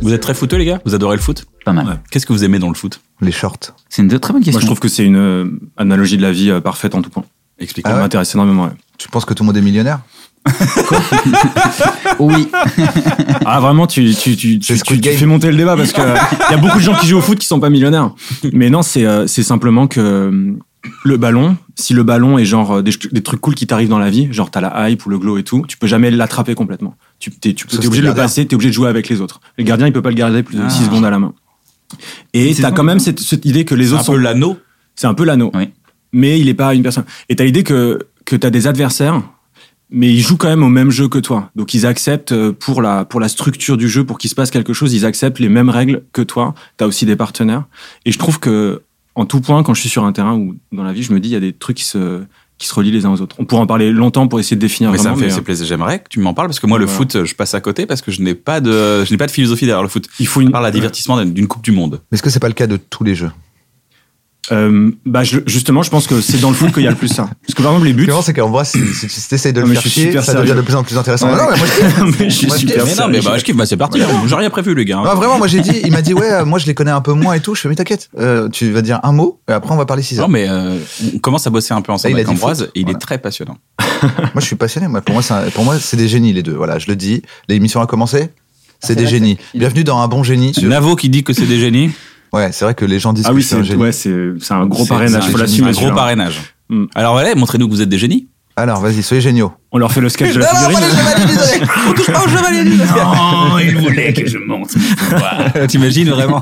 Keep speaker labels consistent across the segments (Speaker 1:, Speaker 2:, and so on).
Speaker 1: Vous êtes très footeux, les gars Vous adorez le foot
Speaker 2: Pas mal.
Speaker 1: Qu'est-ce que vous aimez dans le foot
Speaker 3: Les shorts.
Speaker 2: C'est une très bonne question.
Speaker 4: Moi, je trouve que c'est une euh, analogie de la vie euh, parfaite en tout point.
Speaker 1: Expliquez-moi.
Speaker 4: Ça
Speaker 3: Ah ouais
Speaker 4: m'intéresse énormément. ouais.
Speaker 3: Tu penses que tout le monde est millionnaire
Speaker 2: Oui.
Speaker 4: Ah, vraiment, tu, tu, tu,
Speaker 3: C'est
Speaker 4: tu,
Speaker 3: Squid
Speaker 4: tu- tu
Speaker 3: Game.
Speaker 4: fais monter le débat parce que il y a beaucoup de gens qui jouent au foot qui sont pas millionnaires. Mais non, c'est euh, c'est simplement que euh, le ballon, si le ballon est genre euh, des, ch- des trucs cool qui t'arrivent dans la vie, genre t'as la hype ou le glow et tout, tu peux jamais l'attraper complètement. Tu t'es tu peux-
Speaker 3: Sauf
Speaker 4: t'es obligé
Speaker 3: le
Speaker 4: de le
Speaker 3: gardien.
Speaker 4: passer, t'es obligé de jouer avec les autres. Le gardien, il peut pas le garder plus de
Speaker 2: Ah.
Speaker 4: 6 secondes à la main. Et
Speaker 2: Six
Speaker 4: t'as quand
Speaker 2: secondes,
Speaker 4: même cette, cette idée que les
Speaker 1: C'est
Speaker 4: autres
Speaker 1: un
Speaker 4: sont
Speaker 1: peu l'anneau.
Speaker 4: C'est un peu l'anneau.
Speaker 2: Oui.
Speaker 4: Mais il est pas une personne. Et t'as l'idée que, que t'as des adversaires, mais ils jouent quand même au même jeu que toi. Donc ils acceptent euh, pour la, pour la structure du jeu, pour qu'il se passe quelque chose, ils acceptent les mêmes règles que toi. T'as aussi des partenaires. Et je trouve que, en tout point, quand je suis sur un terrain ou dans la vie, je me dis, il y a des trucs qui se, qui se relient les uns aux autres. On pourrait en parler longtemps pour essayer de définir
Speaker 1: Mais ça
Speaker 4: vraiment.
Speaker 1: me fait
Speaker 4: mais,
Speaker 1: c'est
Speaker 4: euh,
Speaker 1: plaisir. J'aimerais que tu m'en parles parce que moi, le
Speaker 4: Voilà.
Speaker 1: foot, je passe à côté parce que je n'ai pas de, je n'ai pas de philosophie derrière le foot.
Speaker 4: il faut
Speaker 1: À
Speaker 4: une,
Speaker 1: part la divertissement d'une Coupe du Monde.
Speaker 3: Mais est-ce que c'est pas le cas de tous les jeux
Speaker 4: Euh, bah, je- justement, je pense que c'est dans le foot qu'il y a le plus ça. Parce que par exemple, les
Speaker 3: Le
Speaker 4: buts.
Speaker 3: plus marrant, c'est qu'en vrai, si, si tu essayes de
Speaker 4: Non,
Speaker 3: le
Speaker 4: mais
Speaker 3: faire
Speaker 4: je suis
Speaker 3: chier,
Speaker 4: super
Speaker 3: ça
Speaker 4: sérieux.
Speaker 3: devient de plus en plus intéressant.
Speaker 4: Ouais.
Speaker 3: Non, mais moi, je-
Speaker 4: mais Ah, je suis
Speaker 3: Moi,
Speaker 4: super
Speaker 3: je kiffe.
Speaker 1: Mais non,
Speaker 4: sérieux.
Speaker 1: mais bah, je kiffe. Bah, c'est parti. J'ai rien prévu, les gars. hein.
Speaker 3: Non, vraiment, moi j'ai dit, il m'a dit, ouais, euh, moi je les connais un peu moins et tout. Je fais, mais t'inquiète, euh, tu vas dire un mot et après on va parler 6 heures.
Speaker 1: Non, mais euh, on commence à bosser un peu
Speaker 4: Ah,
Speaker 1: ensemble
Speaker 3: Là, il
Speaker 1: avec
Speaker 3: a dit
Speaker 1: Ambroise
Speaker 3: foot.
Speaker 1: et il
Speaker 3: Voilà.
Speaker 1: est très passionnant.
Speaker 3: Moi je suis passionné, moi. Pour moi, c'est un- pour moi, c'est des génies les deux. Voilà, je le dis. L'émission a commencé. Ah, C'est des génies. Bienvenue dans un bon génie.
Speaker 1: Navo qui dit que c'est des génies,
Speaker 3: Ouais, c'est vrai que les gens disent
Speaker 4: Ah
Speaker 3: que
Speaker 4: oui,
Speaker 3: c'est un
Speaker 4: c'est
Speaker 3: génie.
Speaker 4: ouais, c'est c'est un gros
Speaker 1: C'est-
Speaker 4: parrainage.
Speaker 1: c'est
Speaker 4: Faut
Speaker 3: un
Speaker 4: l'assumer.
Speaker 1: un gros
Speaker 4: celui-là.
Speaker 1: parrainage.
Speaker 4: Hmm.
Speaker 1: Alors voilà, montrez-nous que vous êtes des génies.
Speaker 3: Alors vas-y, soyez géniaux.
Speaker 4: On leur fait le sketch de la figurine.
Speaker 1: On touche pas au chevalier du Non, il voulait que je monte. T'imagines vraiment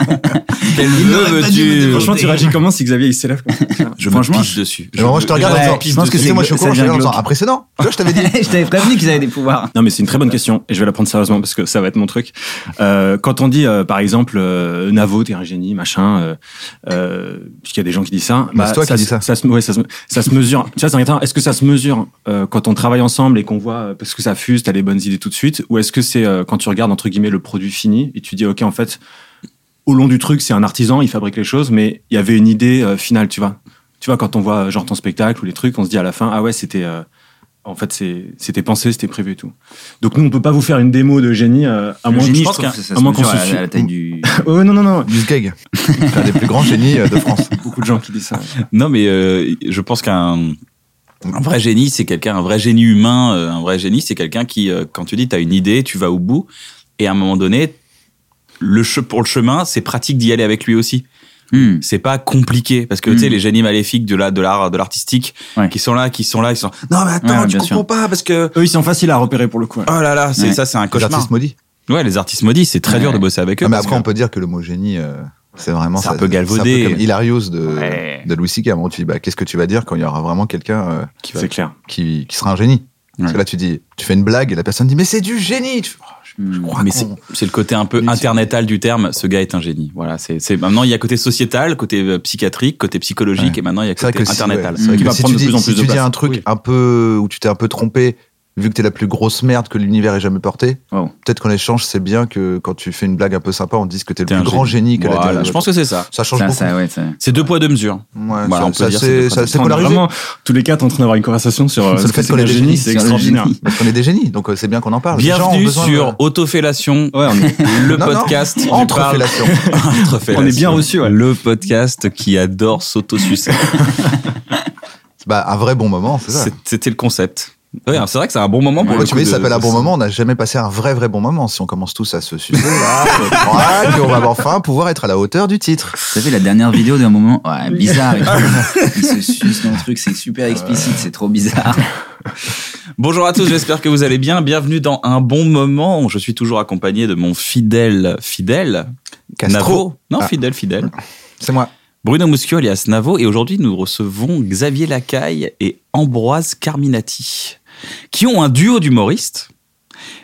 Speaker 1: Quel vœu veux-tu
Speaker 4: Franchement, tu réagis comment si Xavier il s'élève comme ça
Speaker 1: Je me
Speaker 4: Franchement,
Speaker 1: pisse dessus.
Speaker 3: Et moi je te regarde
Speaker 2: ouais,
Speaker 3: en disant,
Speaker 2: je
Speaker 1: pense
Speaker 3: parce
Speaker 1: que
Speaker 3: que
Speaker 1: c'est
Speaker 3: c'est moi je suis au
Speaker 2: ça
Speaker 3: courant, je te
Speaker 2: devient
Speaker 3: regarde en disant,
Speaker 2: glauque.
Speaker 3: ah, précédent. Tu vois, je t'avais dit.
Speaker 2: je t'avais prévenu qu'ils avaient des pouvoirs.
Speaker 4: Non, mais c'est une très bonne question et je vais la prendre sérieusement parce que ça va être mon truc. Euh, quand on dit, euh, par exemple, euh, Navo, t'es un génie, machin, euh, euh, puisqu'il y a des gens qui disent ça.
Speaker 3: Mais Bah, c'est toi qui
Speaker 4: se-
Speaker 3: dis ça.
Speaker 4: se, ouais, ça, se, ça se mesure. Tu vois, c'est un- est-ce que ça se mesure euh, quand on travaille ensemble et qu'on voit euh, parce que ça fuse, t'as les bonnes idées tout de suite, ou est-ce que c'est euh, quand tu regardes entre guillemets le produit fini et tu dis, ok, en fait, au long du truc, c'est un artisan, il fabrique les choses, mais il y avait une idée euh, finale, tu vois. Tu vois, quand on voit euh, genre ton spectacle ou les trucs, on se dit à la fin, ah ouais, c'était. euh, en fait, c'est- c'était pensé, c'était prévu et tout. Donc nous, on peut pas vous faire une démo de génie euh, à moins que
Speaker 2: je
Speaker 4: je
Speaker 2: pense
Speaker 4: pense
Speaker 2: que
Speaker 4: qu'à
Speaker 2: ça
Speaker 4: à
Speaker 2: se
Speaker 4: moins qu'on
Speaker 2: mesure à
Speaker 4: se
Speaker 2: la- à
Speaker 4: fie-
Speaker 2: la taille du.
Speaker 4: Oh non non non,
Speaker 3: Busgeg. C'est un des plus grands génies euh, de France.
Speaker 4: beaucoup de gens qui disent ça.
Speaker 1: Non, mais euh, je pense qu'un un vrai génie, c'est quelqu'un, un vrai génie humain, euh, un vrai génie, c'est quelqu'un qui, euh, quand tu dis t'as une idée, tu vas au bout, et à un moment donné, le che- pour le chemin, c'est pratique d'y aller avec lui aussi.
Speaker 2: Hmm.
Speaker 1: c'est pas compliqué parce que tu sais
Speaker 2: Mm.
Speaker 1: les génies maléfiques de la de l'art de l'artistique
Speaker 2: Ouais.
Speaker 1: qui sont là qui sont là ils sont non mais attends
Speaker 2: Ouais,
Speaker 1: tu
Speaker 2: bien
Speaker 1: comprends
Speaker 2: sûr.
Speaker 1: pas parce que
Speaker 4: Eux, ils sont faciles à repérer pour le coup. hein. ouais.
Speaker 1: oh là là c'est
Speaker 2: Ouais.
Speaker 1: ça c'est un
Speaker 3: Les
Speaker 1: cauchemar
Speaker 3: artistes maudits.
Speaker 1: ouais les artistes maudits c'est très
Speaker 2: Ouais.
Speaker 1: dur de bosser avec eux
Speaker 3: Ah, mais
Speaker 1: parce
Speaker 3: après, on
Speaker 1: que-
Speaker 3: peut dire que le mot génie, euh, c'est vraiment.
Speaker 1: C'est un
Speaker 3: ça-
Speaker 1: peu galvaudé.
Speaker 3: comme Hilarious de,
Speaker 2: Ouais.
Speaker 3: de Louis C.K. À un moment, tu dis, bah, qu'est-ce que tu vas dire quand il y aura vraiment quelqu'un euh,
Speaker 4: C'est clair.
Speaker 3: qui, qui sera un génie Parce que
Speaker 1: Ouais.
Speaker 3: là, tu dis, tu fais une blague et la personne dit, mais c'est du génie Tu fais, Oh, je-
Speaker 2: Hmm.
Speaker 3: je crois
Speaker 1: mais
Speaker 3: qu'on-
Speaker 1: c'est c'est le côté un peu
Speaker 3: Mais c'est-
Speaker 1: internetal du terme ce gars est un génie voilà c'est c'est- maintenant il y a côté sociétal côté euh, psychiatrique côté psychologique
Speaker 3: Ouais.
Speaker 1: et maintenant il y a
Speaker 3: C'est vrai
Speaker 1: côté
Speaker 3: que si-
Speaker 1: internetal
Speaker 3: ouais, c'est vrai
Speaker 4: Qui
Speaker 3: que
Speaker 4: va
Speaker 3: si
Speaker 4: prendre de
Speaker 3: tu dis,
Speaker 4: plus en
Speaker 3: si
Speaker 4: plus
Speaker 3: tu
Speaker 4: de
Speaker 3: dis
Speaker 4: place.
Speaker 3: un truc
Speaker 4: Oui.
Speaker 3: un peu où tu t'es un peu trompé, vu que t'es la plus grosse merde que l'univers ait jamais portée,
Speaker 2: Wow.
Speaker 3: peut-être qu'en échange, c'est bien que quand tu fais une blague un peu sympa, on te dise que t'es le
Speaker 1: T'es
Speaker 3: plus
Speaker 1: un
Speaker 3: grand génie que la
Speaker 1: Voilà,
Speaker 3: Terre.
Speaker 1: je pense que c'est ça
Speaker 3: ça change
Speaker 2: Ça,
Speaker 3: beaucoup.
Speaker 2: ça, ouais, ça.
Speaker 1: c'est deux poids deux mesures
Speaker 3: Ouais,
Speaker 1: Voilà,
Speaker 3: ça-
Speaker 1: on peut
Speaker 3: ça,
Speaker 1: dire
Speaker 3: c'est-
Speaker 1: c'est des
Speaker 3: ça-
Speaker 1: phrases.
Speaker 3: c'est
Speaker 4: On est
Speaker 3: polarisé.
Speaker 4: vraiment tous les quatre en train d'avoir une conversation sur euh,
Speaker 3: Sur
Speaker 4: ce
Speaker 3: le fait
Speaker 4: que c'est
Speaker 3: qu'on
Speaker 4: que
Speaker 3: est
Speaker 4: le
Speaker 3: des
Speaker 4: génie,
Speaker 3: génies,
Speaker 4: c'est
Speaker 3: c'est un
Speaker 4: extraordinaire.
Speaker 2: génie.
Speaker 3: Parce qu'on est des génies, donc euh, c'est bien qu'on en parle. Les gens ont
Speaker 1: bienvenue
Speaker 3: besoin de-
Speaker 1: sur autofellation
Speaker 4: Ouais, on est,
Speaker 1: le
Speaker 3: Non, non,
Speaker 1: podcast qui
Speaker 3: entre
Speaker 1: parle-
Speaker 3: fellations.
Speaker 1: Entrefellation.
Speaker 4: on est bien reçu. Ouais.
Speaker 1: le podcast qui adore s'autosucer
Speaker 3: Bah, un vrai bon moment, c'est ça.
Speaker 1: C'est- C'était le concept. Ouais, alors c'est vrai que c'est un bon moment pour
Speaker 3: Moi,
Speaker 1: le
Speaker 3: tu
Speaker 1: coup
Speaker 3: me dis,
Speaker 1: de-
Speaker 3: ça s'appelle un bon moment. On n'a jamais passé un vrai, vrai bon moment. Si on commence tous à se sucer, là, je crois qu'on va enfin pouvoir être à la hauteur du titre.
Speaker 2: Vous savez, la dernière vidéo
Speaker 3: Euh.
Speaker 2: d'un moment ouais, bizarre. et tout. Ils se sucent dans le truc, c'est super explicite, c'est trop bizarre.
Speaker 1: Bonjour à tous, j'espère que vous allez bien. Bienvenue dans un bon moment. Je suis toujours accompagné de mon fidèle, fidèle,
Speaker 3: Castro.
Speaker 1: Navo. Non,
Speaker 3: Ah.
Speaker 1: fidèle, fidèle.
Speaker 3: C'est moi.
Speaker 1: Bruno Muschio alias Navo. Et aujourd'hui, nous recevons Xavier Lacaille et Ambroise Carminati, qui ont un duo d'humoristes,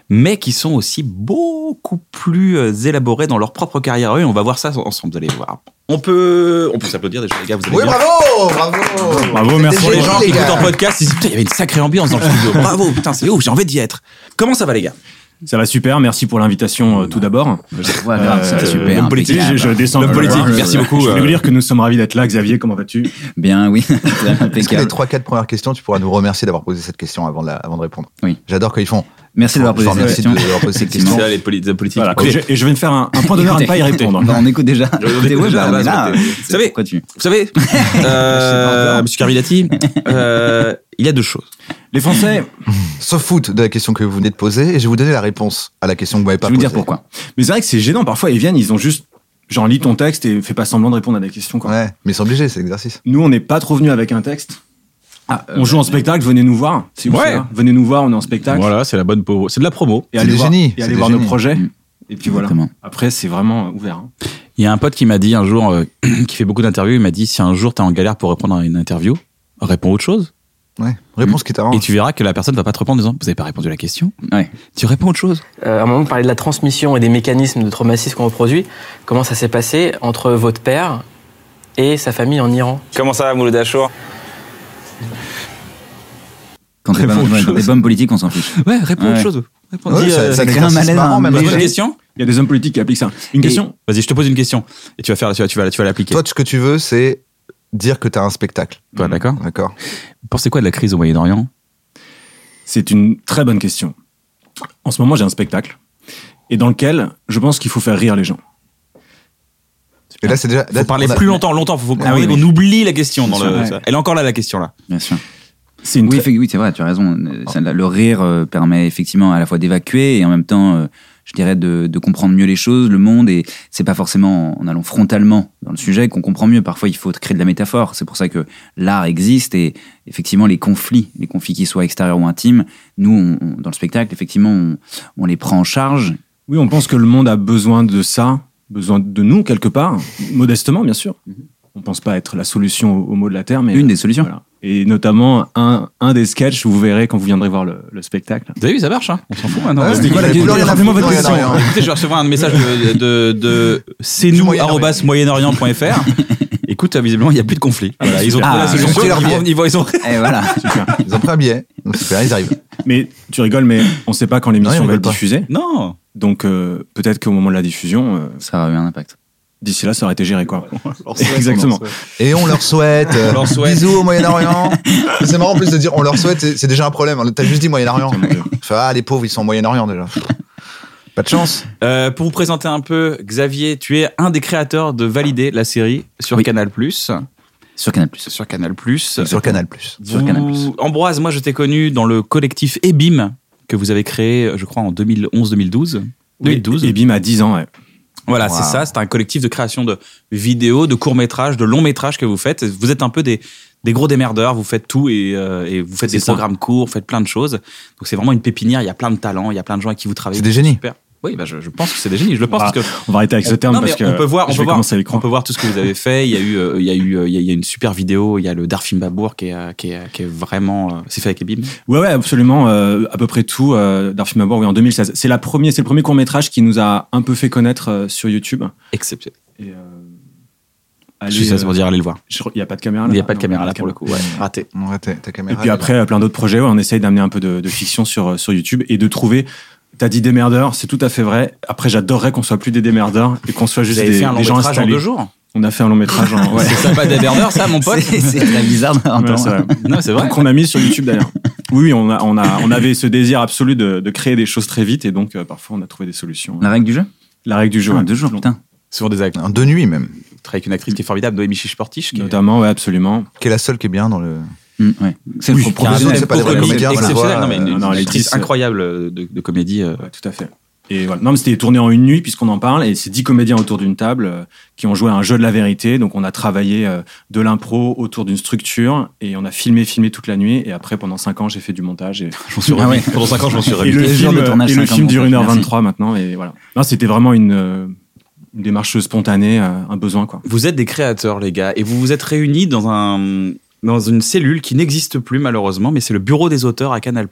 Speaker 1: mais qui sont aussi beaucoup plus euh, élaborés dans leur propre carrière. à eux. on va voir ça ensemble, vous allez voir. On peut, on peut s'applaudir déjà, les gars, vous allez
Speaker 3: Oui,
Speaker 1: bien.
Speaker 3: bravo, bravo.
Speaker 4: Bravo, merci.
Speaker 3: Vous
Speaker 1: Pour
Speaker 3: êtes
Speaker 1: les
Speaker 3: des
Speaker 1: gens
Speaker 3: génies,
Speaker 1: qui écoutent
Speaker 3: gars.
Speaker 1: en podcast, ils disent putain, il y avait une sacrée ambiance dans le studio. Bravo, putain, c'est ouf, j'ai envie d'y être. Comment ça va, les gars
Speaker 4: Ça va super, merci pour l'invitation euh, tout d'abord.
Speaker 2: Ouais, grave,
Speaker 4: Euh,
Speaker 2: c'était super.
Speaker 4: l'homme politique,
Speaker 2: impeccable.
Speaker 4: je, je descends.
Speaker 1: L'homme
Speaker 4: de
Speaker 1: politique,
Speaker 4: voir, je-
Speaker 1: merci beaucoup,
Speaker 4: Je voulais vous
Speaker 1: euh.
Speaker 4: dire que nous sommes ravis d'être là, Xavier, comment vas-tu
Speaker 2: Bien, oui. Très
Speaker 3: Est-ce que les
Speaker 2: impeccable.
Speaker 3: trois, quatre premières questions, tu pourras nous remercier d'avoir posé cette question avant de, la- avant de répondre
Speaker 2: Oui.
Speaker 3: J'adore quand ils font.
Speaker 2: Merci d'avoir posé
Speaker 3: Je vous
Speaker 2: cette
Speaker 3: remercie
Speaker 2: question.
Speaker 3: de- d'avoir posé cette
Speaker 2: Effectivement.
Speaker 3: question.
Speaker 1: les, poli- les politiques.
Speaker 4: Voilà,
Speaker 1: Ok.
Speaker 4: et, je, et je vais me faire un, un point d'honneur à ne pas y répondre.
Speaker 2: Bah, on écoute déjà.
Speaker 1: On
Speaker 2: Écoutez,
Speaker 1: écoute
Speaker 2: ouais,
Speaker 1: déjà,
Speaker 2: bah, on est
Speaker 1: là,
Speaker 2: là.
Speaker 1: c'est- vous savez-
Speaker 2: Pourquoi tu
Speaker 1: Vous savez, euh, Monsieur Carminati, euh, il y a deux choses.
Speaker 4: Les Français,
Speaker 3: Se foutent de la question que vous venez de poser et je vais vous donner la réponse à la question que vous m'avez
Speaker 2: Je
Speaker 3: pas
Speaker 2: vais vous
Speaker 3: posée.
Speaker 2: dire pourquoi.
Speaker 4: mais c'est vrai que c'est gênant. Parfois, ils viennent, ils ont juste, genre, lis ton texte et fais pas semblant de répondre à des questions. Quoi.
Speaker 3: Ouais, mais c'est obligé, c'est l'exercice.
Speaker 4: Nous, on n'est pas trop venus avec un texte. on joue en spectacle, venez nous voir. Si vous
Speaker 1: Ouais.
Speaker 4: voulez, hein. venez nous voir, on est en spectacle.
Speaker 1: Voilà, c'est la bonne pauvre. C'est de la promo.
Speaker 4: Et
Speaker 3: C'est
Speaker 4: allez
Speaker 3: des
Speaker 4: voir,
Speaker 3: génies,
Speaker 4: et
Speaker 3: c'est
Speaker 4: allez
Speaker 3: des
Speaker 4: voir nos
Speaker 3: génies.
Speaker 4: projets. Et puis voilà.
Speaker 2: Exactement.
Speaker 4: Après, c'est vraiment euh, ouvert. hein.
Speaker 1: Il y a un pote qui m'a dit un jour, euh, qui fait beaucoup d'interviews, il m'a dit si un jour t'es en galère pour répondre à une interview, réponds autre chose.
Speaker 3: Ouais. Mm. Réponse qui
Speaker 1: Et
Speaker 3: t'arrange.
Speaker 1: tu verras que la personne va pas te répondre en disant vous avez pas répondu à la question.
Speaker 2: Ouais.
Speaker 1: Tu réponds autre chose.
Speaker 5: Euh, à un moment, vous parlez de la transmission et des mécanismes de traumatisme qu'on reproduit. Comment ça s'est passé entre votre père et sa famille en Iran
Speaker 6: Comment ça va, Mouloud Achour
Speaker 2: Quand t'es pas
Speaker 1: Réponds
Speaker 2: dans
Speaker 1: autre
Speaker 2: les
Speaker 1: chose.
Speaker 2: bonnes politiques, on s'en fiche.
Speaker 1: Ouais, réponds
Speaker 2: Ouais.
Speaker 1: autre chose. Réponds-
Speaker 3: Ouais,
Speaker 1: Dis,
Speaker 3: ça-
Speaker 1: euh,
Speaker 3: ça
Speaker 2: crée
Speaker 3: crée un
Speaker 2: un
Speaker 3: malaise
Speaker 2: malaise
Speaker 3: marrant,
Speaker 2: un
Speaker 3: même
Speaker 2: peu.
Speaker 3: à
Speaker 1: pose une
Speaker 3: faire.
Speaker 1: question.
Speaker 4: Il y a des hommes politiques qui appliquent ça. Une question
Speaker 1: Vas-y, je te pose une question et tu vas faire, tu vas, tu vas, tu vas l'appliquer.
Speaker 3: Toi, ce que tu veux, c'est dire que t'as un spectacle.
Speaker 1: Toi, d'accord.
Speaker 3: D'accord.
Speaker 1: Pensez quoi de la crise au Moyen-Orient
Speaker 4: C'est une très bonne question. En ce moment, j'ai un spectacle et dans lequel je pense qu'il faut faire rire les gens.
Speaker 3: Et là, c'est déjà.
Speaker 1: Faut
Speaker 3: là,
Speaker 1: parler
Speaker 3: on a-
Speaker 1: plus longtemps, longtemps. Faut, faut
Speaker 3: Ah oui,
Speaker 1: on oublie la question. Dans
Speaker 2: Bien
Speaker 1: le,
Speaker 2: sûr, ouais.
Speaker 1: ça. Elle est encore là la question là.
Speaker 2: Bien sûr.
Speaker 4: C'est une
Speaker 2: Oui,
Speaker 4: très-
Speaker 2: fait- oui c'est vrai, tu as raison. Euh, ça, le rire euh, permet effectivement à la fois d'évacuer et en même temps, euh, je dirais, de, de comprendre mieux les choses, le monde. Et c'est pas forcément en allant frontalement dans le sujet qu'on comprend mieux. Parfois, il faut créer de la métaphore. C'est pour ça que l'art existe et effectivement, les conflits, les conflits qui soient extérieurs ou intimes, nous, on- on- dans le spectacle, effectivement, on, on les prend en charge.
Speaker 4: oui, on pense que le monde a besoin de ça, besoin de nous quelque part, modestement bien sûr.
Speaker 1: Mhm.
Speaker 4: On pense pas être la solution au, au maux de la terre, mais euh,
Speaker 2: Une des solutions.
Speaker 4: Voilà. Et notamment un, un des sketchs, vous verrez quand vous viendrez voir le, le spectacle.
Speaker 1: Vous avez vu, ça marche. Hein on s'en fout maintenant.
Speaker 3: Ouais,
Speaker 4: C'était quoi la
Speaker 3: plus
Speaker 4: question
Speaker 3: rien à
Speaker 4: Rappelez-moi
Speaker 3: foutre,
Speaker 4: votre
Speaker 3: plus rien à
Speaker 4: question.
Speaker 3: rien.
Speaker 1: Écoutez, je vais recevoir un message de, de, de c'est nous,
Speaker 3: Moyen-Orient.
Speaker 1: arrobas Moyen-Orient point fr. Écoute, euh, visiblement, il n'y a plus de conflit. Voilà, ils ont
Speaker 2: Ah,
Speaker 1: trouvé la
Speaker 2: ils ont
Speaker 1: solution.
Speaker 3: pris leur
Speaker 1: Ils vont-
Speaker 3: billet.
Speaker 1: ils vont- ils ont-
Speaker 2: Et voilà.
Speaker 3: Ils ont pris un billet. Donc, c'est bien, ils arrivent.
Speaker 4: Mais tu rigoles, mais on sait pas quand
Speaker 3: Non, ils
Speaker 4: l'émission va
Speaker 3: rigolent
Speaker 4: être
Speaker 3: pas.
Speaker 4: diffusée.
Speaker 1: Non.
Speaker 4: Donc euh, peut-être qu'au moment de la diffusion, euh,
Speaker 2: Ça a eu un impact.
Speaker 4: d'ici là, ça aurait été géré quoi. Exactement.
Speaker 3: Et on leur souhaite. euh,
Speaker 1: On leur souhaite.
Speaker 3: Bisous au Moyen-Orient. c'est marrant en plus de dire on leur souhaite, c'est c'est déjà un problème. T'as juste dit Moyen-Orient. Enfin, ah, les pauvres, ils sont au Moyen-Orient déjà. Pas de chance.
Speaker 1: Euh, pour vous présenter un peu, Xavier, tu es un des créateurs de Valider la série sur
Speaker 2: Oui.
Speaker 1: Canal Plus.
Speaker 2: Sur Canal+.
Speaker 1: Sur Canal Plus.
Speaker 3: Sur Canal Plus.
Speaker 2: Sur Canal+.
Speaker 1: Ambroise, moi, je t'ai connu dans le collectif E EBIM que vous avez créé, je crois, en 2011-2012. 2012.
Speaker 4: Et, et Bim a 10 ans, ouais.
Speaker 1: Voilà,
Speaker 3: Wow.
Speaker 1: c'est ça. C'est un collectif de création de vidéos, de courts-métrages, de longs-métrages que vous faites. Vous êtes un peu des, des gros démerdeurs. Vous faites tout et, euh, et vous faites
Speaker 4: C'est
Speaker 1: des
Speaker 4: ça.
Speaker 1: programmes courts, vous faites plein de choses. Donc c'est vraiment une pépinière. Il y a plein de talents, il y a plein de gens avec qui vous travaillez.
Speaker 3: C'est des génies.
Speaker 1: Super. Oui, bah, je, je pense que c'est des génies. Je le pense
Speaker 4: Bah,
Speaker 1: parce que
Speaker 4: On va arrêter avec ce terme
Speaker 1: non, mais
Speaker 4: parce que
Speaker 1: on peut voir, on
Speaker 4: je
Speaker 1: peut
Speaker 4: vais
Speaker 1: voir,
Speaker 4: commencer à l'écran.
Speaker 1: on peut voir tout ce que vous avez fait. Il y a eu, euh, il y a eu, euh, il y a- il y a une super vidéo. Il y a le Darfim Babour qui est, euh, qui est, euh, qui est vraiment, euh, c'est fait avec les bims.
Speaker 4: Ouais, ouais, absolument. euh, à peu près tout euh, d'Arfim Abor, oui, en 2016. C'est la premier, c'est le premier court métrage qui nous a un peu fait connaître euh, sur YouTube.
Speaker 1: Exceptionnel.
Speaker 4: Et, euh,
Speaker 1: Je
Speaker 4: allez,
Speaker 1: suis ça c'est pour
Speaker 4: euh,
Speaker 1: dire, allez le voir.
Speaker 4: je crois- Il n'y a pas de caméra là.
Speaker 1: Il n'y a pas de
Speaker 4: Non,
Speaker 1: caméra là pour le coup. Ouais. Raté.
Speaker 3: Bon, ouais, t'es- ta
Speaker 4: Et
Speaker 3: caméra,
Speaker 4: puis
Speaker 3: elle est
Speaker 4: après, euh, plein d'autres projets. ouais, on essaye d'amener un peu de, de fiction sur, euh, sur YouTube et de trouver. T'as dit démerdeurs, c'est tout à fait vrai. Après, j'adorerais qu'on soit plus des démerdeurs et qu'on soit
Speaker 1: Vous
Speaker 4: juste
Speaker 1: avez
Speaker 4: des,
Speaker 1: fait un long
Speaker 4: des gens
Speaker 1: métrage en
Speaker 4: installés.
Speaker 1: deux jours.
Speaker 4: On a fait un long métrage en. Ouais,
Speaker 1: C'est sympa des démerdeurs, ça, mon pote.
Speaker 2: C'est c'est très bizarre
Speaker 4: Ouais,
Speaker 2: d'entendre.
Speaker 4: c'est vrai.
Speaker 1: Non, c'est vrai.
Speaker 4: qu'on a mis sur YouTube d'ailleurs. Oui, oui, on, a, on, a, on avait ce désir absolu de, de créer des choses très vite et donc euh, parfois on a trouvé des solutions.
Speaker 2: La règle du jeu
Speaker 4: La règle du jeu.
Speaker 2: Ah,
Speaker 4: ouais.
Speaker 2: Deux jours, putain.
Speaker 1: Souvent des acteurs.
Speaker 3: là. En deux nuits même.
Speaker 1: avec une actrice qui est formidable, Noémie Chiche-Portiche, qui est
Speaker 4: Notamment, ouais, absolument.
Speaker 3: Qui est la seule qui est bien dans le.
Speaker 2: Mm, ouais. C'est
Speaker 3: Oui,
Speaker 2: le
Speaker 3: professionnel,
Speaker 4: Ah
Speaker 2: professionnel.
Speaker 3: c'est pas des vrais
Speaker 1: comédienne
Speaker 3: comédiens, voilà.
Speaker 1: exceptionnelle, non,
Speaker 3: Voilà,
Speaker 1: mais une,
Speaker 4: euh, non,
Speaker 1: une
Speaker 4: l'actrice,
Speaker 1: actrice
Speaker 4: euh,
Speaker 1: incroyable de, de comédie. euh,
Speaker 4: Ouais, tout à fait. Et voilà. Non, mais c'était tourné en une nuit, puisqu'on en parle, et c'est dix comédiens autour d'une table euh, qui ont joué à un jeu de la vérité. Donc, on a travaillé euh, de l'impro autour d'une structure, et on a filmé, filmé toute la nuit. Et après, pendant cinq ans, j'ai fait du montage. Et,
Speaker 1: J'en suis
Speaker 2: Ah
Speaker 1: remis.
Speaker 2: ouais.
Speaker 1: Pendant 5 ans, je m'en suis
Speaker 4: et
Speaker 1: remis.
Speaker 4: le
Speaker 2: Quel jour
Speaker 4: film,
Speaker 2: de tournage,
Speaker 4: et le
Speaker 2: cinq ans
Speaker 4: film
Speaker 2: de
Speaker 4: dure
Speaker 2: montage,
Speaker 4: 1h23 maintenant, et voilà. Non, c'était vraiment une, euh, une démarche spontanée, euh, un besoin, quoi.
Speaker 1: Vous êtes des créateurs, les gars, et vous vous êtes réunis dans un dans une cellule qui n'existe plus malheureusement, mais c'est le bureau des auteurs à Canal+.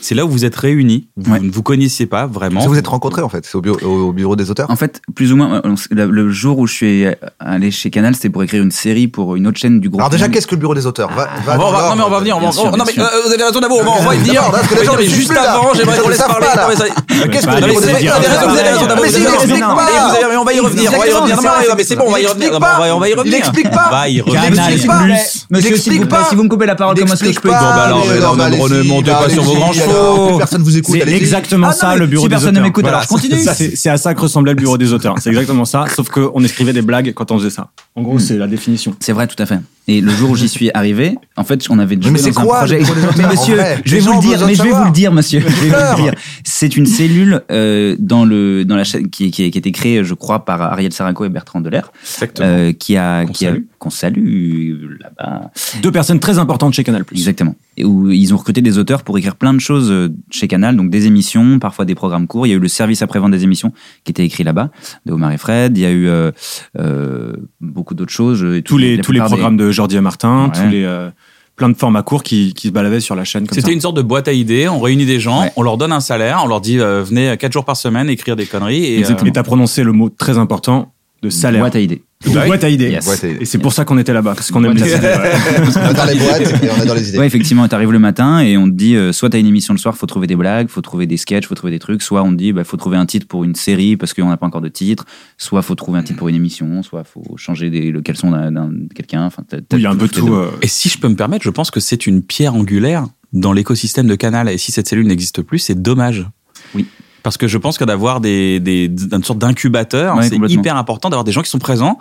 Speaker 1: C'est là où vous êtes réunis. Vous
Speaker 2: Ouais.
Speaker 1: ne vous connaissiez pas vraiment.
Speaker 3: Vous vous êtes rencontrés en fait, c'est au bureau, au bureau des auteurs.
Speaker 2: En fait, plus ou moins, euh, on s- la- le jour où je suis allé chez Canal, c'était pour écrire une série pour une autre chaîne du groupe.
Speaker 3: Alors déjà,
Speaker 2: Canal.
Speaker 3: qu'est-ce que le bureau des auteurs va, va
Speaker 1: On va- on va-
Speaker 3: dans
Speaker 1: non
Speaker 3: l'ordre.
Speaker 1: mais on va venir, on va,
Speaker 2: Bien sûr,
Speaker 1: on- non
Speaker 2: bien
Speaker 1: mais
Speaker 2: sûr.
Speaker 1: euh, vous avez raison d'abord, on va, on va y venir.
Speaker 3: Non, parce que les
Speaker 1: Mais
Speaker 3: gens
Speaker 1: non, mais
Speaker 3: ne suivent
Speaker 1: juste
Speaker 3: plus, là.
Speaker 1: avant, j'aimerais
Speaker 3: Ils
Speaker 1: qu'on
Speaker 3: le
Speaker 1: laisse
Speaker 3: savent
Speaker 1: parler.
Speaker 3: pas, là.
Speaker 1: Non, mais ça-
Speaker 3: Qu'est-ce
Speaker 4: Bah,
Speaker 3: que le
Speaker 1: Non, mais
Speaker 3: bureau
Speaker 1: c'est- vous
Speaker 3: des auteurs
Speaker 1: avez raison, vous avez raison d'abord.
Speaker 3: Mais
Speaker 1: vous avez
Speaker 3: il
Speaker 1: raison. Mais vous
Speaker 3: explique pas
Speaker 1: avez- on va y revenir, on va y revenir. Non, mais- mais c'est bon, on va y revenir. Non, mais on va- on va y
Speaker 3: Il
Speaker 1: revenir.
Speaker 3: explique pas.
Speaker 1: On va y
Speaker 3: Il
Speaker 1: revenir.
Speaker 3: explique pas.
Speaker 2: Monsieur,
Speaker 3: Il
Speaker 2: si vous,
Speaker 3: explique pas.
Speaker 2: si vous me coupez la parole, comment est-ce que je peux
Speaker 3: N'explique
Speaker 1: Bon, bah,
Speaker 3: pas,
Speaker 1: alors,
Speaker 3: mais
Speaker 1: mais
Speaker 3: non,
Speaker 1: non,
Speaker 3: bah,
Speaker 1: ne
Speaker 3: allez-y,
Speaker 1: remontez
Speaker 3: bah,
Speaker 1: pas sur vos
Speaker 3: allez-y,
Speaker 1: grands
Speaker 3: alors,
Speaker 1: chevaux.
Speaker 3: plus Personne vous écoute.
Speaker 4: C'est
Speaker 3: allez-y.
Speaker 4: exactement
Speaker 2: Ah non,
Speaker 4: ça,
Speaker 2: mais
Speaker 4: le bureau
Speaker 2: si
Speaker 4: des auteurs.
Speaker 2: personne ne m'écoute, alors je continue.
Speaker 4: ça, C'est c'est à ça que ressemblait le bureau des auteurs. C'est exactement ça, sauf qu'on écrivait des blagues quand on faisait ça. En
Speaker 2: Hmm.
Speaker 4: gros, c'est la définition.
Speaker 2: C'est vrai, tout à fait. Et le jour où j'y suis arrivé, en fait, on avait joué
Speaker 3: mais c'est
Speaker 2: dans un
Speaker 3: quoi,
Speaker 2: projet.
Speaker 3: le bureau des auteurs,
Speaker 2: Mais
Speaker 3: en
Speaker 2: monsieur,
Speaker 3: vrai
Speaker 2: je vais
Speaker 3: Les
Speaker 2: vous
Speaker 3: gens
Speaker 2: le
Speaker 3: ont
Speaker 2: dire,
Speaker 3: besoin de
Speaker 2: mais je vais vous le
Speaker 3: savoir.
Speaker 2: dire, monsieur. Je vais vous
Speaker 3: Pleure.
Speaker 2: le dire. C'est une cellule euh, dans le dans la chaîne qui, qui, qui a été créée, je crois, par Ariel Saraco et Bertrand Delair,
Speaker 1: Exactement.
Speaker 2: euh, qui a
Speaker 1: Qu'on
Speaker 2: qui a-
Speaker 1: salue.
Speaker 2: qu'on salue là-bas.
Speaker 4: Deux personnes très importantes chez Canal+.
Speaker 2: Exactement. Et où ils ont recruté des auteurs pour écrire plein de choses euh, chez Canal, donc des émissions, parfois des programmes courts. Il y a eu le service après-vente des émissions qui était écrit là-bas, de Omar et Fred. Il y a eu euh, euh, beaucoup d'autres choses. euh, et
Speaker 4: Tous
Speaker 2: tout-
Speaker 4: les,
Speaker 2: la
Speaker 4: tous les
Speaker 2: plupart des-
Speaker 4: programmes de Jordi et Martin,
Speaker 2: Ouais.
Speaker 4: tous les, euh, plein de formats courts qui, qui se balavaient sur la chaîne comme ça.
Speaker 1: C'était une sorte de boîte à idées. On réunit des gens,
Speaker 2: Ouais.
Speaker 1: on leur donne un salaire, on leur dit euh, venez 4 jours par semaine écrire des conneries. Et, euh,
Speaker 4: Et t'as prononcé le mot très important de salaire.
Speaker 2: Boîte à idées.
Speaker 4: De boîte à idées.
Speaker 2: Yes.
Speaker 3: Boîte à idées.
Speaker 4: Et c'est pour ça qu'on était là-bas, parce qu'on aime
Speaker 2: Boîte à
Speaker 4: les
Speaker 2: idées.
Speaker 4: idées.
Speaker 3: On adore les boîtes et on adore les idées.
Speaker 2: Ouais, effectivement, t'arrives le matin et on te dit euh, soit t'as une émission le soir, faut trouver des blagues, faut trouver des sketchs, faut trouver des trucs, soit on te dit bah, faut trouver un titre pour une série parce qu'on n'a pas encore de titre, soit faut trouver un titre pour une émission, soit faut changer des, le caleçon d'un- d'un- de quelqu'un. Enfin, t'as- t'as
Speaker 4: Il y a un peu
Speaker 2: toutes les
Speaker 4: tout.
Speaker 2: deux.
Speaker 4: euh,
Speaker 1: Et si je peux me permettre, je pense que c'est une pierre angulaire dans l'écosystème de Canal. Et si cette cellule n'existe plus, c'est dommage.
Speaker 2: Oui.
Speaker 1: Parce que je pense que d'avoir des, des, une sorte d'incubateur,
Speaker 2: Ouais,
Speaker 1: c'est
Speaker 2: complètement.
Speaker 1: hyper important d'avoir des gens qui sont présents,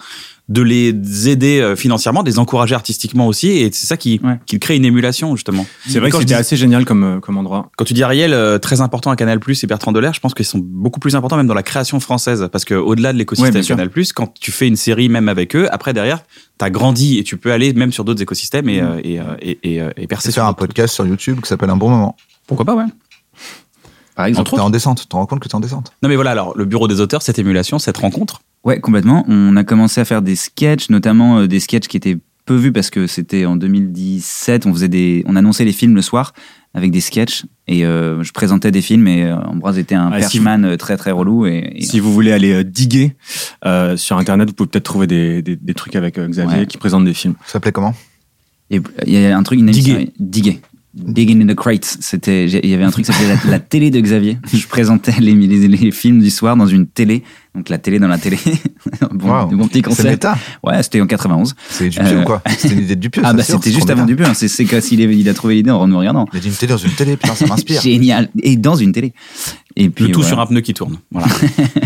Speaker 1: de les aider euh, financièrement, de les encourager artistiquement aussi. Et c'est ça qui,
Speaker 2: Ouais.
Speaker 1: qui crée une émulation, justement.
Speaker 4: C'est vrai
Speaker 1: Quand
Speaker 4: que
Speaker 1: je
Speaker 4: c'était
Speaker 1: dis-
Speaker 4: assez génial comme, euh, comme endroit.
Speaker 1: Quand tu dis Ariel, euh, très important à Canal+, et Bertrand Delair, je pense qu'ils sont beaucoup plus importants même dans la création française. Parce que au delà de
Speaker 2: Ouais,
Speaker 1: l'écosystème
Speaker 2: bien sûr.
Speaker 1: Canal+, quand tu fais une série même avec eux, après, derrière, t'as grandi et tu peux aller même sur d'autres écosystèmes et, euh, et, euh, et, et, euh, et percer
Speaker 3: C'est
Speaker 1: sur
Speaker 3: faire un
Speaker 1: d'autres-
Speaker 3: podcast sur YouTube qui s'appelle Un bon moment.
Speaker 1: Pourquoi pas, ouais.
Speaker 2: Par exemple.
Speaker 3: T'es en descente, tu te rends compte que t'es en descente.
Speaker 1: Non mais voilà, alors le bureau des auteurs, cette émulation, cette rencontre.
Speaker 2: Ouais, complètement. On a commencé à faire des sketchs, notamment euh, des sketchs qui étaient peu vus parce que c'était en 2017. On faisait des, on annonçait les films le soir avec des sketchs et euh, je présentais des films et euh, Ambroise était un
Speaker 4: Ah, si
Speaker 2: perchman euh, très très relou et, et-
Speaker 4: Si vous voulez aller euh, diguer euh, sur Internet, vous pouvez peut-être trouver des, des, des trucs avec euh, Xavier
Speaker 2: Ouais.
Speaker 4: qui présente des films.
Speaker 3: Ça s'appelait comment
Speaker 2: et il y a un truc une émission-
Speaker 1: Diguer.
Speaker 2: Diguer. Digging in the crate, c'était, j'ai- il y avait un truc qui s'appelait la, la télé de Xavier. Je présentais les, les, les films du soir dans une télé, donc la télé dans la télé. bon,
Speaker 3: Wow.
Speaker 2: bon petit
Speaker 3: C'est
Speaker 2: concept.
Speaker 3: méta.
Speaker 2: Ouais, c'était en 91.
Speaker 3: C'est Dupieux
Speaker 2: Euh,
Speaker 3: ou quoi C'était une idée de Dupieux.
Speaker 2: Ah
Speaker 3: ça,
Speaker 2: bah
Speaker 3: sûr,
Speaker 2: c'était
Speaker 3: c'est
Speaker 2: juste
Speaker 3: trop
Speaker 2: avant du
Speaker 3: bien.
Speaker 2: beurre. C'est, c'est comme s'il est- il a trouvé l'idée en nous regardant.
Speaker 3: Il a dit une télé dans une télé, putain, ça m'inspire.
Speaker 2: Génial. Et dans une télé. Et puis,
Speaker 1: le tout
Speaker 2: voilà.
Speaker 1: sur un pneu qui tourne. Voilà.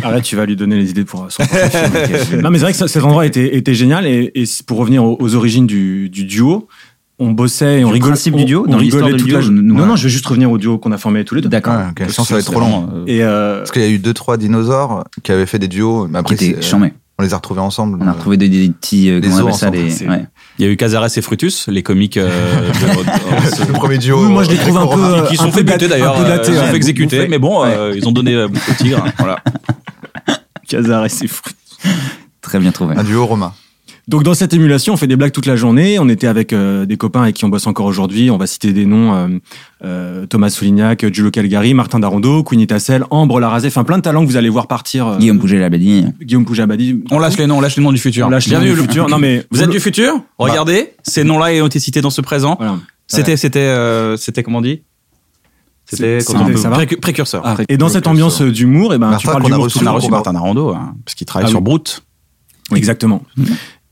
Speaker 4: Ah là, tu vas lui donner les idées pour euh, son prochain film. Non, mais c'est vrai que ça- cet endroit était, était génial. Et, et c- pour revenir aux, aux origines du, du duo, on bossait et on
Speaker 2: Du
Speaker 4: rigolait.
Speaker 2: principe
Speaker 4: on-
Speaker 2: du duo,
Speaker 4: on
Speaker 2: dans l'histoire
Speaker 4: rigolait
Speaker 2: du
Speaker 4: toute
Speaker 2: duo,
Speaker 4: la-
Speaker 2: je- nous-
Speaker 4: Non, non, je vais juste revenir au duo qu'on a formé tous les deux.
Speaker 2: D'accord.
Speaker 3: Ouais, Ah, ok, je pense que ça va être trop long.
Speaker 4: Et euh,
Speaker 3: Parce qu'il y a eu deux, trois dinosaures qui avaient fait des duos. Mais
Speaker 2: Qui
Speaker 3: après,
Speaker 2: était
Speaker 3: c'est-
Speaker 2: chambé.
Speaker 3: on les a retrouvés ensemble.
Speaker 2: On a retrouvé des, des petits. euh,
Speaker 3: Les
Speaker 2: comment on appelle
Speaker 3: os
Speaker 2: ça
Speaker 3: ensemble,
Speaker 2: des,
Speaker 4: c'est-
Speaker 2: ouais.
Speaker 1: Il y a eu Cazares et Frutus, les comiques euh, de-
Speaker 3: le premier duo.
Speaker 4: oui, moi, je les
Speaker 3: euh,
Speaker 4: trouve un
Speaker 3: qu'on
Speaker 4: peu.
Speaker 3: remarque.
Speaker 1: qui
Speaker 4: euh,
Speaker 1: sont
Speaker 4: un
Speaker 1: fait
Speaker 4: peu
Speaker 1: buter
Speaker 4: datés,
Speaker 1: d'ailleurs,
Speaker 4: un peu
Speaker 1: euh,
Speaker 4: datés,
Speaker 1: ils sont
Speaker 4: ouais.
Speaker 1: fait exécuter,
Speaker 2: bouffés.
Speaker 1: mais bon, euh, ils ont donné euh, beaucoup de tigres. Voilà.
Speaker 4: Casar et ses fruits.
Speaker 2: Très bien trouvé.
Speaker 3: Un duo romain.
Speaker 4: Donc dans cette émulation, on fait des blagues toute la journée. On était avec euh, des copains avec qui on bosse encore aujourd'hui. On va citer des noms euh, euh, Thomas Soulignac, Julo Calgary, Martin Darondo, Queenie Tassel, Ambre Larazé. Enfin, plein de talents que vous allez voir partir. euh,
Speaker 2: Guillaume Pouget l'a dit.
Speaker 4: Guillaume Poujabadi.
Speaker 1: On lâche les noms, on lâche les noms du futur.
Speaker 4: On lâche les noms
Speaker 1: Bienvenue
Speaker 4: du
Speaker 1: le-
Speaker 4: futur. Non, mais-
Speaker 1: vous êtes du futur. Regardez, ces noms-là ont été cités dans ce présent.
Speaker 4: Voilà.
Speaker 1: C'était, c'était, euh, c'était comment on dit C'était
Speaker 4: C'est-
Speaker 1: comment on
Speaker 4: c'était-
Speaker 1: dit
Speaker 4: ça va
Speaker 1: Précu- précurseur.
Speaker 4: Ah, et dans cette ambiance euh, d'humour, et ben tu
Speaker 3: Martin,
Speaker 4: parles
Speaker 3: qu'on a
Speaker 4: d'humour
Speaker 3: reçu
Speaker 4: tout
Speaker 1: On a
Speaker 3: au
Speaker 1: reçu
Speaker 3: combat.
Speaker 1: Martin Arando, hein, parce qu'il travaille
Speaker 4: Ah
Speaker 1: sur
Speaker 4: oui.
Speaker 1: Brut.
Speaker 4: Exactement.
Speaker 1: Mm.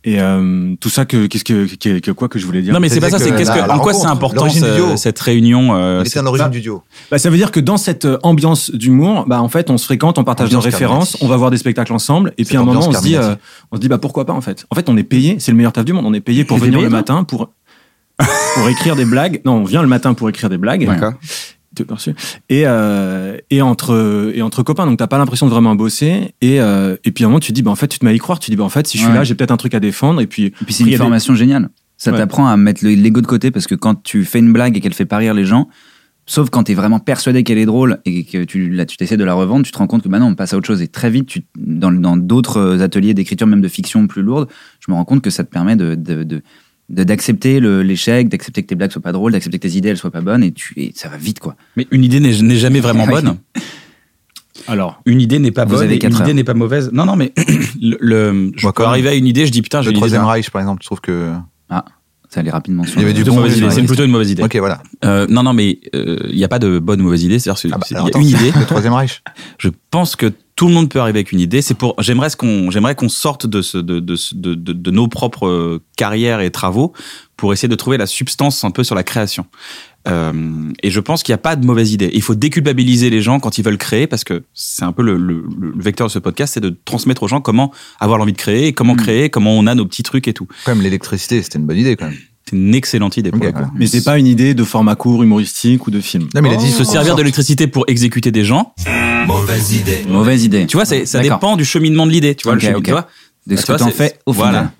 Speaker 4: Et euh, tout ça, que, qu'est-ce que, que- que- quoi que je voulais dire
Speaker 1: Non mais c'est pas ça,
Speaker 3: C'est-à-dire
Speaker 1: c'est
Speaker 3: que
Speaker 1: qu'est-ce
Speaker 3: la-
Speaker 1: que,
Speaker 3: la
Speaker 1: en quoi
Speaker 3: rencontre,
Speaker 1: c'est important
Speaker 3: l'origine du
Speaker 1: ce-
Speaker 3: duo.
Speaker 1: cette réunion euh,
Speaker 3: Mais c'est
Speaker 1: cette-
Speaker 3: un origine du duo.
Speaker 4: Bah, Ça veut dire que dans cette euh, ambiance d'humour, bah, en fait, on se fréquente, on partage nos
Speaker 3: Ambiance
Speaker 4: références,
Speaker 3: Carminati.
Speaker 4: on va voir des spectacles ensemble, et puis
Speaker 3: Cette
Speaker 4: à un moment, on
Speaker 3: ambiance
Speaker 4: se dit, euh,
Speaker 3: Carminati.
Speaker 4: on se dit, bah pourquoi pas en fait. En fait, on est payé, c'est le meilleur taf du monde. On est payé pour
Speaker 1: T'es
Speaker 4: venir
Speaker 1: payé,
Speaker 4: le
Speaker 1: toi
Speaker 4: matin, pour pour écrire des blagues. Non, on vient le matin pour écrire des blagues. T'es perçu. Et, euh, et, entre, et entre copains, donc t'as pas l'impression de vraiment bosser. Et, euh, et puis à un moment, tu te dis, bah, en fait, tu te mets à y croire. Tu te dis, bah, en fait, si je suis
Speaker 2: Ouais. Mm.
Speaker 4: là, j'ai peut-être un truc à défendre. Et puis,
Speaker 2: Et puis c'est une
Speaker 4: il y a des-
Speaker 2: formation géniale. Ça
Speaker 4: Ouais.
Speaker 2: t'apprend à mettre le- l'ego de côté parce que quand tu fais une blague et qu'elle fait pas rire les gens, sauf quand t'es vraiment persuadé qu'elle est drôle et que tu là, tu t'essaies de la revendre, tu te rends compte que bah non, on passe à autre chose. Et très vite, tu, dans dans d'autres ateliers d'écriture, même de fiction plus lourde, je me rends compte que ça te permet de, de- de- de- d'accepter le- l'échec, d'accepter que tes blagues soient pas drôles, d'accepter que tes idées elles soient pas bonnes et, tu, et ça va vite quoi.
Speaker 1: Mais une idée n'est n'est jamais vraiment
Speaker 2: Ah Oui.
Speaker 1: bonne.
Speaker 4: Alors,
Speaker 1: Une idée n'est pas
Speaker 2: Vous
Speaker 1: bonne,
Speaker 2: avez
Speaker 1: et une
Speaker 2: quatre
Speaker 1: idée
Speaker 2: heures.
Speaker 1: n'est pas mauvaise. Non, non, mais le, le- je
Speaker 3: Moi,
Speaker 1: peux
Speaker 3: quand même.
Speaker 1: arriver à une idée, je dis putain, Ah, j'ai
Speaker 3: Le
Speaker 1: une idée. hein.
Speaker 3: Troisième
Speaker 1: d'un-
Speaker 3: Reich, par exemple, je trouve que.
Speaker 2: Ça allait rapidement. sur
Speaker 3: Il y avait
Speaker 2: le-
Speaker 3: du
Speaker 1: de
Speaker 3: bon
Speaker 1: mauvaise
Speaker 3: et du
Speaker 1: idée.
Speaker 3: mauvais.
Speaker 1: C'est plutôt une mauvaise idée.
Speaker 3: Ok, voilà.
Speaker 1: Euh, non, non, mais euh, il n'y a pas de bonne ou mauvaise idée. C'est-à-dire,
Speaker 3: Ah bah,
Speaker 1: c'est- il
Speaker 3: alors,
Speaker 1: y a
Speaker 3: attends,
Speaker 1: une idée.
Speaker 3: Le Troisième Reich.
Speaker 1: Je pense que tout le monde peut arriver avec une idée. C'est pour. J'aimerais ce qu'on. J'aimerais qu'on sorte de, ce, de, de, ce- de, de- de nos propres euh, carrières et travaux pour essayer de trouver la substance un peu sur la création. Euh, et je pense qu'il n'y a pas de mauvaise idée. Il faut déculpabiliser les gens quand ils veulent créer parce que c'est un peu le, le, le vecteur de ce podcast, c'est de transmettre aux gens comment avoir l'envie de créer, et comment
Speaker 2: Mm.
Speaker 1: créer, comment on a nos petits trucs et tout.
Speaker 3: Quand même, l'électricité, c'était une bonne idée, quand même.
Speaker 1: C'est une excellente idée pour
Speaker 3: Ok,
Speaker 1: le coup.
Speaker 3: voilà.
Speaker 4: mais c'est pas une idée de format court, humoristique ou de film.
Speaker 3: Non, mais il a dit
Speaker 1: Se servir de l'électricité pour exécuter des gens.
Speaker 2: Mauvaise idée.
Speaker 1: Tu vois, c'est- ça
Speaker 2: D'accord.
Speaker 1: dépend du cheminement de l'idée. Tu vois,
Speaker 2: Ok,
Speaker 1: le chemin-
Speaker 2: ok.
Speaker 1: tu vois
Speaker 2: De ce
Speaker 1: tu vois,
Speaker 2: que t'en
Speaker 1: c'est-
Speaker 2: fais au final.
Speaker 1: voilà.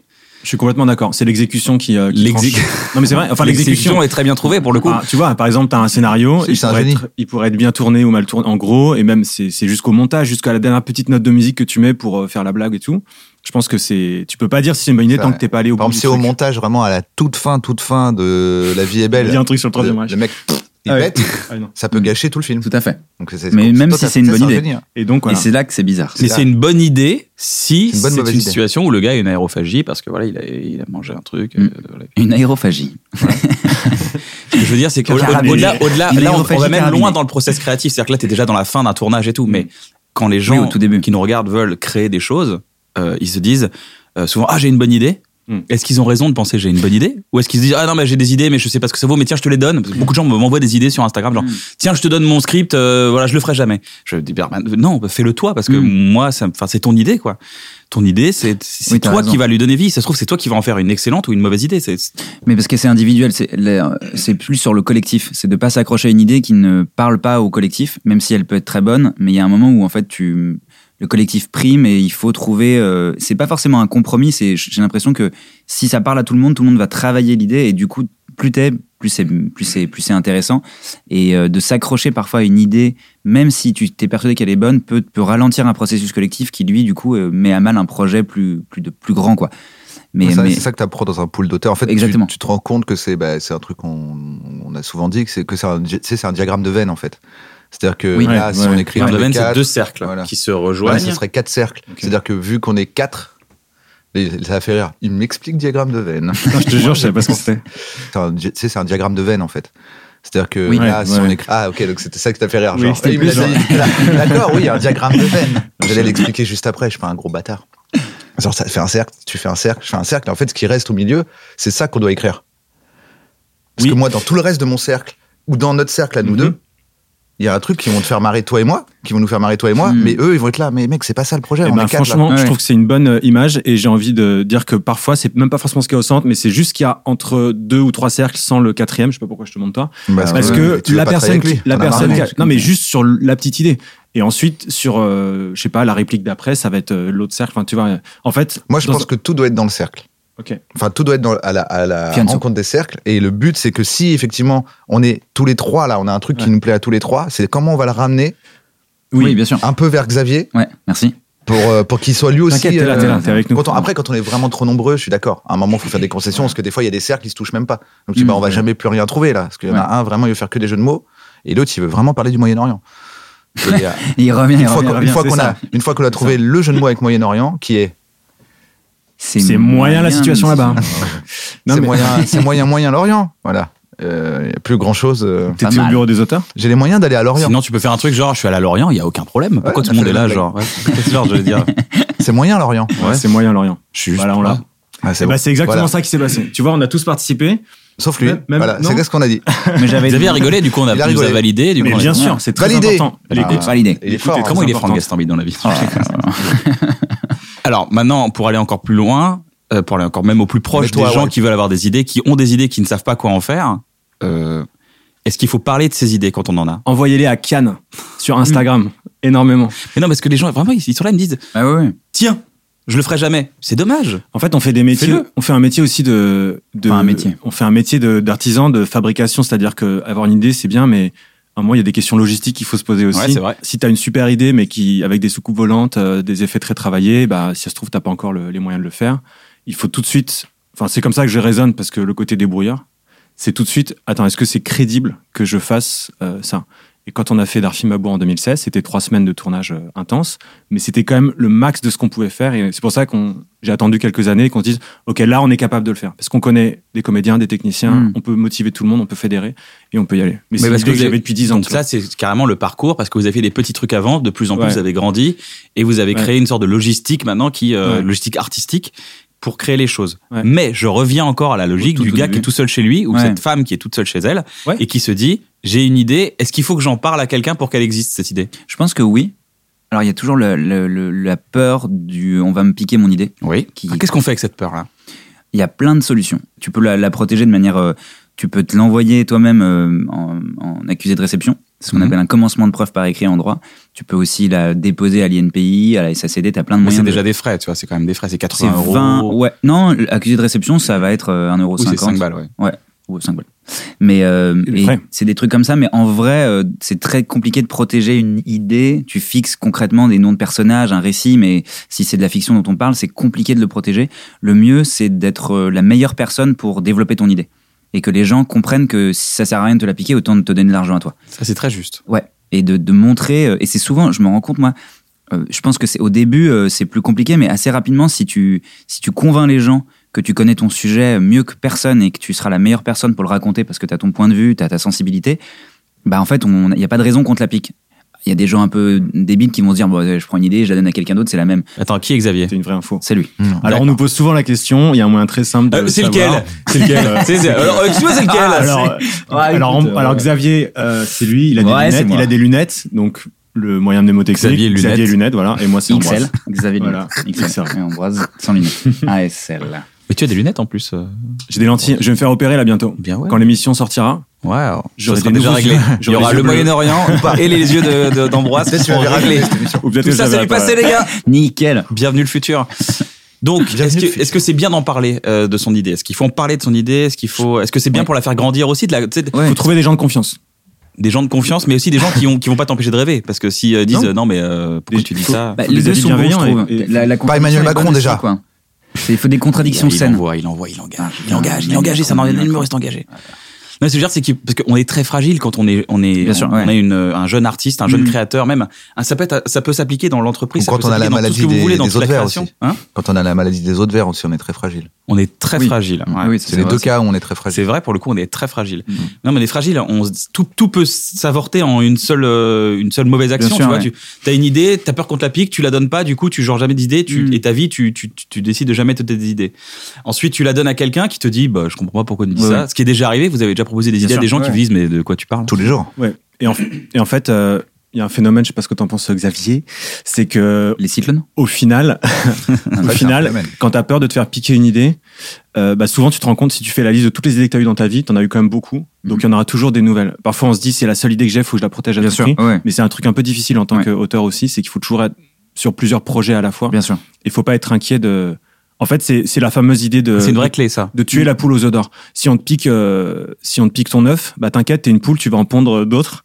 Speaker 4: Je suis complètement d'accord. C'est l'exécution qui. euh, qui
Speaker 1: L'exé-
Speaker 4: tranche. Non, mais c'est vrai. Enfin, l'exécution.
Speaker 1: est très bien trouvée pour le coup.
Speaker 4: Ah, tu vois, par exemple, t'as un scénario,
Speaker 3: C'est-
Speaker 4: il
Speaker 3: c'est un
Speaker 4: pourrait,
Speaker 3: génie.
Speaker 4: être, il pourrait être bien tourné ou mal tourné, en gros, et même c'est c'est jusqu'au montage, jusqu'à la dernière petite note de musique que tu mets pour euh, faire la blague et tout. Je pense que c'est, tu peux pas dire si c'est une bonne idée
Speaker 3: C'est
Speaker 4: tant
Speaker 3: vrai.
Speaker 4: que t'es pas allé au bout
Speaker 3: Par exemple,
Speaker 4: du
Speaker 3: c'est au
Speaker 4: truc.
Speaker 3: montage, vraiment à la toute fin, toute fin de La vie est belle.
Speaker 4: Il y a un truc sur le troisième
Speaker 3: Le-
Speaker 4: âge.
Speaker 3: Le mec, pff, il
Speaker 4: Ah ouais.
Speaker 3: pète,
Speaker 4: Ah, non.
Speaker 3: ça peut gâcher tout le film.
Speaker 2: Tout à fait.
Speaker 3: Donc,
Speaker 2: Mais même si
Speaker 3: toi,
Speaker 2: c'est une
Speaker 3: ça,
Speaker 2: bonne
Speaker 3: un
Speaker 2: idée.
Speaker 3: génie, hein.
Speaker 4: Et donc, voilà.
Speaker 2: Et c'est là que c'est bizarre.
Speaker 1: Mais
Speaker 3: ça.
Speaker 1: c'est une bonne idée si
Speaker 3: C'est une bonne
Speaker 1: c'est une
Speaker 3: mauvaise idée.
Speaker 1: situation où le gars a une aérophagie parce que voilà, il a, il a mangé un truc.
Speaker 2: Mm.
Speaker 1: euh, voilà.
Speaker 2: Une aérophagie.
Speaker 1: Ce que je veux dire, c'est qu'au-delà,
Speaker 2: Carabiné.
Speaker 1: au-delà, au-delà-
Speaker 2: Une
Speaker 1: là, on- on
Speaker 2: aérophagie
Speaker 1: va même
Speaker 2: carabinée.
Speaker 1: loin dans le process créatif. C'est-à-dire que là, t'es déjà dans la fin d'un tournage et tout. Mais quand les gens
Speaker 2: Mm. au tout début.
Speaker 1: qui nous regardent veulent créer des choses, euh, ils se disent euh, souvent Ah, j'ai une bonne idée.
Speaker 4: Mm.
Speaker 1: Est-ce qu'ils ont raison de penser j'ai une bonne idée Ou est-ce qu'ils se disent Ah non, mais j'ai des idées, mais je sais pas ce que ça vaut, mais tiens, je te les donne Parce que beaucoup de gens me- m'envoient des idées sur Instagram, genre
Speaker 2: Mm.
Speaker 1: Tiens, je te donne mon script, euh, voilà, je le ferai jamais. Je dis Ben, ben, Non, bah, fais-le toi, parce que
Speaker 2: Mm.
Speaker 1: moi, ça me- enfin, c'est ton idée, quoi. Ton idée, c'est c'est
Speaker 2: Oui, t'as
Speaker 1: toi
Speaker 2: raison.
Speaker 1: qui va lui donner vie. Ça se trouve, c'est toi qui va en faire une excellente ou une mauvaise idée. C'est- c'est-
Speaker 2: Mais parce que c'est individuel, c'est la- c'est plus sur le collectif. C'est de pas s'accrocher à une idée qui ne parle pas au collectif, même si elle peut être très bonne. Mais il y a un moment où en fait, tu, le collectif prime et il faut trouver. euh, c'est pas forcément un compromis. C'est j'ai l'impression que si ça parle à tout le monde, tout le monde va travailler l'idée et du coup, plus t'es, plus c'est plus c'est plus c'est intéressant. Et euh, de s'accrocher parfois à une idée, même si tu t'es persuadé qu'elle est bonne, peut, peut ralentir un processus collectif qui lui du coup euh, met à mal un projet plus plus de plus grand quoi. Mais,
Speaker 3: Ça,
Speaker 2: mais-
Speaker 3: C'est ça que tu apprends dans un pool d'auteurs. En fait, tu-
Speaker 2: Exactement.
Speaker 3: Tu, te rends compte que c'est bah, c'est un truc qu'on on a souvent dit, que c'est que c'est un, di- tu sais, c'est un diagramme de veine, en fait. C'est-à-dire que
Speaker 2: Oui.
Speaker 3: là,
Speaker 4: Ouais,
Speaker 3: si
Speaker 4: ouais.
Speaker 3: on écrit un
Speaker 1: Dans le
Speaker 3: de
Speaker 1: veine, c'est
Speaker 3: quatre,
Speaker 1: deux cercles
Speaker 3: voilà.
Speaker 1: qui se
Speaker 3: voilà,
Speaker 1: rejoignent.
Speaker 3: ce serait quatre cercles. C'est-à-dire que vu qu'on est quatre, et ça fait rire. Il m'explique diagramme de veine.
Speaker 4: Putain, je te jure, je savais pas ce que c'était.
Speaker 3: C'est un, tu sais, c'est un diagramme de veine en fait. C'est-à-dire que
Speaker 2: Oui.
Speaker 3: là,
Speaker 4: Ouais,
Speaker 3: si
Speaker 4: ouais.
Speaker 3: on écrit. Ah, ok, donc c'était ça que t'as fait rire.
Speaker 4: Oui,
Speaker 3: Genre,
Speaker 4: c'était
Speaker 3: il me l'a
Speaker 4: plus
Speaker 3: dit. Voilà. D'accord, oui, un diagramme de veine. J'allais l'expliquer juste après, je suis pas un gros bâtard. Genre, ça fait un cercle, tu fais un cercle, je fais un cercle. Et en fait, ce qui reste au milieu, c'est ça qu'on doit écrire. Parce
Speaker 4: Oui.
Speaker 3: que moi, dans tout le reste de mon cercle, ou dans notre cercle à nous
Speaker 4: Mhm.
Speaker 3: deux, il y a un truc qui vont te faire marrer toi et moi, qui vont nous faire marrer toi et moi,
Speaker 2: Mhm.
Speaker 3: mais eux, ils vont être là. Mais mec, c'est pas ça le projet.
Speaker 4: Eh
Speaker 3: on
Speaker 4: ben,
Speaker 3: est quatre, là.
Speaker 4: franchement, je
Speaker 2: Ouais.
Speaker 4: trouve que c'est une bonne euh, image et j'ai envie de dire que parfois, c'est même pas forcément ce qu'il y a au centre, mais c'est juste ce qu'il y a entre deux ou trois cercles sans le quatrième. Je sais pas pourquoi je te montre toi.
Speaker 3: Bah,
Speaker 4: Parce
Speaker 3: ouais, mais tu
Speaker 4: que
Speaker 3: veux
Speaker 4: la
Speaker 3: pas travailler
Speaker 4: personne,
Speaker 3: avec lui, Ah,
Speaker 4: la
Speaker 3: t'en as
Speaker 4: personne,
Speaker 3: marre.
Speaker 4: qui a-
Speaker 2: je
Speaker 4: non mais
Speaker 2: comprends.
Speaker 4: juste sur la petite idée. Et ensuite sur, euh, je sais pas, la réplique d'après, ça va être euh, l'autre cercle. Enfin, tu vois. euh, En fait,
Speaker 3: Moi, je
Speaker 4: dans-
Speaker 3: pense que tout doit être dans le cercle.
Speaker 4: Ok.
Speaker 3: Enfin, tout doit être dans, à la, à la
Speaker 2: Fianso.
Speaker 3: rencontre des cercles. Et le but, c'est que si effectivement on est tous les trois là, on a un truc qui
Speaker 4: Ouais.
Speaker 3: nous plaît à tous les trois, c'est comment on va le ramener
Speaker 2: oui.
Speaker 4: oui.
Speaker 2: bien sûr.
Speaker 3: un peu vers Xavier
Speaker 2: Ouais, merci.
Speaker 3: pour, euh, pour qu'il soit lui aussi.
Speaker 4: T'inquiète, t'es là,
Speaker 3: euh,
Speaker 4: t'es là, t'es avec nous.
Speaker 3: quand on- après, quand on est vraiment trop nombreux, je suis d'accord. À un moment, il faut faire des concessions parce que des fois, il y a des cercles qui se touchent même pas. Donc
Speaker 4: Mmh,
Speaker 3: tu dis,
Speaker 2: Mm.
Speaker 3: bah, on va jamais plus rien trouver là. Parce qu'il y en a un vraiment, il veut faire que des jeux de mots et l'autre, il veut vraiment parler du Moyen-Orient. Et, euh,
Speaker 2: Il revient, il
Speaker 3: Une fois
Speaker 2: revient, il
Speaker 3: qu'on- une
Speaker 2: revient.
Speaker 3: fois
Speaker 4: c'est
Speaker 3: qu'on a,
Speaker 4: ça.
Speaker 3: une fois qu'on a trouvé le jeu de mots avec Moyen-Orient, qui est
Speaker 4: C'est moyen la situation là-bas. hein. Non,
Speaker 3: c'est
Speaker 4: mais-
Speaker 3: moyen, c'est moyen, moyen l'Orient. Voilà. Euh, Il n'y a plus grand chose.
Speaker 2: Pas
Speaker 4: T'étais au
Speaker 2: mal.
Speaker 4: bureau des auteurs
Speaker 3: J'ai les moyens d'aller à l'Orient.
Speaker 1: Sinon, tu peux faire un truc genre, je suis allé à Lorient, il y a aucun problème. Pourquoi
Speaker 3: Ouais,
Speaker 1: tout le monde
Speaker 3: on a
Speaker 1: est
Speaker 3: fait la
Speaker 1: là,
Speaker 3: même
Speaker 1: genre ouais. C'est genre, je veux dire.
Speaker 3: C'est moyen l'Orient.
Speaker 4: Ouais, c'est moyen l'Orient.
Speaker 1: Je suis juste.
Speaker 4: Voilà, on l'a.
Speaker 1: là.
Speaker 3: Ah,
Speaker 4: Eh
Speaker 3: c'est
Speaker 4: ben,
Speaker 3: bon.
Speaker 4: c'est exactement
Speaker 3: Voilà.
Speaker 4: ça qui s'est passé. Tu vois, on a tous participé.
Speaker 3: Sauf lui.
Speaker 4: Même- même-
Speaker 3: voilà,
Speaker 4: non.
Speaker 3: c'est ce qu'on a dit.
Speaker 2: Mais j'avais
Speaker 1: Vous avez rigolé, du coup, on a,
Speaker 3: Il a
Speaker 1: nous a
Speaker 3: rigolé.
Speaker 1: validé. Du coup,
Speaker 4: Mais
Speaker 1: on a-
Speaker 4: bien sûr, c'est très
Speaker 3: Validé.
Speaker 4: important.
Speaker 3: Ah,
Speaker 4: L'écoute.
Speaker 2: validé.
Speaker 3: Il est
Speaker 4: L'écoute
Speaker 3: fort.
Speaker 4: est
Speaker 3: hein.
Speaker 4: très
Speaker 1: Comment il est Franck
Speaker 4: importante.
Speaker 1: Gastambide dans la vie
Speaker 2: Ah,
Speaker 1: Alors maintenant, pour aller encore plus loin, euh, pour aller encore même au plus proche des
Speaker 3: Mets-toi,
Speaker 1: gens
Speaker 3: ouais.
Speaker 1: qui veulent avoir des idées, qui ont des idées qui ne savent pas quoi en faire, euh, Est-ce qu'il faut parler de ses idées quand on en a
Speaker 4: Envoyez-les à Kian sur
Speaker 3: Mm.
Speaker 4: Instagram. Énormément.
Speaker 1: Mais non, parce que les gens, vraiment, ils ils sont là, ils me disent
Speaker 2: Ah ouais, ouais.
Speaker 1: Tiens, je le ferai jamais. C'est dommage.
Speaker 4: En fait, on fait des métiers.
Speaker 1: Fais-le.
Speaker 4: On fait un métier aussi de. de
Speaker 2: Enfin, un métier.
Speaker 4: On fait un métier de- d'artisan, de, fabrication. C'est-à-dire que avoir une idée, c'est bien, mais à un moment, il y a des questions logistiques qu'il faut se poser aussi.
Speaker 1: Ouais, c'est vrai.
Speaker 4: Si t'as une super idée, mais qui avec des soucoupes volantes, euh, des effets très travaillés, bah si ça se trouve, t'as pas encore le- les moyens de le faire. Il faut tout de suite. Enfin, c'est comme ça que je raisonne parce que le côté débrouillard, c'est tout de suite. Attends, est-ce que c'est crédible que je fasse euh, ça Et quand on a fait Darfim Mabou en 2016, c'était trois semaines de tournage euh, intense mais c'était quand même le max de ce qu'on pouvait faire. Et c'est pour ça qu'on j'ai attendu quelques années et qu'on se dise, ok, là, on est capable de le faire, parce qu'on connaît des comédiens, des techniciens,
Speaker 2: Mm.
Speaker 4: on peut motiver tout le monde, on peut fédérer et on peut y aller. Hmm. Mais, c'est
Speaker 1: parce
Speaker 4: parce que,
Speaker 1: que vous avez-
Speaker 4: j'avais depuis 10 ans.
Speaker 1: Donc
Speaker 4: tu vois.
Speaker 1: là, c'est carrément le parcours parce que vous avez fait des petits trucs avant, de plus en plus
Speaker 4: Ouais.
Speaker 1: vous avez grandi et vous avez
Speaker 4: Ouais.
Speaker 1: créé une sorte de logistique maintenant qui euh,
Speaker 4: Ouais.
Speaker 1: logistique artistique pour créer les choses.
Speaker 4: Ouais.
Speaker 1: Mais je reviens encore à la logique
Speaker 2: Au tout,
Speaker 1: du
Speaker 2: tout
Speaker 1: gars
Speaker 2: début.
Speaker 1: qui est tout seul chez lui ou
Speaker 2: Ouais.
Speaker 1: cette femme qui est toute seule chez elle
Speaker 4: Ouais.
Speaker 1: et qui se dit j'ai une idée, est-ce qu'il faut que j'en parle à quelqu'un pour qu'elle existe cette idée
Speaker 2: Je pense que oui. Alors, il y a toujours le- le- le- la peur du on va me piquer mon idée.
Speaker 1: Oui.
Speaker 2: Qui-
Speaker 1: Ah, Qu'est-ce qu'on fait avec cette peur là
Speaker 2: Il y a plein de solutions. Tu peux la, la protéger de manière. euh, tu peux te l'envoyer toi-même euh, en, en accusé de réception. C'est ce qu'on
Speaker 1: Mhm.
Speaker 2: appelle un commencement de preuve par écrit en droit. Tu peux aussi la déposer à l'INPI, à la SACD. Tu as plein de
Speaker 1: Mais
Speaker 2: moyens.
Speaker 1: c'est
Speaker 2: de-
Speaker 1: déjà des frais, tu vois, c'est quand même des frais, c'est
Speaker 2: C'est
Speaker 1: 80 euros.
Speaker 2: 20. Ouais. Non, l'accusé de réception, ça va être euh, 1,50€.
Speaker 1: Ou c'est 5 balles, ouais.
Speaker 2: ou 5 balles. Mais euh,
Speaker 4: Et le
Speaker 2: et
Speaker 4: frais.
Speaker 2: c'est des trucs comme ça, mais en vrai, euh, c'est très compliqué de protéger une idée. Tu fixes concrètement des noms de personnages, un récit, mais si c'est de la fiction dont on parle, c'est compliqué de le protéger. Le mieux, c'est d'être euh, la meilleure personne pour développer ton idée. Et que les gens comprennent que si ça sert à rien de te la piquer, autant de te donner de l'argent à toi.
Speaker 1: Ça c'est très juste.
Speaker 2: Ouais, et de, de montrer, euh, et c'est souvent, je me rends compte moi, euh, je pense que c'est au début, euh, c'est plus compliqué, mais assez rapidement, si tu, si tu convaincs les gens que tu connais ton sujet mieux que personne et que tu seras la meilleure personne pour le raconter parce que tu as ton point de vue, tu as ta sensibilité, bah en fait, il n'y a pas de raison qu'on te la pique. Il y a des gens un peu débiles qui vont se dire, bon, euh, je prends une idée, je la donne à quelqu'un d'autre, c'est la même.
Speaker 1: Attends, qui est Xavier
Speaker 4: C'est une vraie info.
Speaker 2: C'est lui.
Speaker 4: Alors, on nous pose souvent la question, il y a un moyen très simple de.
Speaker 1: Euh, C'est
Speaker 4: savoir.
Speaker 1: lequel C'est lequel C'est- c'est- Alors, excuse-moi, c'est lequel
Speaker 4: Ah,
Speaker 1: là,
Speaker 4: alors, euh, alors,
Speaker 2: écoute,
Speaker 4: on-
Speaker 2: euh,
Speaker 4: alors, Xavier, euh, c'est lui, il a,
Speaker 2: Ouais,
Speaker 4: des
Speaker 2: c'est
Speaker 4: lunettes,
Speaker 2: moi.
Speaker 4: il a des lunettes, donc le moyen mnémotechnique.
Speaker 1: Xavier lunettes.
Speaker 4: lunettes, voilà. Et moi, c'est
Speaker 2: XL.
Speaker 4: Ambroise.
Speaker 2: Xavier
Speaker 4: Voilà,
Speaker 2: Lunettes. XL.
Speaker 4: XL.
Speaker 2: Et Ambroise, sans lunettes. Ah, ASL.
Speaker 1: Mais tu as des lunettes en plus. euh.
Speaker 4: J'ai des lentilles, je vais me faire opérer là bientôt.
Speaker 1: Bien ouais.
Speaker 4: Quand l'émission sortira,
Speaker 1: Waouh,
Speaker 4: J'aurais
Speaker 1: ça sera
Speaker 4: des
Speaker 1: déjà
Speaker 4: nouveaux
Speaker 1: réglé.
Speaker 4: yeux.
Speaker 1: Il y
Speaker 4: J'aurais
Speaker 1: aura
Speaker 4: des
Speaker 1: le
Speaker 4: yeux bleus.
Speaker 1: Moyen-Orient ou pas, et les yeux de- de- d'Ambroise
Speaker 3: Peut-être tu
Speaker 1: seront
Speaker 3: vas verras
Speaker 1: réglés.
Speaker 3: cette émission.
Speaker 4: ou peut-être
Speaker 1: Tout
Speaker 4: que
Speaker 1: ça,
Speaker 4: j'avais
Speaker 1: c'est du
Speaker 4: pas-
Speaker 1: passé, les gars.
Speaker 2: Nickel.
Speaker 1: Bienvenue le futur. Donc,
Speaker 3: Bienvenue
Speaker 1: est-ce
Speaker 3: le
Speaker 1: que
Speaker 3: futur.
Speaker 1: est-ce que c'est bien d'en parler euh, de son idée Est-ce qu'il faut en parler de son idée Est-ce qu'il faut Est-ce que c'est bien
Speaker 2: Ouais.
Speaker 1: pour la faire grandir aussi de la, tu sais, de-
Speaker 2: Ouais.
Speaker 4: Faut trouver des gens de confiance.
Speaker 1: Des gens de confiance, mais aussi des gens qui ont qui vont pas t'empêcher de rêver, parce que si euh, disent
Speaker 4: Non.
Speaker 1: euh, non mais euh, pourquoi
Speaker 4: Des-
Speaker 1: tu dis
Speaker 4: faut-
Speaker 1: ça
Speaker 2: Bah,
Speaker 4: Faut
Speaker 2: les
Speaker 4: des
Speaker 2: deux
Speaker 4: avis
Speaker 2: sont bons, je
Speaker 4: bienveillants
Speaker 2: trouve.
Speaker 4: et- et-
Speaker 2: La, la contradiction
Speaker 3: Emmanuel
Speaker 2: est
Speaker 3: Macron,
Speaker 2: bonne aussi,
Speaker 3: déjà.
Speaker 2: quoi. C'est- Il faut des contradictions
Speaker 1: il
Speaker 2: saines.
Speaker 1: envoie, il envoie, il engage, il
Speaker 2: Ah,
Speaker 1: engage, il
Speaker 2: mais
Speaker 1: engage, et c'est un
Speaker 2: Macron,
Speaker 1: humoriste engagé. Non, ce que je veux dire, c'est que- parce qu'on est très fragile quand on est, on est,
Speaker 2: Bien sûr,
Speaker 1: on,
Speaker 2: ouais.
Speaker 1: on est une, un jeune artiste, un jeune
Speaker 2: Mm.
Speaker 1: créateur, même. Ah, Ça peut être, ça peut s'appliquer dans l'entreprise,
Speaker 3: Ou
Speaker 1: ça
Speaker 3: quand
Speaker 1: peut
Speaker 3: on a la
Speaker 1: s'appliquer dans tout ce
Speaker 3: maladie
Speaker 1: que vous
Speaker 3: des-
Speaker 1: voulez, dans
Speaker 3: des
Speaker 1: toute la
Speaker 3: autres vers
Speaker 1: création.
Speaker 3: aussi.
Speaker 1: Hein
Speaker 3: Quand on a la maladie des autres vers aussi, on est très fragile.
Speaker 1: on est très
Speaker 2: Oui.
Speaker 1: fragile. ouais.
Speaker 2: Oui, ça,
Speaker 3: C'est les
Speaker 2: vrai,
Speaker 3: deux
Speaker 2: ça.
Speaker 3: cas où on est très fragile. Mm-hmm.
Speaker 1: C'est vrai, pour le coup, on est très fragile.
Speaker 2: Mhm.
Speaker 1: Non, mais on est fragile. On, se- tout, tout peut s'avorter en une seule, euh, une seule mauvaise action.
Speaker 2: sûr,
Speaker 1: tu vois,
Speaker 2: ouais.
Speaker 1: tu as une idée, tu as peur qu'on te la pique, tu la donnes pas, du coup, tu changes jamais d'idée, tu,
Speaker 3: Mm.
Speaker 2: Mhm.
Speaker 1: et ta vie, tu, tu, tu, tu décides de jamais te donner des idées. Ensuite, tu la donnes à quelqu'un qui te dit, bah, je comprends pas pourquoi tu me dis
Speaker 2: Ouais,
Speaker 1: ça.
Speaker 2: ouais.
Speaker 1: Ce qui est déjà arrivé, vous avez déjà proposé des
Speaker 2: Bien
Speaker 1: idées à
Speaker 2: sûr,
Speaker 1: des gens qui
Speaker 2: ouais.
Speaker 1: vous disent, mais de quoi tu parles
Speaker 3: Tous les jours.
Speaker 4: Ouais. Et en, et en fait, euh, il y a un phénomène, je sais pas ce que t'en penses, Xavier, c'est que
Speaker 2: Les cyclones
Speaker 4: au final,
Speaker 3: En
Speaker 4: au
Speaker 3: fait, c'est un
Speaker 4: final,
Speaker 3: phénomène.
Speaker 4: quand t'as peur de te faire piquer une idée, euh, bah souvent tu te rends compte si tu fais la liste de toutes les idées que t'as eues dans ta vie, t'en as eu quand même beaucoup, donc il y en aura toujours des nouvelles. Parfois on se dit c'est la seule idée que j'ai, faut que je la protège à tout prix.
Speaker 2: Ouais.
Speaker 4: Mais c'est un truc un peu difficile en tant
Speaker 2: Ouais.
Speaker 4: qu'auteur aussi, c'est qu'il faut toujours être sur plusieurs projets à la fois.
Speaker 2: Bien sûr.
Speaker 4: Il faut pas être inquiet de. En fait, c'est c'est la fameuse idée
Speaker 3: Euh,
Speaker 4: de.
Speaker 1: Ah, C'est une vraie clé, ça.
Speaker 4: de tuer la poule aux œufs d'or. Si on te pique, euh, si on te pique ton œuf, bah t'inquiète, t'es une poule, tu vas en pondre euh, d'autres,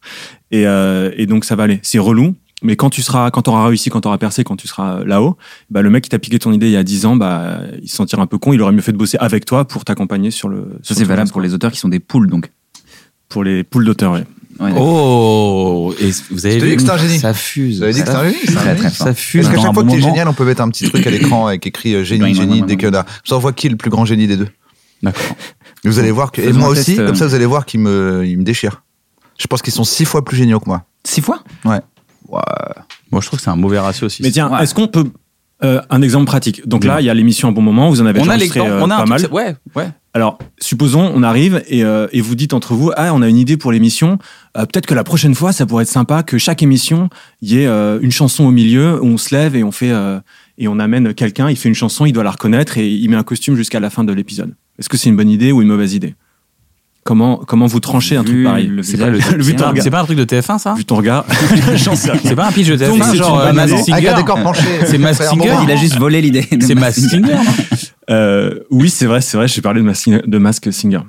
Speaker 4: et, euh, et donc ça va aller. C'est relou, mais quand tu seras, quand t'auras réussi, quand t'auras percé, quand tu seras euh, là-haut, bah le mec qui t'a piqué ton idée il y a 10 ans, bah il se sentira un peu con. Il aurait mieux fait de bosser avec toi pour t'accompagner sur le.
Speaker 2: Ça,
Speaker 4: sur
Speaker 2: c'est
Speaker 4: ton
Speaker 2: valable
Speaker 4: lancement.
Speaker 2: pour les auteurs qui sont des poules, donc.
Speaker 4: pour les poules d'auteur. Ouais.
Speaker 2: Ouais, d'accord.
Speaker 1: Oh, et vous avez
Speaker 3: Je te dis
Speaker 1: vu,
Speaker 3: que c'est un génie.
Speaker 1: ça fuse.
Speaker 3: Vous avez dit que c'est un génie, c'est un
Speaker 2: Très,
Speaker 3: génie.
Speaker 2: très fort.
Speaker 1: Ça fuse.
Speaker 3: Est-ce qu'à
Speaker 1: dans un
Speaker 3: chaque fois
Speaker 1: bon
Speaker 3: que t'es
Speaker 1: moment.
Speaker 3: génial, on peut mettre un petit truc à l'écran avec écrit euh,
Speaker 2: Bang,
Speaker 3: génie,
Speaker 2: bang,
Speaker 3: génie,
Speaker 2: bang,
Speaker 3: dès
Speaker 2: bang.
Speaker 3: qu'il y en a. Je vous envoie qui est le plus grand génie des deux.
Speaker 1: D'accord.
Speaker 3: Vous allez voir que. Et
Speaker 2: Faisons
Speaker 3: moi
Speaker 2: un
Speaker 3: aussi,
Speaker 2: test, euh.
Speaker 3: comme ça, vous allez voir qu'ils me, ils me déchirent. Je pense qu'ils sont six fois plus géniaux que moi.
Speaker 2: Six fois
Speaker 3: Ouais.
Speaker 1: Moi, je trouve que c'est un mauvais ratio aussi.
Speaker 4: Mais tiens, ah,
Speaker 2: Ouais.
Speaker 4: est-ce qu'on peut euh, un exemple pratique Donc là, il y a l'émission Un bon moment. Vous en avez
Speaker 1: on a les
Speaker 4: enregistré, euh,
Speaker 1: on a un
Speaker 4: pas mal.
Speaker 1: truc- Ouais, ouais.
Speaker 4: Alors, supposons, on arrive et, euh, et vous dites entre vous, ah, on a une idée pour l'émission. Euh, Peut-être que la prochaine fois, ça pourrait être sympa que chaque émission, il y ait euh, une chanson au milieu où on se lève et on fait euh, et on amène quelqu'un. Il fait une chanson, il doit la reconnaître et il met un costume jusqu'à la fin de l'épisode. Est-ce que c'est une bonne idée ou une mauvaise idée Comment, comment vous tranchez un truc
Speaker 2: Vu
Speaker 4: pareil
Speaker 2: le
Speaker 4: C'est
Speaker 2: visage
Speaker 4: pas-
Speaker 2: de
Speaker 4: vu ton
Speaker 2: quelqu'un.
Speaker 4: regard-
Speaker 1: C'est pas un truc de TF1 ça
Speaker 4: vu ton regard. J'en sais rien.
Speaker 1: C'est pas un pitch de
Speaker 4: Donc,
Speaker 1: TF1
Speaker 4: c'est
Speaker 1: genre
Speaker 4: une
Speaker 1: euh,
Speaker 4: banane.
Speaker 1: Masked
Speaker 3: Ah, Avec
Speaker 1: Singer
Speaker 3: un décor penché.
Speaker 1: C'est Mask
Speaker 3: Faire un
Speaker 1: Singer,
Speaker 3: moment.
Speaker 2: Il a juste volé l'idée. de
Speaker 1: C'est
Speaker 2: Mask
Speaker 1: Masked Singer non
Speaker 4: Euh, oui, c'est vrai, c'est vrai, j'ai parlé de, Masking- de Mask Singer.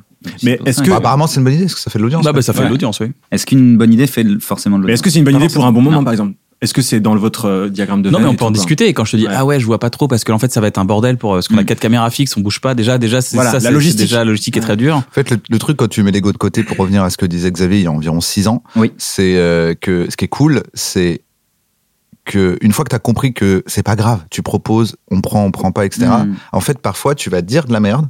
Speaker 4: Mais est-ce que,
Speaker 3: Bah, apparemment, c'est une bonne idée, parce que ça fait de l'audience.
Speaker 1: Ah bah ça fait
Speaker 4: Ouais.
Speaker 1: de l'audience oui.
Speaker 2: Est-ce qu'une bonne idée fait le- forcément le
Speaker 4: mais est-ce que c'est une bonne idée pour un bon moment, par exemple Est-ce que c'est dans le- votre euh, diagramme de
Speaker 1: Non
Speaker 4: Venn
Speaker 1: mais on
Speaker 4: et
Speaker 1: peut en
Speaker 4: tout, quoi
Speaker 1: discuter et quand je te dis
Speaker 4: Ouais.
Speaker 1: ah ouais je vois pas trop parce que en fait ça va être un bordel pour euh, parce qu'on a quatre caméras fixes on bouge pas déjà déjà c'est
Speaker 4: Voilà,
Speaker 1: ça
Speaker 4: la
Speaker 1: c'est- c'est
Speaker 4: logistique.
Speaker 1: déjà la logistique est très dure
Speaker 3: En fait, le, le truc, quand tu mets l'ego de côté, pour revenir à ce que disait Xavier il y a environ 6 ans,
Speaker 2: Oui.
Speaker 3: c'est euh, que ce qui est cool, c'est que une fois que tu as compris que c'est pas grave, tu proposes, on prend, on prend pas, etc.
Speaker 2: Mm.
Speaker 3: En fait, parfois, tu vas dire de la merde,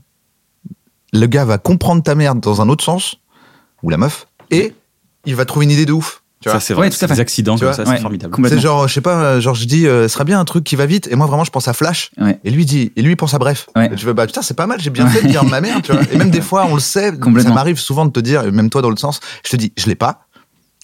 Speaker 3: le gars va comprendre ta merde dans un autre sens, ou la meuf, et il va trouver une idée de ouf. Tu vois
Speaker 1: ça c'est
Speaker 2: Ouais,
Speaker 1: vrai
Speaker 2: tout à
Speaker 1: c'est
Speaker 2: fait.
Speaker 1: des accidents
Speaker 3: Tu
Speaker 1: comme
Speaker 3: vois
Speaker 1: ça c'est
Speaker 2: Ouais.
Speaker 1: formidable
Speaker 3: c'est
Speaker 2: Complètement.
Speaker 3: genre, je sais pas, euh, genre je dis, euh, ce serait bien un truc qui va vite. Et moi vraiment, je pense à Flash.
Speaker 2: Ouais.
Speaker 3: Et lui il dit, et lui il pense à Bref.
Speaker 2: Ouais.
Speaker 3: Et tu veux, bah putain, c'est pas mal, j'ai bien fait de dire ma mère, tu vois. Et même des fois, on le sait, ça
Speaker 2: Complètement.
Speaker 3: m'arrive souvent de te dire, et même toi dans le sens, je te dis, je l'ai pas,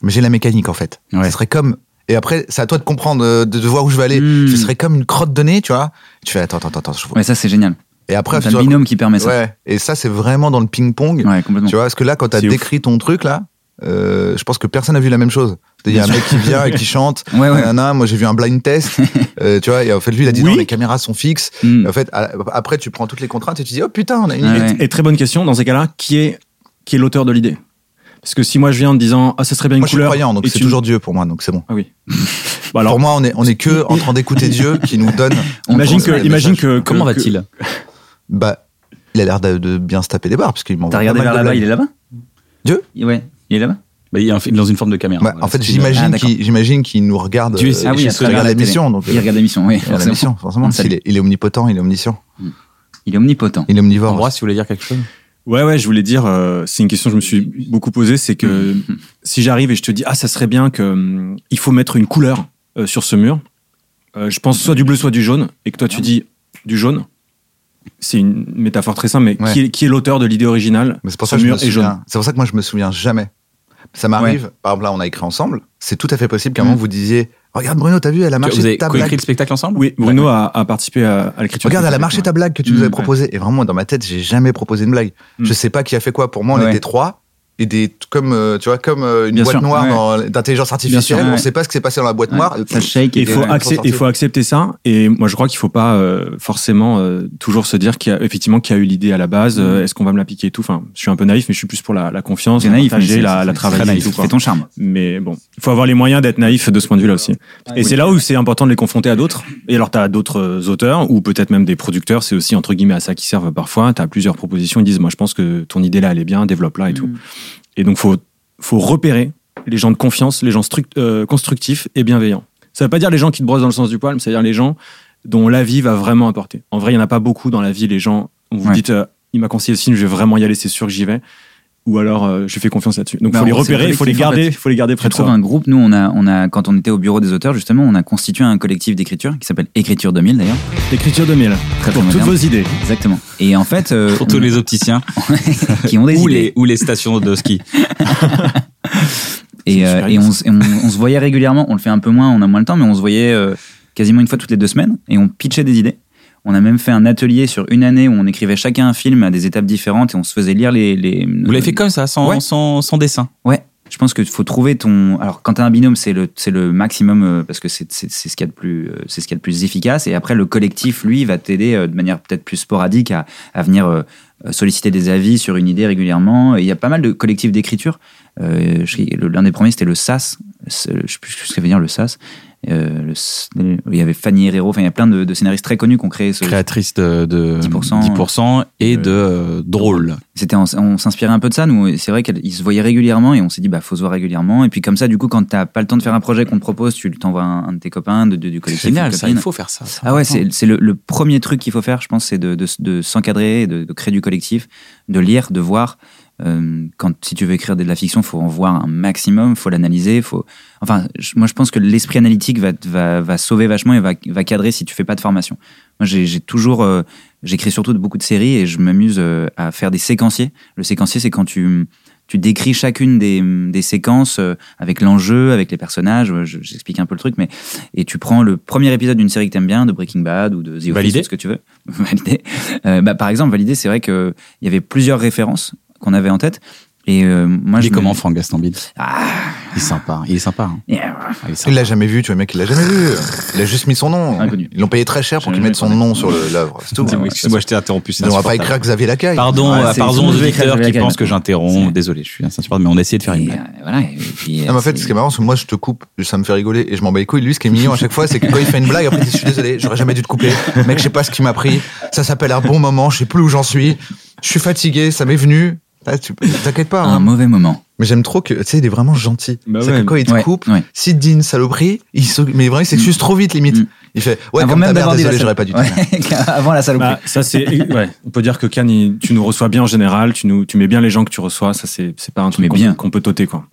Speaker 3: mais j'ai la mécanique en fait.
Speaker 1: Ouais.
Speaker 3: Ce serait comme, et après, c'est à toi de comprendre, euh, de, de voir où je vais aller.
Speaker 2: Mm.
Speaker 3: Ce serait comme une crotte de nez, tu vois. Tu fais, attends, attends, attends, attends, je vois.
Speaker 2: Ouais, ça c'est génial.
Speaker 3: Et après,
Speaker 2: T'as
Speaker 3: tu
Speaker 2: un
Speaker 3: vois-
Speaker 2: binôme qui permet ça.
Speaker 3: ouais. Et ça, c'est vraiment dans le ping-pong.
Speaker 2: Ouais, complètement.
Speaker 3: Tu vois, parce que là, quand t'as
Speaker 4: C'est ouf.
Speaker 3: décrit ton truc, là, euh, je pense que personne n'a vu la même chose. Il y a un mec qui vient et qui chante.
Speaker 2: Ouais, ouais.
Speaker 3: Ah, nanana, moi, j'ai vu un blind test. euh, tu vois, et en fait, lui, il a dit
Speaker 4: Oui.
Speaker 3: non, les caméras sont fixes.
Speaker 2: Mm.
Speaker 3: Et En fait, à- après, tu prends toutes les contraintes et tu dis, oh putain, on a une
Speaker 2: Ouais.
Speaker 3: idée.
Speaker 4: Et très bonne question, dans ces cas-là, qui est, qui est l'auteur de l'idée Parce que si moi je viens en disant, ah, ce serait bien une
Speaker 3: Moi, je suis
Speaker 4: couleur.
Speaker 3: croyant, donc
Speaker 4: et
Speaker 3: c'est
Speaker 4: tu-
Speaker 3: toujours Dieu pour moi, donc c'est bon.
Speaker 4: Ah oui.
Speaker 2: Bah
Speaker 4: Bon, alors,
Speaker 3: pour moi, on est, on est que en train d'écouter Dieu qui nous donne.
Speaker 2: on
Speaker 4: imagine
Speaker 2: transmet
Speaker 4: que,
Speaker 3: le
Speaker 4: imagine
Speaker 3: message.
Speaker 4: que. que-
Speaker 1: Comment
Speaker 4: que-
Speaker 1: va-t-il
Speaker 3: Bah, il a l'air de, de bien se taper des barres, parce qu'il m'envoie.
Speaker 2: T'as regardé
Speaker 3: pas mal
Speaker 2: vers
Speaker 3: de
Speaker 2: là-bas,
Speaker 3: blagues.
Speaker 2: il est là-bas
Speaker 3: Dieu
Speaker 2: Ouais, il est là-bas.
Speaker 1: Bah, il est en- dans une forme de caméra
Speaker 3: Bah,
Speaker 1: voilà,
Speaker 3: en fait,
Speaker 1: c'est-
Speaker 2: Ah,
Speaker 3: j'imagine
Speaker 2: d'accord.
Speaker 3: qu'il j'imagine qu'il nous regarde.
Speaker 1: Dieu,
Speaker 3: euh,
Speaker 1: c'est-
Speaker 3: il
Speaker 1: Ah oui,
Speaker 3: regarde
Speaker 1: à travers
Speaker 3: la
Speaker 2: télé.
Speaker 3: émission, donc,
Speaker 2: Il
Speaker 3: euh,
Speaker 2: regarde l'émission, oui.
Speaker 3: il regarde
Speaker 2: forcément.
Speaker 3: l'émission, forcément.
Speaker 2: On le salue.
Speaker 3: Il est, il est omnipotent, il est omniscient,
Speaker 2: Il est omnipotent.
Speaker 3: il est omnivore.
Speaker 1: Ambroise si vous voulez dire quelque chose
Speaker 4: Ouais, ouais, je voulais dire, euh, c'est une question que je me suis beaucoup posée, c'est que
Speaker 1: Mm.
Speaker 2: Mm.
Speaker 4: si j'arrive et je te dis, ah, ça serait bien que hum, il faut mettre une couleur euh, sur ce mur, euh, je pense soit du bleu, soit du jaune, et que toi tu dis du jaune, c'est une métaphore très simple, mais
Speaker 3: Ouais.
Speaker 4: qui est, qui est l'auteur de l'idée originale
Speaker 3: Mais c'est pour
Speaker 4: Ce
Speaker 3: ça que je
Speaker 4: mur
Speaker 3: me
Speaker 4: est jaune.
Speaker 3: souviens. C'est pour ça que moi je me souviens jamais. Ça m'arrive. Par exemple là, on a écrit ensemble. C'est tout à fait possible
Speaker 2: Mm.
Speaker 3: qu'à un moment vous disiez "Regarde Bruno, t'as vu, elle a
Speaker 1: Vous
Speaker 3: marché
Speaker 1: avez
Speaker 3: ta
Speaker 1: coécrit
Speaker 3: blague.
Speaker 1: le spectacle ensemble
Speaker 4: Oui, Bruno a, a participé à, à l'écriture.
Speaker 3: Regarde,
Speaker 4: de
Speaker 3: elle a
Speaker 4: cette
Speaker 3: marché
Speaker 4: blague,
Speaker 3: ta blague que tu
Speaker 2: Mm,
Speaker 3: nous avais
Speaker 2: ouais.
Speaker 3: proposée." Et vraiment, dans ma tête, j'ai jamais proposé une blague.
Speaker 4: Mm.
Speaker 3: Je sais pas qui a fait quoi. Pour moi, on
Speaker 2: Ouais.
Speaker 3: était trois et des comme euh, tu vois comme euh, une
Speaker 2: Bien
Speaker 3: boîte
Speaker 2: sûr,
Speaker 3: noire
Speaker 2: ouais.
Speaker 3: dans- d'intelligence artificielle.
Speaker 2: Bien sûr,
Speaker 3: On
Speaker 2: ouais.
Speaker 3: sait pas ce qui s'est passé dans la boîte
Speaker 2: Ouais,
Speaker 3: noire.
Speaker 2: ça shake.
Speaker 4: Il
Speaker 2: Et euh,
Speaker 4: faut,
Speaker 3: Ouais,
Speaker 4: accep-
Speaker 3: faut
Speaker 4: il faut accepter ça. Et moi, je crois qu'il faut pas euh, forcément euh, toujours se dire qu'il y a effectivement qu'il y a eu l'idée à la base.
Speaker 2: Mm.
Speaker 4: euh, Est-ce qu'on va me la piquer et tout Enfin, je suis un peu naïf, mais je suis plus pour la, la confiance,
Speaker 2: T'es
Speaker 4: la
Speaker 2: naïf, mais
Speaker 4: partager,
Speaker 2: c'est-
Speaker 4: la,
Speaker 2: c'est- c'est
Speaker 4: la travailler.
Speaker 2: très
Speaker 4: et
Speaker 2: naïf.
Speaker 4: tout, quoi.
Speaker 2: C'est ton charme.
Speaker 4: Mais bon, il faut avoir les moyens d'être naïf de ce point de vue-là aussi.
Speaker 2: Ah
Speaker 4: Et c'est là où c'est important de les confronter à d'autres. Et alors, tu as d'autres euh, auteurs ou peut-être même des producteurs. C'est aussi entre guillemets à ça qui servent parfois. Tu as plusieurs propositions. Ils disent, moi, je pense que ton idée là, elle est bien, développe-la
Speaker 2: Mm.
Speaker 4: et tout. Et donc, faut faut repérer les gens de confiance, les gens struct- euh, constructifs et bienveillants. Ça veut pas dire les gens qui te brossent dans le sens du poil, mais ça veut dire les gens dont l'avis va vraiment apporter. En vrai, il y en a pas beaucoup dans la vie. Les gens, on vous
Speaker 2: Ouais.
Speaker 4: dites, euh, il m'a conseillé ce film, je vais vraiment y aller, c'est sûr que j'y vais. Ou alors, euh, je fais confiance là-dessus. Donc,
Speaker 2: Bah,
Speaker 4: faut les
Speaker 2: on- c'est
Speaker 4: repérer, il faut les
Speaker 2: collectif, en
Speaker 4: garder,
Speaker 2: fait.
Speaker 4: il faut les garder
Speaker 2: Tu
Speaker 4: près de soi.
Speaker 2: trouves un groupe. Nous, on a, on a, quand on était au bureau des auteurs, justement, on a constitué un collectif d'écriture qui s'appelle Écriture 2000, d'ailleurs.
Speaker 4: Écriture 2000.
Speaker 2: Très, très
Speaker 4: pour toutes
Speaker 2: moderne.
Speaker 4: vos idées.
Speaker 2: Exactement. Et en fait, euh,
Speaker 1: pour tous les opticiens
Speaker 2: on- qui ont des
Speaker 1: ou
Speaker 2: idées.
Speaker 1: les ou les stations de ski
Speaker 2: Et,
Speaker 4: C'est une
Speaker 2: euh,
Speaker 4: super
Speaker 2: et on, s- et on- on se voyait régulièrement. On le fait un peu moins, on a moins le temps, mais on se voyait euh, quasiment une fois toutes les deux semaines et on pitchait des idées. On a même fait un atelier sur une année où on écrivait chacun un film à des étapes différentes et on se faisait lire les. les
Speaker 1: vous l'avez fait comme ça sans
Speaker 2: Ouais.
Speaker 1: sans sans dessin
Speaker 2: Ouais, je pense qu'il faut trouver ton. Alors, quand t'as un binôme, c'est le, c'est le maximum euh, parce que c'est c'est- c'est ce qu'il y a de plus, euh, c'est ce qu'il y a de plus efficace. Et après, le collectif, lui, va t'aider euh, de manière peut-être plus sporadique à, à venir euh, euh, solliciter des avis sur une idée régulièrement. Et il y a pas mal de collectifs d'écriture. Euh, je- le- L'un des premiers, c'était le SAS. C'est- Je sais plus ce que veut dire le SAS. Euh, le S- il y avait Fanny Herrero, enfin, il y a plein de, de scénaristes très connus qui ont créé ce.
Speaker 1: créatrice de, de
Speaker 2: 10%,
Speaker 1: 10% et
Speaker 4: euh,
Speaker 1: de euh, drôle.
Speaker 2: C'était, on, on s'inspirait un peu de ça, nous. Et C'est vrai qu'ils se voyaient régulièrement et on s'est dit, bah, faut se voir régulièrement. Et puis, comme ça, du coup, quand t'as pas le temps de faire un projet qu'on te propose, tu t'envoies un, un de tes copains, de, de- du collectif. une copine.
Speaker 1: faire ça.
Speaker 2: Ah ouais, c'est, c'est le, le premier truc qu'il faut faire, je pense, c'est de, de, de s'encadrer, de, de créer du collectif, de lire, de voir. Euh, quand, si tu veux écrire de la fiction, faut en voir un maximum, faut l'analyser, faut. Enfin, je- moi, je pense que l'esprit analytique va, va, va sauver vachement et va, va cadrer si tu fais pas de formation. Moi, j'ai j'ai toujours. euh, J'écris surtout de beaucoup de séries et je m'amuse euh, à faire des séquenciers. Le séquencier, c'est quand tu, tu décris chacune des, des séquences euh, avec l'enjeu, avec les personnages. Euh, je- J'explique un peu le truc, mais et tu prends le premier épisode d'une série que t'aimes bien, de Breaking Bad ou de The Office,
Speaker 1: Validé.
Speaker 2: ou ce que tu veux. Validé. Euh, bah, par exemple, Validé, c'est vrai que il y avait plusieurs références qu'on avait en tête. Et euh, moi,
Speaker 1: Il est
Speaker 2: je me-
Speaker 1: comment, Franck Gastambide
Speaker 2: Ah, euh,
Speaker 1: Il est sympa. Il est sympa. hein.
Speaker 2: yeah.
Speaker 1: Ah, il est
Speaker 3: Il
Speaker 1: sympa.
Speaker 3: l'a jamais vu, tu vois, le mec, il l'a jamais vu. Il a juste mis son nom.
Speaker 2: Inconnu.
Speaker 3: Ils l'ont payé très cher pour
Speaker 2: J'ai
Speaker 3: qu'il
Speaker 2: jamais
Speaker 3: mette son
Speaker 2: entendu.
Speaker 3: nom sur le- l'œuvre. C'est tout.
Speaker 1: Excusez-moi, Excuse-moi, je t'ai interrompu. c'est
Speaker 3: Sinon, on va pas
Speaker 1: insupportable.
Speaker 3: écrire Xavier Lacaille.
Speaker 1: Pardon,
Speaker 2: Ouais,
Speaker 1: euh,
Speaker 2: c'est-
Speaker 1: pardon aux
Speaker 2: c'est-
Speaker 1: auditeurs
Speaker 2: c'est-
Speaker 1: qui
Speaker 2: c'est-
Speaker 1: pensent que
Speaker 2: c'est-
Speaker 1: j'interromps. Désolé, je suis insupportable, mais on a essayé de faire une
Speaker 2: Et,
Speaker 1: blague.
Speaker 2: euh, voilà. et puis, euh,
Speaker 3: Non, mais en fait,
Speaker 2: c'est-
Speaker 3: ce qui est marrant, c'est que moi, je te coupe, ça me fait rigoler et je m'en bats les couilles. Lui, ce qui est mignon à chaque fois, c'est que quand il fait une blague, après, il dit, je suis désolé, j'aurais jamais dû te couper. Mec, je sais pas ce qui m'a pris. Ça s'appelle un bon moment, je sais plus où j'en suis. Je suis fatigué, ça m'est venu. Ah, tu- T'inquiète pas.
Speaker 2: un
Speaker 3: hein.
Speaker 2: mauvais moment.
Speaker 3: Mais j'aime trop que, tu sais, il est vraiment gentil.
Speaker 4: Bah
Speaker 3: c'est
Speaker 4: ouais.
Speaker 3: que quand il te
Speaker 2: Ouais,
Speaker 3: coupe,
Speaker 2: ouais.
Speaker 3: s'il te dit une saloperie, il se- mais vraiment, il s'excuse trop vite, limite.
Speaker 2: Mm.
Speaker 3: Il fait, ouais,
Speaker 2: Avant
Speaker 3: comme ta
Speaker 2: même
Speaker 3: mère,
Speaker 2: d'avoir dit la
Speaker 3: désolé, j'aurais pas dû te
Speaker 2: salope-
Speaker 3: dire.
Speaker 2: Ouais, Avant la saloperie.
Speaker 4: Bah, ça c'est ouais. On peut dire que Cannes, il- tu nous reçois bien en général. Tu nous, tu mets bien les gens que tu reçois. Ça c'est, c'est pas un
Speaker 2: mets
Speaker 4: truc
Speaker 2: bien.
Speaker 4: qu'on, qu'on peut toter quoi.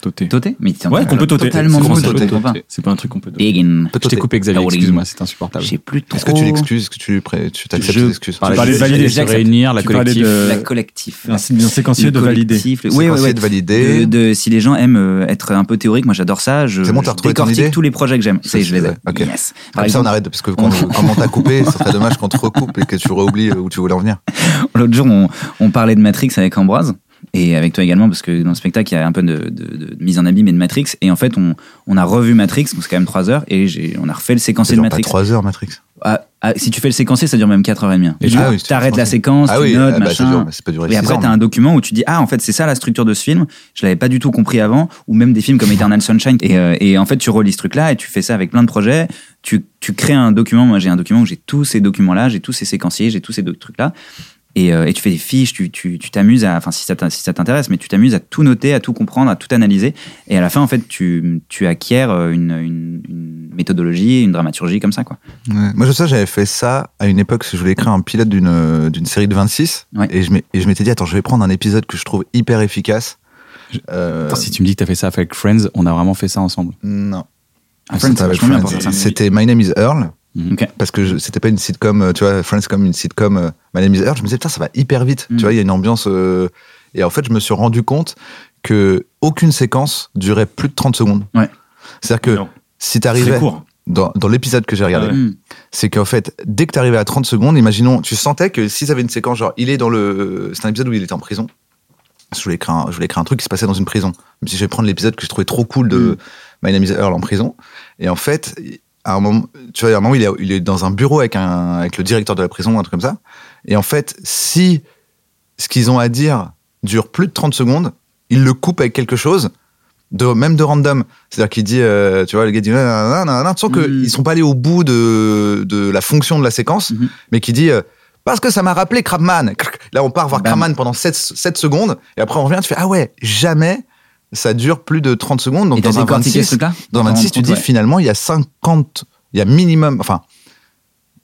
Speaker 4: Toter.
Speaker 2: Toté Mais c'est un
Speaker 4: Ouais,
Speaker 2: truc
Speaker 4: qu'on peut toter.
Speaker 2: Totalement
Speaker 4: C'est
Speaker 2: nouveau,
Speaker 4: français.
Speaker 2: je comprends pas.
Speaker 4: C'est pas un truc qu'on peut toter.
Speaker 2: Begin.
Speaker 3: Peut
Speaker 1: Je t'ai
Speaker 3: t'ôter.
Speaker 1: coupé, Xavier.
Speaker 2: Caroline.
Speaker 1: Excuse-moi, c'est insupportable.
Speaker 2: J'ai plus trop.
Speaker 3: Est-ce que tu l'excuses? Est-ce que tu, pré- tu t'acceptes
Speaker 4: Je-
Speaker 3: les excuses?
Speaker 4: parlais de
Speaker 1: de
Speaker 4: valider,
Speaker 1: valider, se
Speaker 4: j'accepte.
Speaker 1: réunir, la
Speaker 4: Tu parlais
Speaker 1: collective.
Speaker 4: de-
Speaker 2: La collectif.
Speaker 4: Bien, bien séquencier de valider.
Speaker 2: Oui,
Speaker 3: Euh, C'est
Speaker 2: oui,
Speaker 3: conseillé
Speaker 2: oui.
Speaker 3: de valider.
Speaker 2: De, de- si les gens aiment euh, être un peu théoriques, moi j'adore ça. Je,
Speaker 3: C'est bon, t'as
Speaker 2: je
Speaker 3: retrouvé ton
Speaker 2: décortique
Speaker 3: idée
Speaker 2: tous les projets que j'aime. Ça y est, je les ai.
Speaker 3: Ouais, ok.
Speaker 2: Yes. Par
Speaker 3: Comme ça, on
Speaker 2: exemple,
Speaker 3: arrête, parce que quand, quand on t'a coupé, ça serait dommage qu'on te recoupe et que tu reoublies où tu voulais en venir.
Speaker 2: l'autre jour, on, on parlait de Matrix avec Ambroise. Et avec toi également, parce que dans le spectacle, il y a un peu de, de- de mise en abîme et de Matrix. Et en fait, on, on a revu Matrix, donc c'est quand même 3 heures, et j'ai- on a refait le séquencier de
Speaker 3: Genre
Speaker 2: Matrix.
Speaker 3: Pas 3 heures, Matrix.
Speaker 2: Ah, ah, si tu fais le séquencier, ça dure même 4h30.
Speaker 3: Et
Speaker 2: Et
Speaker 3: ah oui, c'est
Speaker 2: t'arrêtes la
Speaker 3: tranquille.
Speaker 2: séquence, tu notes,
Speaker 3: ah bah, ça hein.
Speaker 2: machin.
Speaker 3: dure, mais c'est pas duré
Speaker 2: Et
Speaker 3: 6
Speaker 2: après,
Speaker 3: ans.
Speaker 2: t'as un document où tu dis Ah, en fait, c'est ça la structure de ce film. Je l'avais pas du tout compris avant. Ou même des films comme Eternal Sunshine. Et, euh, et en fait, tu relis ce truc-là et tu fais ça avec plein de projets. Tu, tu crées un document. Moi, j'ai un document où j'ai tous ces documents-là, j'ai tous ces séquenciers, j'ai tous ces do- trucs-là. Et, euh, et tu fais des fiches, tu tu- tu t'amuses à, enfin si ça t'in- si ça t'intéresse, mais tu t'amuses à tout noter, à tout comprendre, à tout analyser. Et à la fin, en fait, tu, tu acquiers euh, une, une- une méthodologie, une dramaturgie comme ça, quoi.
Speaker 3: Ouais. Moi, je sais, j'avais fait ça à une époque, parce que je voulais écrire un pilote d'une euh, d'une série de 26.
Speaker 2: Ouais.
Speaker 3: Et je m'ai- et je m'étais dit, attends, je vais prendre un épisode que je trouve hyper efficace. Euh,
Speaker 1: Attends, Si tu me dis que t'as fait ça avec Friends, on a vraiment fait ça ensemble.
Speaker 3: Non.
Speaker 2: Ah,
Speaker 3: C'était
Speaker 2: c'est
Speaker 3: avec
Speaker 2: vachement bien
Speaker 3: Friends.
Speaker 2: pour ça.
Speaker 3: C'était My Name is Earl.
Speaker 2: Ok.
Speaker 3: Parce que je- c'était pas une sitcom, euh, tu vois, Friends comme une sitcom euh, My Name is Earl. Je me disais, putain, ça va hyper vite.
Speaker 2: Mm.
Speaker 3: Tu vois, il y a une ambiance. euh, Et en fait, je me suis rendu compte que aucune séquence durait plus de 30 secondes.
Speaker 2: Ouais.
Speaker 3: C'est-à-dire que
Speaker 4: Non.
Speaker 3: si
Speaker 4: Très
Speaker 3: t'arrivais
Speaker 4: court.
Speaker 3: dans, dans l'épisode que j'ai regardé,
Speaker 4: Ah ouais.
Speaker 2: Mm.
Speaker 3: c'est qu'en fait, dès que t'arrivais à 30 secondes, imaginons, tu sentais que s'ils avaient une séquence, genre, il est dans le. C'est un épisode où il était en prison. Je voulais écrire un, je voulais écrire un truc qui se passait dans une prison. Même si je vais prendre l'épisode que je trouvais trop cool de My Name is Earl en prison. Et en fait, à un moment, tu vois, à un moment, il est, il est dans un bureau avec, un, avec le directeur de la prison, un truc comme ça. Et en fait, si ce qu'ils ont à dire dure plus de 30 secondes, ils le coupent avec quelque chose, de, même de random. C'est-à-dire qu'il dit, euh, tu vois, le gars dit, nanana, nanana, tu sens
Speaker 2: Mhm.
Speaker 3: qu'ils sont pas allés au bout de, de la fonction de la séquence,
Speaker 2: Mhm.
Speaker 3: mais qui dit, euh, parce que ça m'a rappelé Krabman. Crac. Là, on part voir
Speaker 1: Ben.
Speaker 2: Bam.
Speaker 3: Krabman pendant 7, secondes, et après on revient, tu fais, ah ouais, jamais ça dure plus de 30 secondes. Donc
Speaker 2: Et t'as
Speaker 3: dans un
Speaker 2: décortiqué ce
Speaker 3: 26,
Speaker 2: truc-là
Speaker 3: dans
Speaker 2: T'en
Speaker 3: 26,
Speaker 2: rends
Speaker 3: tu
Speaker 2: compte,
Speaker 3: dis
Speaker 2: ouais.
Speaker 3: finalement, il y a 50, il y a minimum, enfin,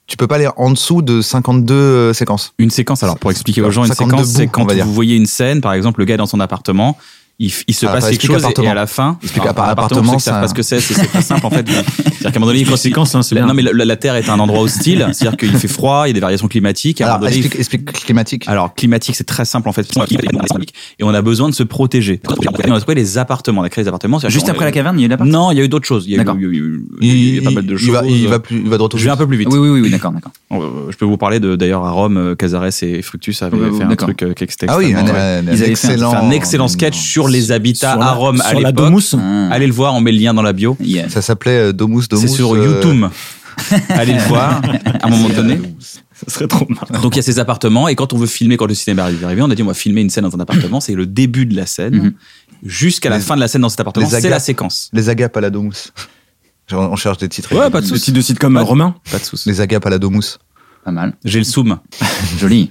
Speaker 3: tu peux pas aller en dessous de 52 euh, séquences.
Speaker 1: Une séquence, alors pour expliquer aux gens, une
Speaker 3: 52
Speaker 1: séquence, c'est
Speaker 3: bouts, on
Speaker 1: quand
Speaker 3: va dire.
Speaker 1: vous voyez une scène, par exemple, le gars est dans son appartement, il, f- il se
Speaker 3: Ah,
Speaker 1: passe
Speaker 3: attends,
Speaker 1: quelque
Speaker 3: explique
Speaker 1: chose et- et
Speaker 3: appartement.
Speaker 1: à la fin,
Speaker 3: Explique
Speaker 1: Alors,
Speaker 3: appartement,
Speaker 1: appartement, c'est
Speaker 3: ça-
Speaker 1: pas ce que c'est, c'est c'est pas simple en fait. C'est-à-dire qu'à un moment donné, il faut-
Speaker 4: Séquence, hein, c'est
Speaker 1: la-
Speaker 4: bien.
Speaker 1: non mais la, la- la Terre est un endroit hostile, c'est-à-dire qu'il fait froid, il y a des variations climatiques. et à un
Speaker 3: Alors,
Speaker 1: moment donné, il Ah,
Speaker 3: explique, explique climatique.
Speaker 1: Alors, climatique, c'est très simple en fait. Et on a besoin de se protéger. On a trouvé les appartements, on a créé les appartements. c'est-à-dire
Speaker 2: Juste
Speaker 1: qu'on-
Speaker 2: après la caverne, il y a eu la partie.
Speaker 1: Non, il y a eu d'autres choses. Il y a
Speaker 2: D'accord.
Speaker 1: eu, il y a eu- il y a eu pas mal de choses.
Speaker 3: Il va, il va plus, il va droit au
Speaker 1: Je vais un peu plus vite.
Speaker 2: Oui, oui, oui, oui, d'accord, d'accord.
Speaker 1: Euh, Je peux vous parler de d'ailleurs à Rome, euh, Cazares et Fructus avaient
Speaker 2: Ouais, ouais,
Speaker 1: fait un
Speaker 2: d'accord.
Speaker 1: truc euh, qui était
Speaker 3: Ah oui, un,
Speaker 1: extrêmement- ouais.
Speaker 3: un
Speaker 2: Ils avaient fait un-
Speaker 3: excellent, euh,
Speaker 1: Fait un excellent sketch sur les habitats
Speaker 4: Sur
Speaker 1: à
Speaker 4: la-
Speaker 1: Rome à
Speaker 4: sur la
Speaker 1: l'époque.
Speaker 4: Domus.
Speaker 2: Ah.
Speaker 1: Allez le voir, on met le lien dans la bio.
Speaker 2: Yeah.
Speaker 3: Ça s'appelait euh, Domus Domus.
Speaker 1: C'est sur
Speaker 3: euh,
Speaker 1: YouTube. Allez le voir à un moment donné.
Speaker 4: Ça serait trop marrant.
Speaker 1: Donc il y a ces appartements et quand on veut filmer, quand le cinéma arrive, arrivé, on a dit on va filmer une scène dans un appartement. C'est le début de la scène
Speaker 2: Mhm.
Speaker 1: jusqu'à la
Speaker 3: Les-
Speaker 1: fin de la scène dans cet appartement.
Speaker 3: les
Speaker 1: C'est la
Speaker 3: agapes.
Speaker 1: séquence.
Speaker 3: Les agapes à la Domus. Genre, on cherche des titres.
Speaker 1: Ouais, Ah, pas de
Speaker 4: Le
Speaker 1: souci.
Speaker 4: titre de sitcom
Speaker 1: Ouais.
Speaker 4: euh, romain.
Speaker 1: Pas de souci.
Speaker 3: Les agapes à la Domus.
Speaker 2: Pas mal.
Speaker 1: J'ai le zoom.
Speaker 2: Joli.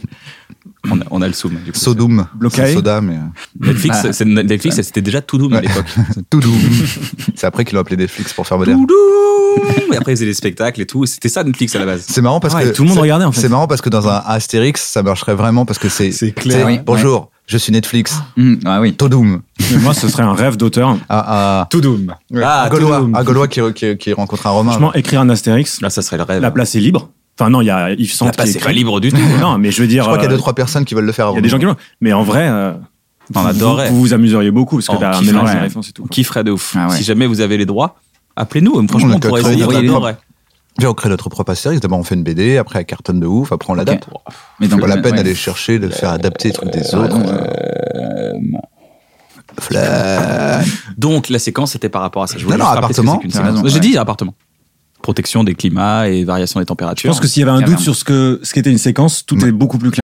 Speaker 1: On a, on a le zoom. Du coup.
Speaker 3: Sodom.
Speaker 4: Blocaille.
Speaker 3: C'est Soda, mais. euh,
Speaker 1: Netflix,
Speaker 2: Bah.
Speaker 1: c'est- Netflix, c'était déjà tout doom à
Speaker 3: Ouais.
Speaker 1: l'époque.
Speaker 3: Toudoum. C'est après qu'ils l'ont appelé Netflix pour faire moderne.
Speaker 1: Tout doom. Et après ils faisaient des spectacles et tout. C'était ça Netflix à la base.
Speaker 3: C'est marrant parce
Speaker 4: Ouais,
Speaker 3: que.
Speaker 4: et tout le monde
Speaker 3: c'est-
Speaker 4: regardait, en fait.
Speaker 3: C'est marrant parce que dans un Astérix, ça marcherait vraiment parce que c'est.
Speaker 1: C'est
Speaker 3: tu sais,
Speaker 2: Oui,
Speaker 3: Bonjour, je suis Netflix.
Speaker 2: Hum, Ah oui.
Speaker 3: Todoum.
Speaker 4: Mais Moi, ce serait un rêve d'auteur.
Speaker 3: À, à,
Speaker 1: Tout doom. Ah,
Speaker 3: un
Speaker 1: tout
Speaker 3: Gaulois,
Speaker 1: doom.
Speaker 3: un Gaulois qui, qui, qui rencontre un Romain.
Speaker 4: Franchement, écrire un Astérix,
Speaker 1: Là, ça serait le rêve.
Speaker 4: la place est libre. Enfin non, il y a Yves
Speaker 1: La
Speaker 4: Sand
Speaker 1: place,
Speaker 4: qui
Speaker 1: c'est pas
Speaker 4: écrit.
Speaker 1: libre du tout.
Speaker 4: Non, mais je veux dire,
Speaker 3: Je crois qu'il y a
Speaker 4: euh,
Speaker 3: deux, trois personnes qui veulent le faire.
Speaker 4: il y a des gens qui l'ont. Mais en vrai, euh,
Speaker 1: On
Speaker 4: vous-
Speaker 1: adorerait.
Speaker 4: Vous vous amuseriez beaucoup parce que
Speaker 1: Oh,
Speaker 4: t'as un
Speaker 1: qui
Speaker 4: mélange
Speaker 2: ferait,
Speaker 4: de
Speaker 2: ouais.
Speaker 4: références et tout.
Speaker 1: On kifferait de ouf.
Speaker 2: Ah ouais.
Speaker 1: Si jamais vous avez les droits, appelez-nous. Franchement,
Speaker 3: a
Speaker 1: on pourrait
Speaker 3: quatre-
Speaker 1: essayer.
Speaker 3: on
Speaker 1: On
Speaker 3: a quatre-
Speaker 1: adorerait.
Speaker 3: Déjà, on crée notre propre Astérix. D'abord, on fait une BD, après, elle cartonne de ouf, après, on l'adapte.
Speaker 2: Mais
Speaker 3: C'est
Speaker 2: donc, euh,
Speaker 3: pas la peine
Speaker 2: ouais.
Speaker 3: d'aller chercher, de faire adapter les trucs des
Speaker 2: T'as
Speaker 3: autres.
Speaker 2: raison, ouais.
Speaker 1: Donc la séquence était par rapport à ça. Je
Speaker 3: Non,
Speaker 1: voulais
Speaker 3: non,
Speaker 1: juste rappeler ce que
Speaker 3: appartement,
Speaker 1: c'est qu'une
Speaker 2: t'as
Speaker 1: séquence.
Speaker 2: raison,
Speaker 1: J'ai
Speaker 2: ouais.
Speaker 1: dit appartement. Protection des climats et variation des
Speaker 4: Je
Speaker 1: températures.
Speaker 4: pense que s'il y avait un
Speaker 2: Caverne.
Speaker 4: doute sur ce que ce qu'était une séquence, tout
Speaker 3: Ouais.
Speaker 4: est beaucoup plus clair.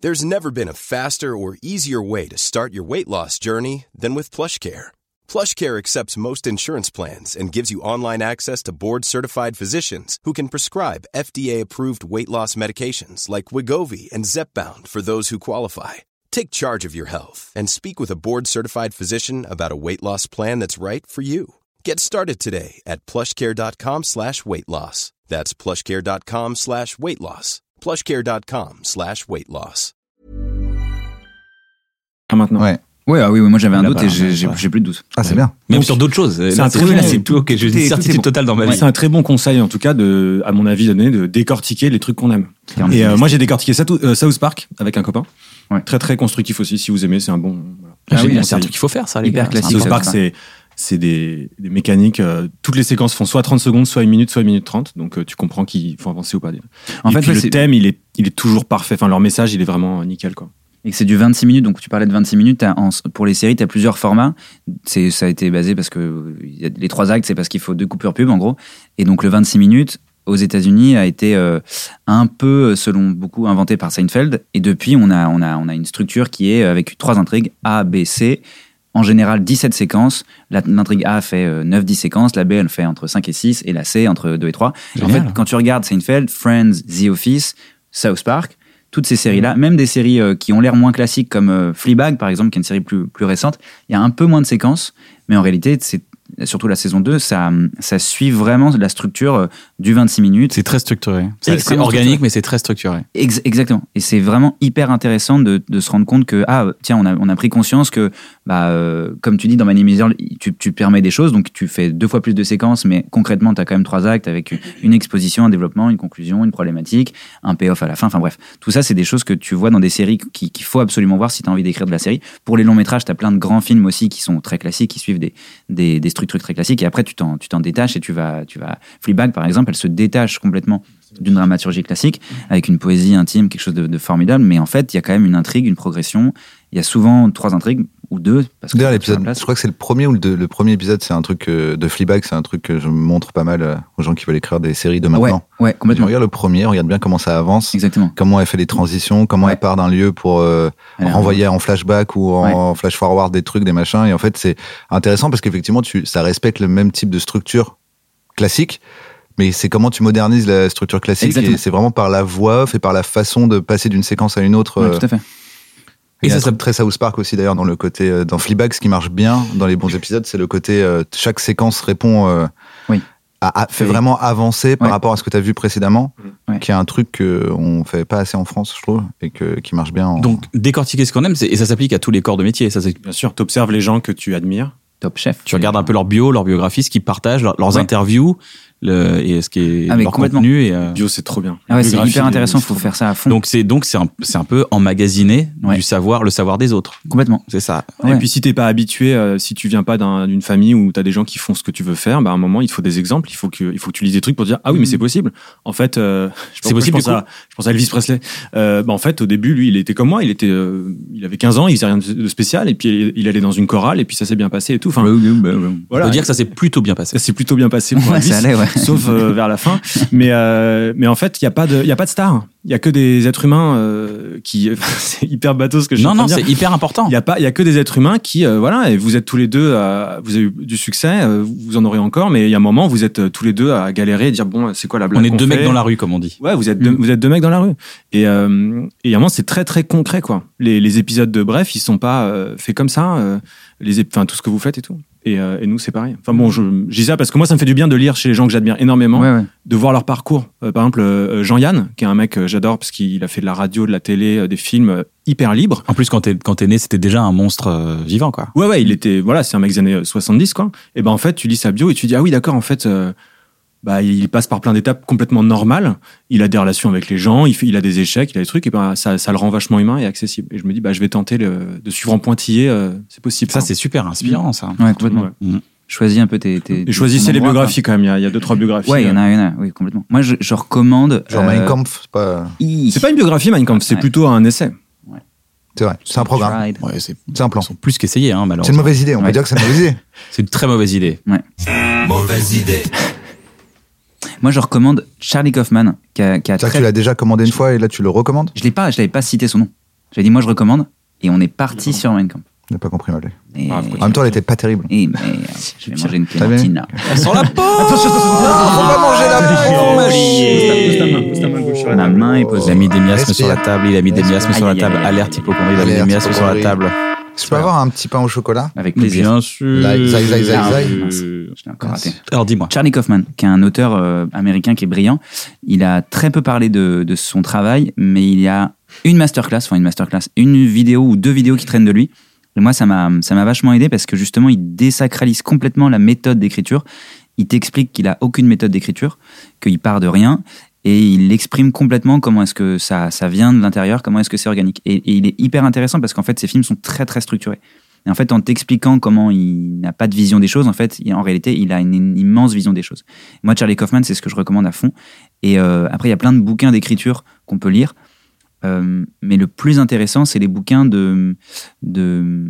Speaker 6: There's never been a faster or easier way to start your weight loss journey than with PlushCare. PlushCare accepts most insurance plans and gives you online access to board-certified physicians who can prescribe FDA-approved weight loss medications like Wigovi and Zepbound for those who qualify. Take charge of your health and speak with a board-certified physician about a weight loss plan that's right for you. Get started today at plushcare.com slash weight loss. That's plushcare.com slash weight loss. plushcare.com slash weight loss.
Speaker 4: Ah, maintenant. hein.
Speaker 3: Ouais.
Speaker 2: Ouais, ah oui, oui, moi j'avais un
Speaker 1: Là-bas,
Speaker 2: doute et j'ai
Speaker 1: ouais,
Speaker 2: j'ai-
Speaker 1: ouais.
Speaker 2: j'ai plus de doute.
Speaker 3: Ah, c'est bien.
Speaker 1: Même
Speaker 4: Donc,
Speaker 1: sur d'autres choses.
Speaker 4: c'est
Speaker 1: Là,
Speaker 4: un
Speaker 1: c'est
Speaker 4: très
Speaker 1: là,
Speaker 4: bon-
Speaker 1: c'est tout ok. J'ai
Speaker 2: tout est-
Speaker 1: une
Speaker 2: tout est
Speaker 1: certitude
Speaker 2: bon.
Speaker 1: totale dans ma
Speaker 2: Ouais.
Speaker 1: vie.
Speaker 4: C'est un très bon conseil, en tout cas, de, à mon avis, donné, de décortiquer les trucs qu'on aime.
Speaker 2: Clairement.
Speaker 4: Et euh, moi, j'ai décortiqué Satou- euh, South Park avec un copain.
Speaker 2: Ouais.
Speaker 4: Très, très constructif aussi. Si vous aimez, c'est un bon. voilà.
Speaker 1: Là, j'ai
Speaker 2: Ah oui,
Speaker 1: dit,
Speaker 2: là,
Speaker 1: c'est un truc qu'il faut faire, ça, les
Speaker 2: hyper
Speaker 1: gars. C'est un
Speaker 2: classique.
Speaker 1: truc-
Speaker 4: South
Speaker 2: ça,
Speaker 4: Park,
Speaker 2: ça.
Speaker 4: c'est c'est des, des mécaniques. euh, toutes les séquences font soit 30 secondes, soit 1 minute, soit 1 minute 30. Donc euh, tu comprends qu'il faut avancer ou pas.
Speaker 2: En
Speaker 4: En
Speaker 2: fait,
Speaker 4: fait,
Speaker 2: ouais,
Speaker 4: le
Speaker 2: c'est-
Speaker 4: thème, il est, il est toujours parfait. Enfin, leur message, il est vraiment euh, nickel. Quoi.
Speaker 2: Et que c'est du 26 minutes, donc tu parlais de 26 minutes. t'as en- pour les séries, tu as plusieurs formats. C'est- Ça a été basé parce que euh, il y a- les trois actes, c'est parce qu'il faut deux coupures pub, en gros. Et donc le 26 minutes aux États-Unis a été euh, un peu, euh, selon beaucoup, inventé par Seinfeld. Et depuis, on a, on a, on a une structure qui est euh, avec trois intrigues A, B, C. En général, 17 séquences. La- L'intrigue A fait 9-10 séquences, la B, elle fait entre 5 et 6, et la C entre 2 et 3. Et en fait,
Speaker 1: Génial.
Speaker 2: quand tu regardes Seinfeld, Friends, The Office, South Park, toutes ces séries-là, même des séries euh, qui ont l'air moins classiques comme euh, Fleabag, par exemple, qui est une série plus, plus récente, il y a un peu moins de séquences, mais en réalité, c'est surtout la saison 2, ça, ça suit vraiment la structure euh, du 26 minutes.
Speaker 1: C'est très structuré.
Speaker 2: C'est
Speaker 1: C'est
Speaker 2: extrêmement
Speaker 1: organique,
Speaker 2: structuré.
Speaker 1: mais c'est très structuré.
Speaker 2: Ex- exactement. Et c'est vraiment hyper intéressant de, de se rendre compte que, ah, tiens, on a, on a pris conscience que, bah, euh, comme tu dis, dans Manimeser, tu, tu permets des choses, donc tu fais deux fois plus de séquences, mais concrètement, tu as quand même trois actes avec une exposition, un développement, une conclusion, une problématique, un payoff à la fin. Enfin bref, tout ça, c'est des choses que tu vois dans des séries qui- qu'il faut absolument voir si tu as envie d'écrire de la série. Pour les longs métrages, tu as plein de grands films aussi qui sont très classiques, qui suivent des, des, des structures très classiques, et après, tu t'en tu t'en détaches et tu vas. Tu vas... Fleabag, par exemple, elle se détache complètement d'une dramaturgie classique, avec une poésie intime, quelque chose de, de formidable, mais en fait, il y a quand même une intrigue, une progression. Il y a souvent trois intrigues, ou deux, parce que ça prend
Speaker 3: D'ailleurs, l'épisode,
Speaker 2: la place.
Speaker 3: je crois que c'est le premier ou le, deux- le premier épisode, c'est un truc euh, de Fleabag, c'est un truc que je montre pas mal euh, aux gens qui veulent écrire des séries de
Speaker 2: Ouais,
Speaker 3: maintenant.
Speaker 2: ouais,
Speaker 3: Je
Speaker 2: complètement.
Speaker 3: regarde le premier, regarde bien comment ça avance,
Speaker 2: Exactement.
Speaker 3: comment elle fait les transitions, comment
Speaker 2: Ouais.
Speaker 3: elle part d'un lieu pour euh,
Speaker 2: Elle a un-
Speaker 3: renvoyer en flashback ou en flash forward des trucs, des machins. Et en fait, c'est intéressant parce qu'effectivement, tu, ça respecte le même type de structure classique. Mais c'est comment tu modernises la structure classique
Speaker 2: Exactement.
Speaker 3: et c'est vraiment par la voix off et par la façon de passer d'une séquence à une autre.
Speaker 2: Ouais,
Speaker 3: euh,
Speaker 2: tout à fait.
Speaker 3: et
Speaker 1: Et
Speaker 3: ça,
Speaker 1: ça, ça-
Speaker 3: très South Park aussi d'ailleurs dans le côté euh, dans Fleabag, ce qui marche bien dans les bons épisodes, c'est le côté euh, chaque séquence répond euh,
Speaker 2: Oui.
Speaker 3: à- à- fait
Speaker 2: Oui.
Speaker 3: vraiment avancer par
Speaker 2: Ouais.
Speaker 3: rapport à ce que tu as vu précédemment,
Speaker 2: Ouais.
Speaker 3: qui est un truc qu'on fait pas assez en France, je trouve, et que, qui marche bien. en-
Speaker 1: Donc, décortiquer ce qu'on aime, c'est- et ça s'applique à tous les corps de métier. Ça, c'est-
Speaker 4: Bien sûr, tu observes les gens que tu admires.
Speaker 2: Top chef.
Speaker 1: tu regardes un peu leur bio, leur biographie, ce qu'ils partagent, leur- leurs
Speaker 2: Ouais.
Speaker 1: interviews, le, et ce qui est
Speaker 2: Ah, mais
Speaker 1: leur
Speaker 2: complètement.
Speaker 1: contenu. Et, euh,
Speaker 4: Bio, c'est trop bien.
Speaker 2: Ah ouais, c'est
Speaker 4: Biographie,
Speaker 2: hyper intéressant,
Speaker 4: c'est
Speaker 2: faut
Speaker 4: trop
Speaker 2: faire ça à fond.
Speaker 1: donc, c'est donc c'est un, c'est un peu emmagasiner
Speaker 2: Ouais.
Speaker 1: du savoir, le savoir des autres.
Speaker 2: complètement.
Speaker 1: C'est ça.
Speaker 4: Et
Speaker 2: Ouais.
Speaker 4: puis si t'es pas habitué, euh, si tu viens pas d'un- d'une famille où t'as des gens qui font ce que tu veux faire, bah à un moment il te faut des exemples, il faut que il faut que tu lises des trucs pour dire ah oui mais c'est possible. En fait, euh, je pense-
Speaker 1: Mhm. C'est possible,
Speaker 4: Je pense,
Speaker 1: du
Speaker 4: à, je pense à Elvis Presley. Euh, bah, en fait, au début lui il était comme moi, il était, euh, il avait 15 ans, il faisait rien de de spécial et puis il allait dans une chorale et puis ça s'est bien passé et tout. Enfin
Speaker 1: On
Speaker 4: voilà.
Speaker 1: peut dire que ça s'est plutôt bien passé.
Speaker 4: ça s'est plutôt bien passé pour
Speaker 2: Ouais,
Speaker 4: Elvis.
Speaker 2: ça allait, ouais.
Speaker 4: sauf euh, vers la fin. Mais, euh, mais en fait, il n'y a pas de, il a pas de star. Il y a que des êtres humains euh, qui, c'est hyper bateau ce que je suis en
Speaker 1: Non,
Speaker 4: train
Speaker 1: non,
Speaker 4: de dire.
Speaker 1: c'est hyper important.
Speaker 4: Il y a pas, il y a que des êtres humains qui, euh, voilà, et vous êtes tous les deux, à- vous avez eu du succès, euh, vous en aurez encore, mais il y a un moment, vous êtes euh, tous les deux à galérer et dire bon, c'est quoi la blague
Speaker 1: On est
Speaker 4: qu'on
Speaker 1: deux mecs
Speaker 4: fait
Speaker 1: dans la rue, comme on dit.
Speaker 4: Ouais, vous êtes deux,
Speaker 2: Mm.
Speaker 4: vous êtes deux mecs dans la rue. Et, euh, et à un moment, c'est très très concret quoi. Les, les épisodes de bref, ils sont pas euh, faits comme ça. euh, les, ép- enfin tout ce que vous faites et tout. Et, euh, et nous, c'est pareil. Enfin bon, je, je dis ça parce que moi, ça me fait du bien de lire chez les gens que j'admire énormément,
Speaker 2: Ouais, ouais.
Speaker 4: de voir leur parcours. Euh, par exemple, euh, Jean-Yann, qui est un mec que j'adore parce qu'il a fait de la radio, de la télé, euh, des films euh, hyper libres.
Speaker 1: En plus, quand t'es quand t'es né, c'était déjà un monstre euh, vivant, quoi.
Speaker 4: Ouais, ouais, il était, voilà, c'est un mec des années euh, 70, quoi. Et ben, en fait, tu lis sa bio et tu dis, ah oui, d'accord, en fait, euh, bah, il passe par plein d'étapes complètement normales. Il a des relations avec les gens, il, fait- il a des échecs, il a des trucs, et ben, ça, ça le rend vachement humain et accessible. Et je me dis, bah, je vais tenter le- de suivre en pointillé, euh, c'est possible.
Speaker 1: Ça,
Speaker 4: Enfin,
Speaker 1: c'est super inspirant, ça.
Speaker 2: Ouais, complètement. Mm.
Speaker 4: Ouais.
Speaker 2: Choisis un peu tes. tes
Speaker 4: Et
Speaker 2: tes-
Speaker 4: choisissez
Speaker 2: ton
Speaker 4: les
Speaker 2: endroit,
Speaker 4: biographies quand même, il y a, il y a deux, trois biographies.
Speaker 2: quoi. Ouais, il y en
Speaker 4: euh.
Speaker 2: a, il y en a, oui, complètement. Moi, je, je recommande.
Speaker 3: Genre
Speaker 2: euh,
Speaker 3: Mein Kampf, c'est pas.
Speaker 2: I-
Speaker 4: euh. C'est pas une biographie, Mein Kampf, c'est
Speaker 2: Ouais.
Speaker 4: plutôt un essai.
Speaker 3: C'est vrai. C'est un programme.
Speaker 2: Tried.
Speaker 1: Ouais, c'est
Speaker 3: C'est un plan.
Speaker 1: Ils sont plus qu'essayés, hein,
Speaker 3: C'est une
Speaker 1: malheureusement.
Speaker 3: mauvaise idée. On
Speaker 1: Ouais.
Speaker 3: peut dire que c'est une mauvaise idée.
Speaker 1: C'est une très mauvaise idée.
Speaker 2: Ouais. Moi, je recommande Charlie Kaufman, qui a, qui a
Speaker 3: C'est-à-dire
Speaker 2: très-
Speaker 3: que tu l'as déjà commandé une fois et là tu le recommandes
Speaker 2: Je l'ai pas, je l'avais pas cité son nom. J'ai dit, moi, je recommande, et on est parti sur Mein Kampf.
Speaker 3: Je n'ai pas compris ma blague.
Speaker 2: Et,
Speaker 4: Ah, pourquoi
Speaker 3: En même temps, elle était pas terrible.
Speaker 2: et- mais, euh, je vais manger une
Speaker 3: T'as bien-
Speaker 2: clémentine. là.
Speaker 1: Sans la peau
Speaker 3: Ah,
Speaker 2: La main est posée.
Speaker 1: Il a mis des miasmes
Speaker 3: Respire.
Speaker 1: sur la table, il a mis des miasmes sur la
Speaker 2: Aïe, aïe,
Speaker 1: table.
Speaker 2: aïe, aïe.
Speaker 1: Alerte hypochondrie, il a mis des
Speaker 3: Alerte,
Speaker 1: miasmes sur la
Speaker 3: hypochondrie.
Speaker 1: table.
Speaker 3: Je peux avoir un petit pain au chocolat
Speaker 2: Avec plaisir.
Speaker 1: Bien sûr.
Speaker 3: Zai, zai, zai, zai,
Speaker 2: Ah,
Speaker 3: zai.
Speaker 2: mince, je l'ai encore raté.
Speaker 1: Alors dis-moi.
Speaker 2: Charlie Kaufman, qui est un auteur euh, américain qui est brillant, il a très peu parlé de, de son travail, mais il y a une masterclass, enfin une masterclass, une vidéo ou deux vidéos qui traînent de lui. Et moi, ça m'a ça m'a vachement aidé parce que justement, il désacralise complètement la méthode d'écriture. Il t'explique qu'il a aucune méthode d'écriture, qu'il part de rien, et il exprime complètement comment est-ce que ça, ça vient de l'intérieur, comment est-ce que c'est organique. Et, et il est hyper intéressant parce qu'en fait, ses films sont très très structurés. Et en fait, en t'expliquant comment il n'a pas de vision des choses, en fait, il- en réalité, il a une, immense vision des choses. Moi, Charlie Kaufman, c'est ce que je recommande à fond. Et euh, après, il y a plein de bouquins d'écriture qu'on peut lire. Euh, mais le plus intéressant, c'est les bouquins de, de,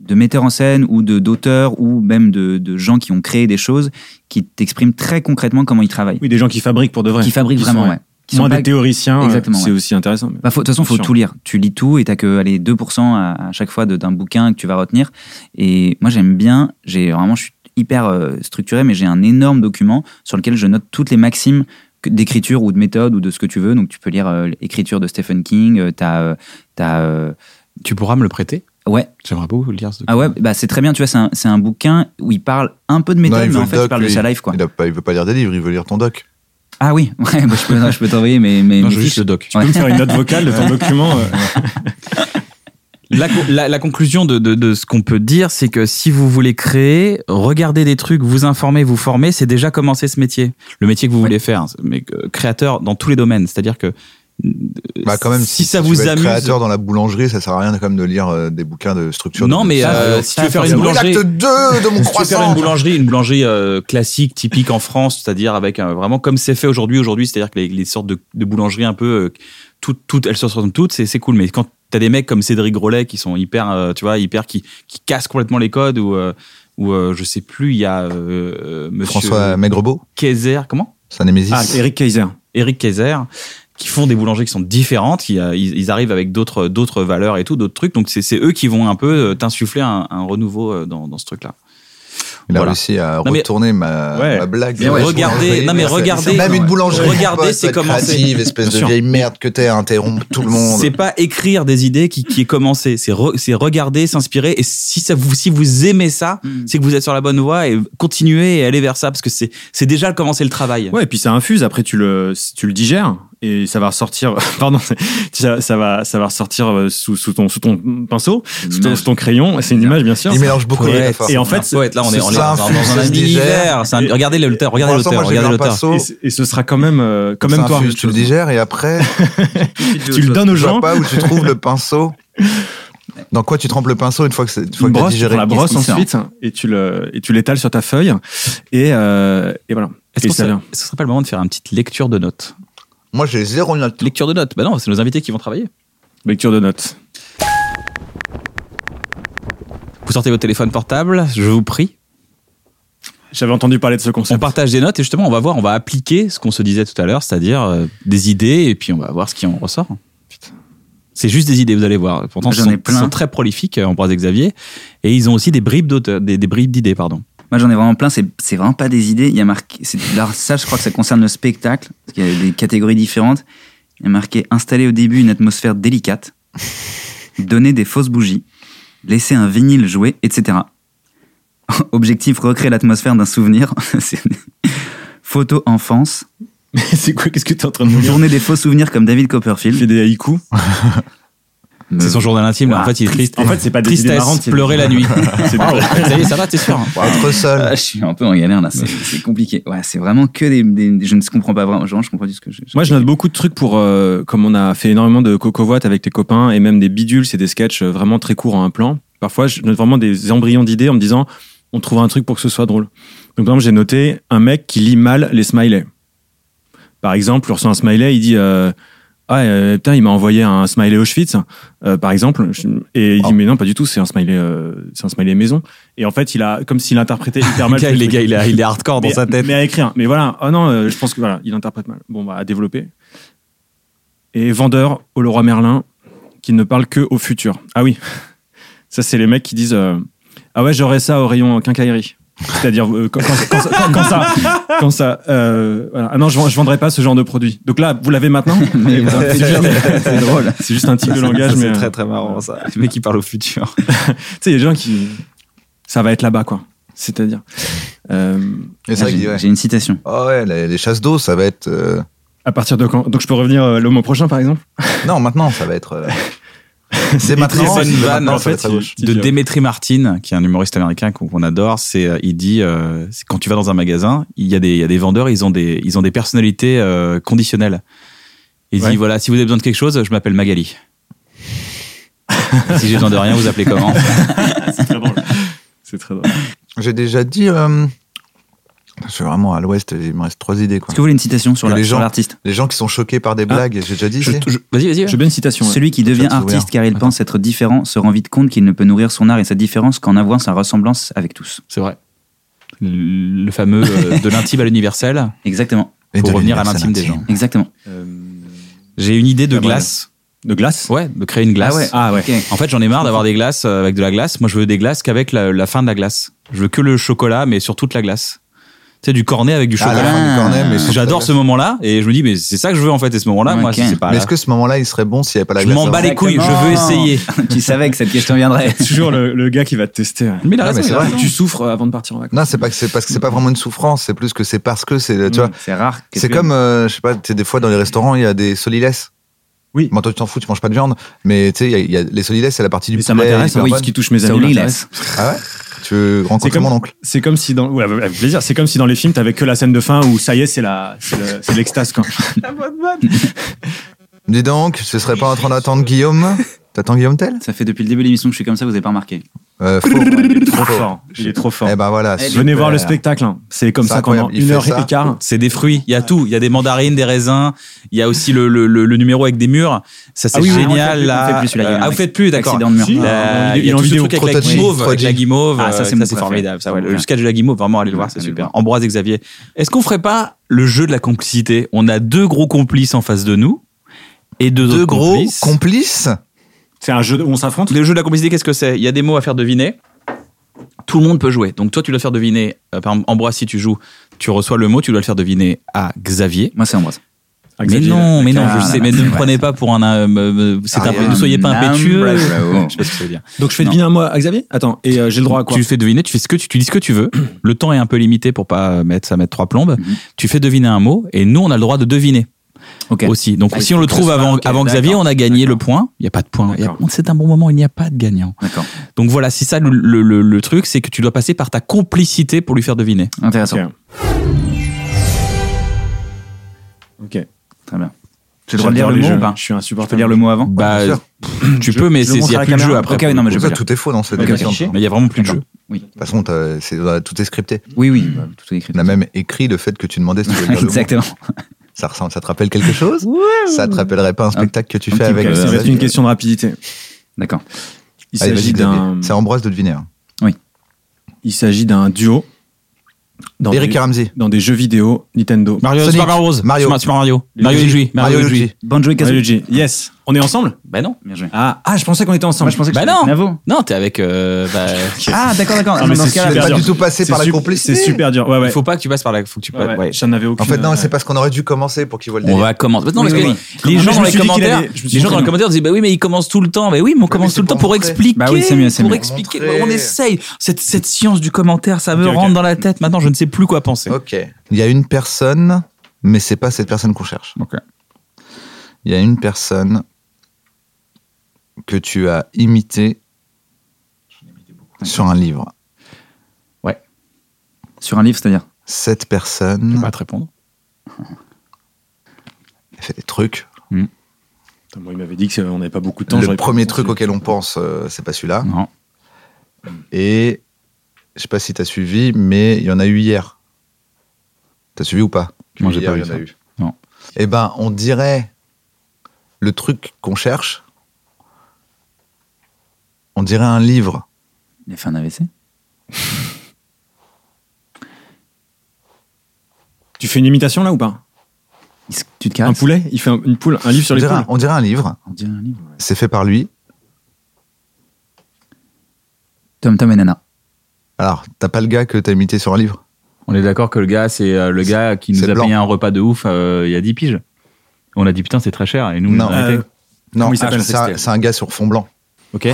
Speaker 2: de metteurs en scène ou de- d'auteurs ou même de, de gens qui ont créé des choses qui t'expriment très concrèètement comment ils travaillent.
Speaker 4: Oui, des gens qui fabriquent pour de vrai.
Speaker 2: qui fabriquent
Speaker 4: Qui sont,
Speaker 2: vraiment,
Speaker 4: ouais,
Speaker 2: ouais. Qui
Speaker 4: Moins
Speaker 2: sont pas-
Speaker 4: des théoriciens, euh,
Speaker 2: Exactement,
Speaker 4: c'est
Speaker 2: ouais.
Speaker 4: aussi intéressant. mais-
Speaker 2: bah, faut- de toute façon, faut
Speaker 4: Sûr.
Speaker 2: tout lire. Tu lis tout et t'as que allez, 2% à, à chaque fois de- d'un bouquin que tu vas retenir. Et moi, j'aime bien. J'ai vraiment, je suis hyper euh, structuré, mais j'ai un énorme document sur lequel je note toutes les maximes que- d'écriture ou de méthode ou de ce que tu veux. Donc, tu peux lire euh, l'écriture de Stephen King. euh, t'as, euh, t'as, euh,
Speaker 1: Tu pourras me le prêter
Speaker 2: ouais.
Speaker 1: J'aimerais beaucoup lire ce
Speaker 2: Ah ouais. Bah, c'est très bien. Tu vois, c'est un, c'est un bouquin où il parle un peu de méthode,
Speaker 3: Non, il
Speaker 2: mais
Speaker 3: veut
Speaker 2: en
Speaker 3: le
Speaker 2: fait, il
Speaker 3: doc,
Speaker 2: parle de
Speaker 3: lui.
Speaker 2: sa life, quoi.
Speaker 3: Il a pas- il veut pas lire des livres, il veut lire ton doc.
Speaker 2: Ah oui. Ouais. bah, je peux, non, je peux t'envoyer, mais mais.
Speaker 1: Non,
Speaker 2: mes
Speaker 1: je veux juste
Speaker 2: fiches.
Speaker 1: le doc.
Speaker 4: Tu peux me faire une note vocale de ton document euh,
Speaker 1: La, co- la- la conclusion de, de- de ce qu'on peut dire, c'est que si vous voulez créer, regardez des trucs, vous informer, vous former, c'est déjà commencer ce métier. Le métier que vous voulez faire, hein, mais que- créateur dans tous les domaines. C'est-à-dire que euh,
Speaker 3: Bah quand même,
Speaker 1: si,
Speaker 3: si,
Speaker 1: ça
Speaker 3: tu
Speaker 1: vous
Speaker 3: veux être
Speaker 1: amuse,
Speaker 3: créateur dans la boulangerie, ça sert à rien quand même de lire euh, des bouquins de structure.
Speaker 1: non
Speaker 3: de-
Speaker 1: mais
Speaker 3: Ça,
Speaker 1: euh,
Speaker 3: euh,
Speaker 1: si tu veux
Speaker 2: ça,
Speaker 1: faire
Speaker 3: c'est
Speaker 1: une
Speaker 3: où
Speaker 1: boulangerie,
Speaker 3: l'acte 2 de mon
Speaker 1: si tu veux faire
Speaker 3: croissant.
Speaker 1: une boulangerie, une boulangerie euh, classique, typique en France, c'est-à-dire avec un- vraiment comme c'est fait aujourd'hui, aujourd'hui, c'est-à-dire que les, les sortes de, de boulangeries un peu euh, toutes, toutes, elles se ressemblent toutes, c'est c'est cool. Mais quand t'as des mecs comme Cédric Grolet qui sont hyper, euh, tu vois, hyper qui, qui cassent complètement les codes ou euh, ou euh, je sais plus, il y a euh, euh, Monsieur
Speaker 3: François Maigrebeau,
Speaker 1: Kaiser, comment
Speaker 3: c'est un Némésis.
Speaker 4: Ah, Eric Kaiser.
Speaker 1: Eric Kaiser, qui font des boulangeries qui sont différentes, qui, euh, ils, ils arrivent avec d'autres d'autres valeurs et tout, d'autres trucs. Donc c'est c'est eux qui vont un peu euh, t'insuffler un, un renouveau euh, dans, dans ce truc-là.
Speaker 3: il a
Speaker 1: voilà.
Speaker 3: réussi à
Speaker 1: Non, mais-
Speaker 3: retourner ma,
Speaker 1: Ouais.
Speaker 3: ma blague.
Speaker 1: Mais ouais, regardez- non, mais
Speaker 3: Merci.
Speaker 1: regardez-
Speaker 3: Même une boulangerie.
Speaker 1: regardez,
Speaker 3: pote,
Speaker 1: c'est
Speaker 3: être
Speaker 1: commencé.
Speaker 3: créative, espèce
Speaker 1: Bien
Speaker 3: de
Speaker 1: sûr.
Speaker 3: vieille merde que t'es, interrompre tout le monde.
Speaker 1: C'est pas écrire des idées qui, qui est commencé, c'est re- c'est regarder, s'inspirer. Et si ça vous si vous aimez ça,
Speaker 2: Mm.
Speaker 1: c'est que vous êtes sur la bonne voie et continuez et allez vers ça parce que c'est c'est déjà commencer le travail.
Speaker 4: Ouais, et puis ça infuse. Après, tu le, tu le digères et ça va ressortir. Pardon, c'est- ça, ça va, ça va ressortir euh, sous, sous ton, sous ton pinceau, sous ton,
Speaker 2: image.
Speaker 4: sous ton crayon. C'est une image, bien sûr.
Speaker 3: Il mélange beaucoup de
Speaker 4: et,
Speaker 3: métaphores.
Speaker 4: et en fait,
Speaker 1: Ouais, là on est, on est
Speaker 3: ça
Speaker 1: dans
Speaker 3: infuse,
Speaker 1: un
Speaker 3: ça se digère.
Speaker 1: univers. C'est un- Regardez l'auteur, regardez
Speaker 3: Pour l'instant,
Speaker 1: l'auteur,
Speaker 3: moi, j'ai
Speaker 1: regardez
Speaker 3: mis un
Speaker 1: l'auteur.
Speaker 3: pinceau,
Speaker 4: et, ce- et ce sera quand même, euh, quand
Speaker 3: ça
Speaker 4: même
Speaker 1: hein,
Speaker 4: toi.
Speaker 3: infuse, tu le digères et après,
Speaker 4: Tu le donnes aux
Speaker 3: je vois
Speaker 4: gens.
Speaker 3: pas où tu trouves le pinceau. Dans quoi tu trempes le pinceau une fois que c'est- une fois
Speaker 4: une
Speaker 3: que t'as
Speaker 4: brosse, tu
Speaker 3: digéré
Speaker 4: prends la brosse
Speaker 2: Qu'est-ce qui
Speaker 4: ensuite et tu le, et tu l'étales sur ta feuille et, euh, et voilà.
Speaker 1: Est-ce
Speaker 4: Et
Speaker 1: que
Speaker 4: ça
Speaker 1: ça,
Speaker 4: vient.
Speaker 1: ce serait pas le moment de faire une petite lecture de notes
Speaker 3: Moi, j'ai zéro note.
Speaker 1: Lecture de notes Bah non, c'est nos invités qui vont travailler.
Speaker 4: Lecture de notes.
Speaker 1: Vous sortez votre téléphone portable, je vous prie.
Speaker 4: J'avais entendu parler de ce concept.
Speaker 1: On partage des notes et justement, on va voir, on va appliquer ce qu'on se disait tout à l'heure, c'est-à-dire euh, des idées et puis on va voir ce qui en ressort. C'est juste des idées, vous allez voir. Pourtant,
Speaker 2: J'en
Speaker 1: ils sont,
Speaker 2: ai plein.
Speaker 1: ils sont très prolifiques, euh, Ambroise et Xavier, et ils ont aussi des bribes d'auteurs, des, des bribes d'idées, pardon.
Speaker 4: Euh,
Speaker 2: Moi, j'en ai vraiment plein. C'est c'est vraiment pas des idées. Il y a marqué. c'est- Alors, ça, je crois que ça concerne le spectacle, parce qu'il y a des catégories différentes. Il y a marqué installer au début une atmosphère délicate, donner des fausses bougies, laisser un vinyle jouer, etc. Objectif recréer l'atmosphère d'un souvenir. C'est- Photo enfance,
Speaker 4: c'est quoi Qu'est-ce que t'es en train de nous dire
Speaker 2: journée des faux souvenirs comme David
Speaker 4: Il fait
Speaker 2: Copperfield.
Speaker 4: des haïkus.
Speaker 1: C'est son journal intime, là.
Speaker 2: Ah,
Speaker 1: en fait, il est triste.
Speaker 4: En fait, c'est pas des idées
Speaker 1: Tristesse,
Speaker 4: marrantes. c'est-
Speaker 1: pleurer la nuit.
Speaker 4: C'est-
Speaker 1: Waouh, Xavier, ça va, t'es sûr
Speaker 3: Être
Speaker 2: Ah,
Speaker 3: seul.
Speaker 2: je suis un peu en galère là, c'est c'est compliqué. Ouais, c'est vraiment que des, des- Je ne comprends pas vraiment. Genre, je comprends du ce que je.
Speaker 4: Moi, je note beaucoup de trucs pour, euh, comme on a fait énormément de cocovoites avec les copains et même des bidules, c'est des sketchs euh, vraiment très courts à un plan. Parfois, je note vraiment des embryons d'idées en me disant, on trouvera un truc pour que ce soit drôle. Donc, par exemple, j'ai noté un mec qui lit mal les smileys. Par exemple, il reçoit un smiley, il dit, euh, ah euh, putain il m'a envoyé un smiley Auschwitz euh, par exemple Je- et il
Speaker 1: Oh.
Speaker 4: dit mais non pas du tout c'est un smiley euh, c'est un smiley maison et en fait il a comme s'il interprétait hyper mal
Speaker 1: Le gars,
Speaker 4: le
Speaker 1: les
Speaker 4: truc.
Speaker 1: gars, il, a- il est hardcore dans
Speaker 4: mais,
Speaker 1: sa tête.
Speaker 4: mais à écrire mais voilà ah non euh, je pense que voilà il interprète mal bon bah à développer et vendeur au Leroy Merlin qui ne parle que au futur ah oui ça c'est les mecs qui disent euh, ah ouais j'aurais ça au rayon quincaillerie c'est-à-dire euh, quand, quand- quand ça- quand- quand ça, quand ça euh, voilà. ah non je, vend- je vendrai pas ce genre de produit donc là vous l'avez maintenant
Speaker 2: Mais
Speaker 4: Et vous-
Speaker 2: voilà,
Speaker 4: c'est
Speaker 2: c'est
Speaker 4: juste-
Speaker 2: c'est drôle.
Speaker 4: c'est juste un type de langage,
Speaker 1: Ça,
Speaker 4: mais
Speaker 1: c'est
Speaker 4: euh,
Speaker 1: très très marrant ça. Le mec qui parle au futur.
Speaker 4: tu sais, il y a des gens qui. Ça va être là-bas, quoi. C'est-à-dire. euh,
Speaker 3: Et c'est
Speaker 2: Ah,
Speaker 3: vrai qu'il dit,
Speaker 2: J'ai
Speaker 3: ouais.
Speaker 2: j'ai une citation.
Speaker 3: Ah ouais, les, les chasses d'eau, ça va être. euh,
Speaker 4: à partir de quand Donc je peux revenir euh, le mois prochain, par exemple
Speaker 3: Non, maintenant, ça va être. euh, C'est maintenant.
Speaker 1: bonne
Speaker 3: c'est
Speaker 1: vanne,
Speaker 3: maintenant,
Speaker 4: en
Speaker 3: ça va
Speaker 4: fait,
Speaker 3: être à
Speaker 4: il-
Speaker 3: gauche.
Speaker 1: de
Speaker 4: Didier.
Speaker 1: Démétri Martin, qui est un humoriste américain qu'on qu'on adore. C'est, euh, il dit, euh, c'est quand tu vas dans un magasin, il y a des, il y a des vendeurs, ils ont des, ils ont des personnalités euh, conditionnelles. Il
Speaker 4: Ouais.
Speaker 1: dit voilà, si vous avez besoin de quelque chose, je m'appelle Magali. si j'ai besoin de rien, vous appelez comment
Speaker 4: C'est très drôle. C'est très drôle.
Speaker 3: J'ai déjà dit. euh, Je suis vraiment à l'ouest, il me reste trois idées. Quoi.
Speaker 2: Est-ce que vous voulez une citation sur
Speaker 3: Que
Speaker 2: la-
Speaker 3: les
Speaker 2: sur
Speaker 3: gens-
Speaker 2: l'artiste
Speaker 3: Les gens qui sont choqués par des blagues, j'ai déjà dit.
Speaker 1: Ah, Je-
Speaker 3: si
Speaker 1: je- Vas-y, vas-y.
Speaker 4: Je veux bien une citation. hein. ouais.
Speaker 2: Celui qui devient
Speaker 3: Peut-être
Speaker 2: artiste
Speaker 3: ouvert.
Speaker 2: car il pense être différent se rend vite compte qu'il ne peut nourrir son art et sa différence qu'en avouant sa ressemblance avec tous.
Speaker 1: C'est vrai. Le le fameux euh, de l'intime à l'universel
Speaker 2: Exactement.
Speaker 3: Et
Speaker 1: pour
Speaker 3: de
Speaker 1: revenir à
Speaker 3: l'universel
Speaker 1: l'intime des
Speaker 3: intime.
Speaker 1: gens.
Speaker 2: Exactement.
Speaker 4: Euh,
Speaker 1: J'ai une idée de
Speaker 4: Ah, voilà.
Speaker 1: glace.
Speaker 4: de glace
Speaker 1: Ouais, de créer une glace.
Speaker 2: Ah ouais.
Speaker 4: Ah ouais.
Speaker 2: Ok.
Speaker 1: En fait, j'en ai marre d'avoir des glaces euh, avec de la glace. Moi, je veux des glaces qu'avec la, la fin de la glace. Je veux que le chocolat, mais surtout de la glace. Tu sais, du cornet avec du
Speaker 3: Ah, la
Speaker 1: chocolat.
Speaker 3: fin du cornet, mais sans
Speaker 1: J'adore
Speaker 3: la
Speaker 1: ce moment-là et je me dis, mais c'est ça que je veux en fait. Et ce moment-là, moi,
Speaker 2: Ok.
Speaker 1: si c'est pas
Speaker 3: Mais
Speaker 1: là.
Speaker 3: est-ce que ce moment-là, il serait bon s'il n'y avait pas la
Speaker 1: Je
Speaker 3: glace
Speaker 1: m'en bats
Speaker 3: avant
Speaker 1: les couilles, je veux essayer.
Speaker 2: tu savais que cette question viendrait.
Speaker 4: Toujours le, le gars qui va te tester. hein. ouais.
Speaker 1: Mais il a
Speaker 3: Ah,
Speaker 1: raison,
Speaker 3: mais c'est
Speaker 1: il a
Speaker 3: vrai.
Speaker 1: raison.
Speaker 4: Tu souffres euh, avant de partir en vacances.
Speaker 3: Non, c'est pas que c'est parce que c'est pas vraiment une souffrance, c'est plus que c'est parce que c'est. Tu
Speaker 4: Mm.
Speaker 3: vois,
Speaker 2: C'est rare. que
Speaker 3: c'est
Speaker 2: tu-
Speaker 3: comme, euh, je sais pas, tu sais, des fois dans les restaurants, il y a des solilès.
Speaker 4: Oui.
Speaker 3: Bon, toi, tu t'en fous, tu manges pas de viande, mais tu sais, il y a- il y a, les solilès, c'est la partie du
Speaker 4: Mais ça
Speaker 3: poulet
Speaker 4: m'intéresse, hein,
Speaker 3: hyper
Speaker 4: oui,
Speaker 3: bonne.
Speaker 4: ce qui touche mes
Speaker 2: Ça
Speaker 4: amis.
Speaker 2: oublie,
Speaker 4: m'intéresse.
Speaker 3: Ah ouais Tu veux
Speaker 4: C'est
Speaker 3: rencontrer
Speaker 4: comme,
Speaker 3: mon oncle
Speaker 4: c'est comme si dans, ouais, avec plaisir. C'est comme si dans les films, t'avais que la scène de fin où ça y est, c'est la, c'est le- c'est l'extase quand.
Speaker 3: Dis donc, ce serait pas en train d'attendre Guillaume T'attends Guillaume Tell
Speaker 2: Ça fait depuis le début de l'émission que je suis comme ça, vous avez pas remarqué.
Speaker 3: euh, faux.
Speaker 4: Il est trop fort. Il est trop fort.
Speaker 3: Eh ben voilà.
Speaker 2: Eh,
Speaker 4: Venez
Speaker 3: super.
Speaker 4: voir le spectacle. hein. C'est comme
Speaker 3: C'est
Speaker 4: ça qu'on en
Speaker 3: incroyable, il
Speaker 4: une
Speaker 3: fait
Speaker 4: heure
Speaker 3: ça.
Speaker 4: et quart.
Speaker 1: C'est des fruits, il y a tout. Il y a des mandarines, des raisins, il y a aussi le, le, le- le numéro avec des murs. Ça, c'est
Speaker 2: Ah oui, oui,
Speaker 1: génial.
Speaker 2: on
Speaker 1: là.
Speaker 2: fait plus, on fait plus celui-là, il y a
Speaker 1: ah,
Speaker 2: un
Speaker 1: vous faites plus, d'accord.
Speaker 2: accident de mur.
Speaker 4: Si.
Speaker 1: La-
Speaker 4: Ah,
Speaker 1: il y a
Speaker 4: en
Speaker 1: tout ce
Speaker 4: vidéo.
Speaker 1: truc avec la
Speaker 3: Prodigy.
Speaker 1: guimauve, avec la
Speaker 3: Prodigy.
Speaker 1: guimauve.
Speaker 2: Ah, ça,
Speaker 1: euh,
Speaker 2: c'est mon préféré.
Speaker 1: formidable. ça, ouais.
Speaker 2: C'est mon
Speaker 1: Le
Speaker 2: préféré.
Speaker 1: sketch de la guimauve, vraiment, allez le voir, c'est
Speaker 2: Allez le
Speaker 1: super.
Speaker 2: voir.
Speaker 1: Ambroise et Xavier. Est-ce qu'on ferait pas le jeu de la complicité On a deux gros complices en face de nous et deux,
Speaker 3: Deux
Speaker 1: autres
Speaker 3: gros
Speaker 1: complices.
Speaker 3: complices
Speaker 4: C'est un jeu où on s'affronte.
Speaker 1: le jeu de la complicité, qu'est-ce que c'est Il y a des mots à faire deviner. Tout le monde peut jouer. Donc toi, tu dois faire deviner. euh, par exemple, Ambroise, si tu joues, tu reçois le mot, tu dois le faire deviner à Xavier.
Speaker 2: Moi, c'est Ambroise.
Speaker 1: Mais
Speaker 4: Xavier,
Speaker 1: non, mais non,
Speaker 2: Ah,
Speaker 1: je
Speaker 2: là,
Speaker 1: sais, mais
Speaker 2: c'est
Speaker 1: ne me
Speaker 2: vrai.
Speaker 1: prenez pas pour un. euh, euh, c'est
Speaker 3: Ah,
Speaker 1: un-
Speaker 3: rien.
Speaker 1: ne soyez pas impétueux.
Speaker 2: Number,
Speaker 1: Je
Speaker 2: bravo.
Speaker 1: sais pas ce que ça veut dire.
Speaker 4: Donc je fais deviner un mot à Xavier Attends, et euh, j'ai le droit à quoi
Speaker 1: Tu fais deviner, tu fais ce que tu, tu dis ce que tu veux. Le temps est un peu limité pour pas mettre ça mettre trois plombes.
Speaker 2: Mhm.
Speaker 1: Tu fais deviner un mot et nous on a le droit de deviner
Speaker 2: Ok.
Speaker 1: aussi. Donc
Speaker 2: Ah,
Speaker 1: si
Speaker 2: il
Speaker 1: on
Speaker 2: faut
Speaker 1: le
Speaker 2: que ce
Speaker 1: trouve
Speaker 2: soit-
Speaker 1: avant
Speaker 2: ok,
Speaker 1: avant
Speaker 2: d'accord.
Speaker 1: Xavier, on a gagné le
Speaker 2: D'accord.
Speaker 1: point. Il y a pas de point. Il y a-
Speaker 4: D'accord.
Speaker 1: C'est un bon moment, il n'y a pas de gagnant.
Speaker 2: D'accord.
Speaker 1: Donc voilà, c'est ça le, le- le- le truc, c'est que tu dois passer par ta complicité pour lui faire deviner.
Speaker 2: Intéressant.
Speaker 4: Ok. Ok.
Speaker 2: Très bien. J'ai le droit de lire
Speaker 4: J'adore
Speaker 2: le
Speaker 4: les
Speaker 2: mot
Speaker 4: jeux.
Speaker 2: ou pas
Speaker 4: Je suis un
Speaker 2: Je
Speaker 4: supporter.
Speaker 2: peux lire le mot avant
Speaker 1: bah
Speaker 3: bien sûr.
Speaker 1: pff, tu
Speaker 4: Je-
Speaker 1: peux, mais
Speaker 4: je
Speaker 1: c'est
Speaker 4: montre
Speaker 1: il y
Speaker 4: à
Speaker 1: a
Speaker 4: la
Speaker 1: plus de
Speaker 4: caméra
Speaker 1: jeu
Speaker 2: après.
Speaker 1: après.
Speaker 2: Ok, oui, non, mais je
Speaker 3: Pour
Speaker 2: veux
Speaker 3: ça,
Speaker 2: lire.
Speaker 3: tout est faux dans cette
Speaker 2: Ok,
Speaker 3: émission.
Speaker 2: ok.
Speaker 3: De
Speaker 1: Mais il y a vraiment plus de jeu.
Speaker 2: D'accord. Oui.
Speaker 3: toute façon, t'as- c'est- voilà, tout est scripté.
Speaker 2: Oui, oui.
Speaker 1: Mmh.
Speaker 2: bah, Tout est écrit.
Speaker 3: On a même écrit le fait que tu demandais si tu voulais lire le mot.
Speaker 2: Exactement.
Speaker 3: Ça ressemble, ça te rappelle quelque chose Ça te rappellerait pas un spectacle que tu
Speaker 2: un
Speaker 3: fais
Speaker 2: petit
Speaker 3: avec
Speaker 2: peu,
Speaker 4: Ça
Speaker 3: euh,
Speaker 4: va être
Speaker 3: Xavier
Speaker 4: une question de rapidité.
Speaker 2: D'accord.
Speaker 4: Il
Speaker 3: Allez,
Speaker 4: s'agit
Speaker 3: vas-y,
Speaker 4: d'un.
Speaker 3: Xavier. C'est Ambroise de deviner. hein.
Speaker 4: Il s'agit d'un duo. Dans
Speaker 3: Eric
Speaker 4: des,
Speaker 3: Ramsey.
Speaker 4: dans des jeux vidéo Nintendo.
Speaker 1: Mario,
Speaker 3: Sonic,
Speaker 1: Super Mario Bros.
Speaker 3: Mario.
Speaker 1: Super- Super Mario, Mario
Speaker 4: Luigi.
Speaker 1: Luigi, Mario Luigi.
Speaker 2: Banjo et Kazooie.
Speaker 4: Luigi. Yes. On est ensemble
Speaker 1: Bah non.
Speaker 2: Bien joué.
Speaker 4: Ah, ah, je pensais qu'on était ensemble.
Speaker 2: Moi, je pensais que
Speaker 1: Bah
Speaker 2: c'était
Speaker 1: non.
Speaker 2: Navo.
Speaker 1: Non, t'es avec. euh, bah,
Speaker 2: Ah, d'accord, d'accord.
Speaker 4: Ah, mais
Speaker 2: Non, Dans
Speaker 4: c'est
Speaker 2: ce cas-là,
Speaker 3: T'es
Speaker 4: super
Speaker 3: pas
Speaker 4: dur.
Speaker 3: du tout passé
Speaker 4: C'est
Speaker 3: par la
Speaker 4: sup-
Speaker 3: complicité.
Speaker 4: C'est super dur. Ouais, ouais.
Speaker 1: Il faut pas que tu passes par là. Faut que tu
Speaker 4: Ouais,
Speaker 1: passes.
Speaker 4: ouais.
Speaker 1: ouais.
Speaker 4: J'en avais aucune. euh,
Speaker 3: En fait, non,
Speaker 4: ouais.
Speaker 3: c'est parce qu'on aurait dû commencer pour qu'il voit le
Speaker 1: On
Speaker 3: délire.
Speaker 1: va commencer. Non,
Speaker 2: Oui,
Speaker 1: parce que
Speaker 2: oui,
Speaker 1: les
Speaker 4: oui.
Speaker 1: gens
Speaker 4: Je
Speaker 1: dans
Speaker 4: me
Speaker 1: les
Speaker 4: suis dit qu'il
Speaker 1: commentaires,
Speaker 4: allait- je me suis
Speaker 1: les gens
Speaker 4: dit
Speaker 1: dans les
Speaker 4: que non.
Speaker 1: commentaires disent bah oui, mais il commence tout le temps. Mais oui, mais on commence
Speaker 3: c'est
Speaker 1: tout le
Speaker 3: pour
Speaker 1: temps pour
Speaker 3: montrer.
Speaker 1: expliquer.
Speaker 2: Bah oui, c'est mieux, c'est
Speaker 1: Pour
Speaker 2: mieux.
Speaker 1: expliquer.
Speaker 3: Montrer.
Speaker 1: On essaye. Cette, cette science du commentaire, ça me
Speaker 4: Ok, ok.
Speaker 1: rentre dans la tête. Maintenant, je ne sais plus quoi penser.
Speaker 3: Ok. Il y a une personne, mais c'est pas cette personne qu'on cherche.
Speaker 1: Ok.
Speaker 3: Il y a une personne que tu as imitée sur un livre.
Speaker 2: Sur un livre, c'est-à-dire
Speaker 3: Cette
Speaker 1: Je
Speaker 3: personne
Speaker 1: vais pas te répondre.
Speaker 3: elle fait des trucs.
Speaker 4: Attends, moi, il m'avait dit qu'on n'avait pas beaucoup de temps.
Speaker 3: le
Speaker 4: j'aurais pu
Speaker 3: premier
Speaker 4: penser.
Speaker 3: truc auquel on pense, euh, c'est pas celui-là.
Speaker 1: Non.
Speaker 3: Et je sais pas si tu as suivi, mais il y en a eu hier. T'as suivi ou pas
Speaker 1: Moi, j'ai
Speaker 3: Hier,
Speaker 1: pas
Speaker 3: il
Speaker 1: vu
Speaker 3: y en
Speaker 1: ça.
Speaker 3: a eu.
Speaker 1: Non.
Speaker 3: Eh ben, on dirait le truc qu'on cherche, on dirait un livre.
Speaker 2: Il a fait un AVC
Speaker 4: Tu fais une imitation là ou pas
Speaker 2: Il se- Tu te
Speaker 4: Un
Speaker 2: casses
Speaker 4: poulet Il fait un- une poule, un livre sur
Speaker 3: On
Speaker 4: les
Speaker 3: dirait,
Speaker 4: poules
Speaker 3: un, on dirait un livre.
Speaker 2: On dirait un livre.
Speaker 3: C'est fait par lui.
Speaker 2: Tom Tom et Nana.
Speaker 3: Alors, t'as pas le gars que t'as imité sur un livre
Speaker 1: On est d'accord que le gars, c'est euh, le gars qui nous
Speaker 3: c'est
Speaker 1: a payé
Speaker 3: blanc.
Speaker 1: un repas de ouf euh, il y a 10 piges. On a dit putain, c'est très cher. Et nous,
Speaker 3: Non.
Speaker 1: on a arrêté.
Speaker 3: Non,
Speaker 4: Comment il s'appelle,
Speaker 3: c'est un,
Speaker 4: Sextel
Speaker 3: c'est un gars sur fond blanc.
Speaker 1: Ok.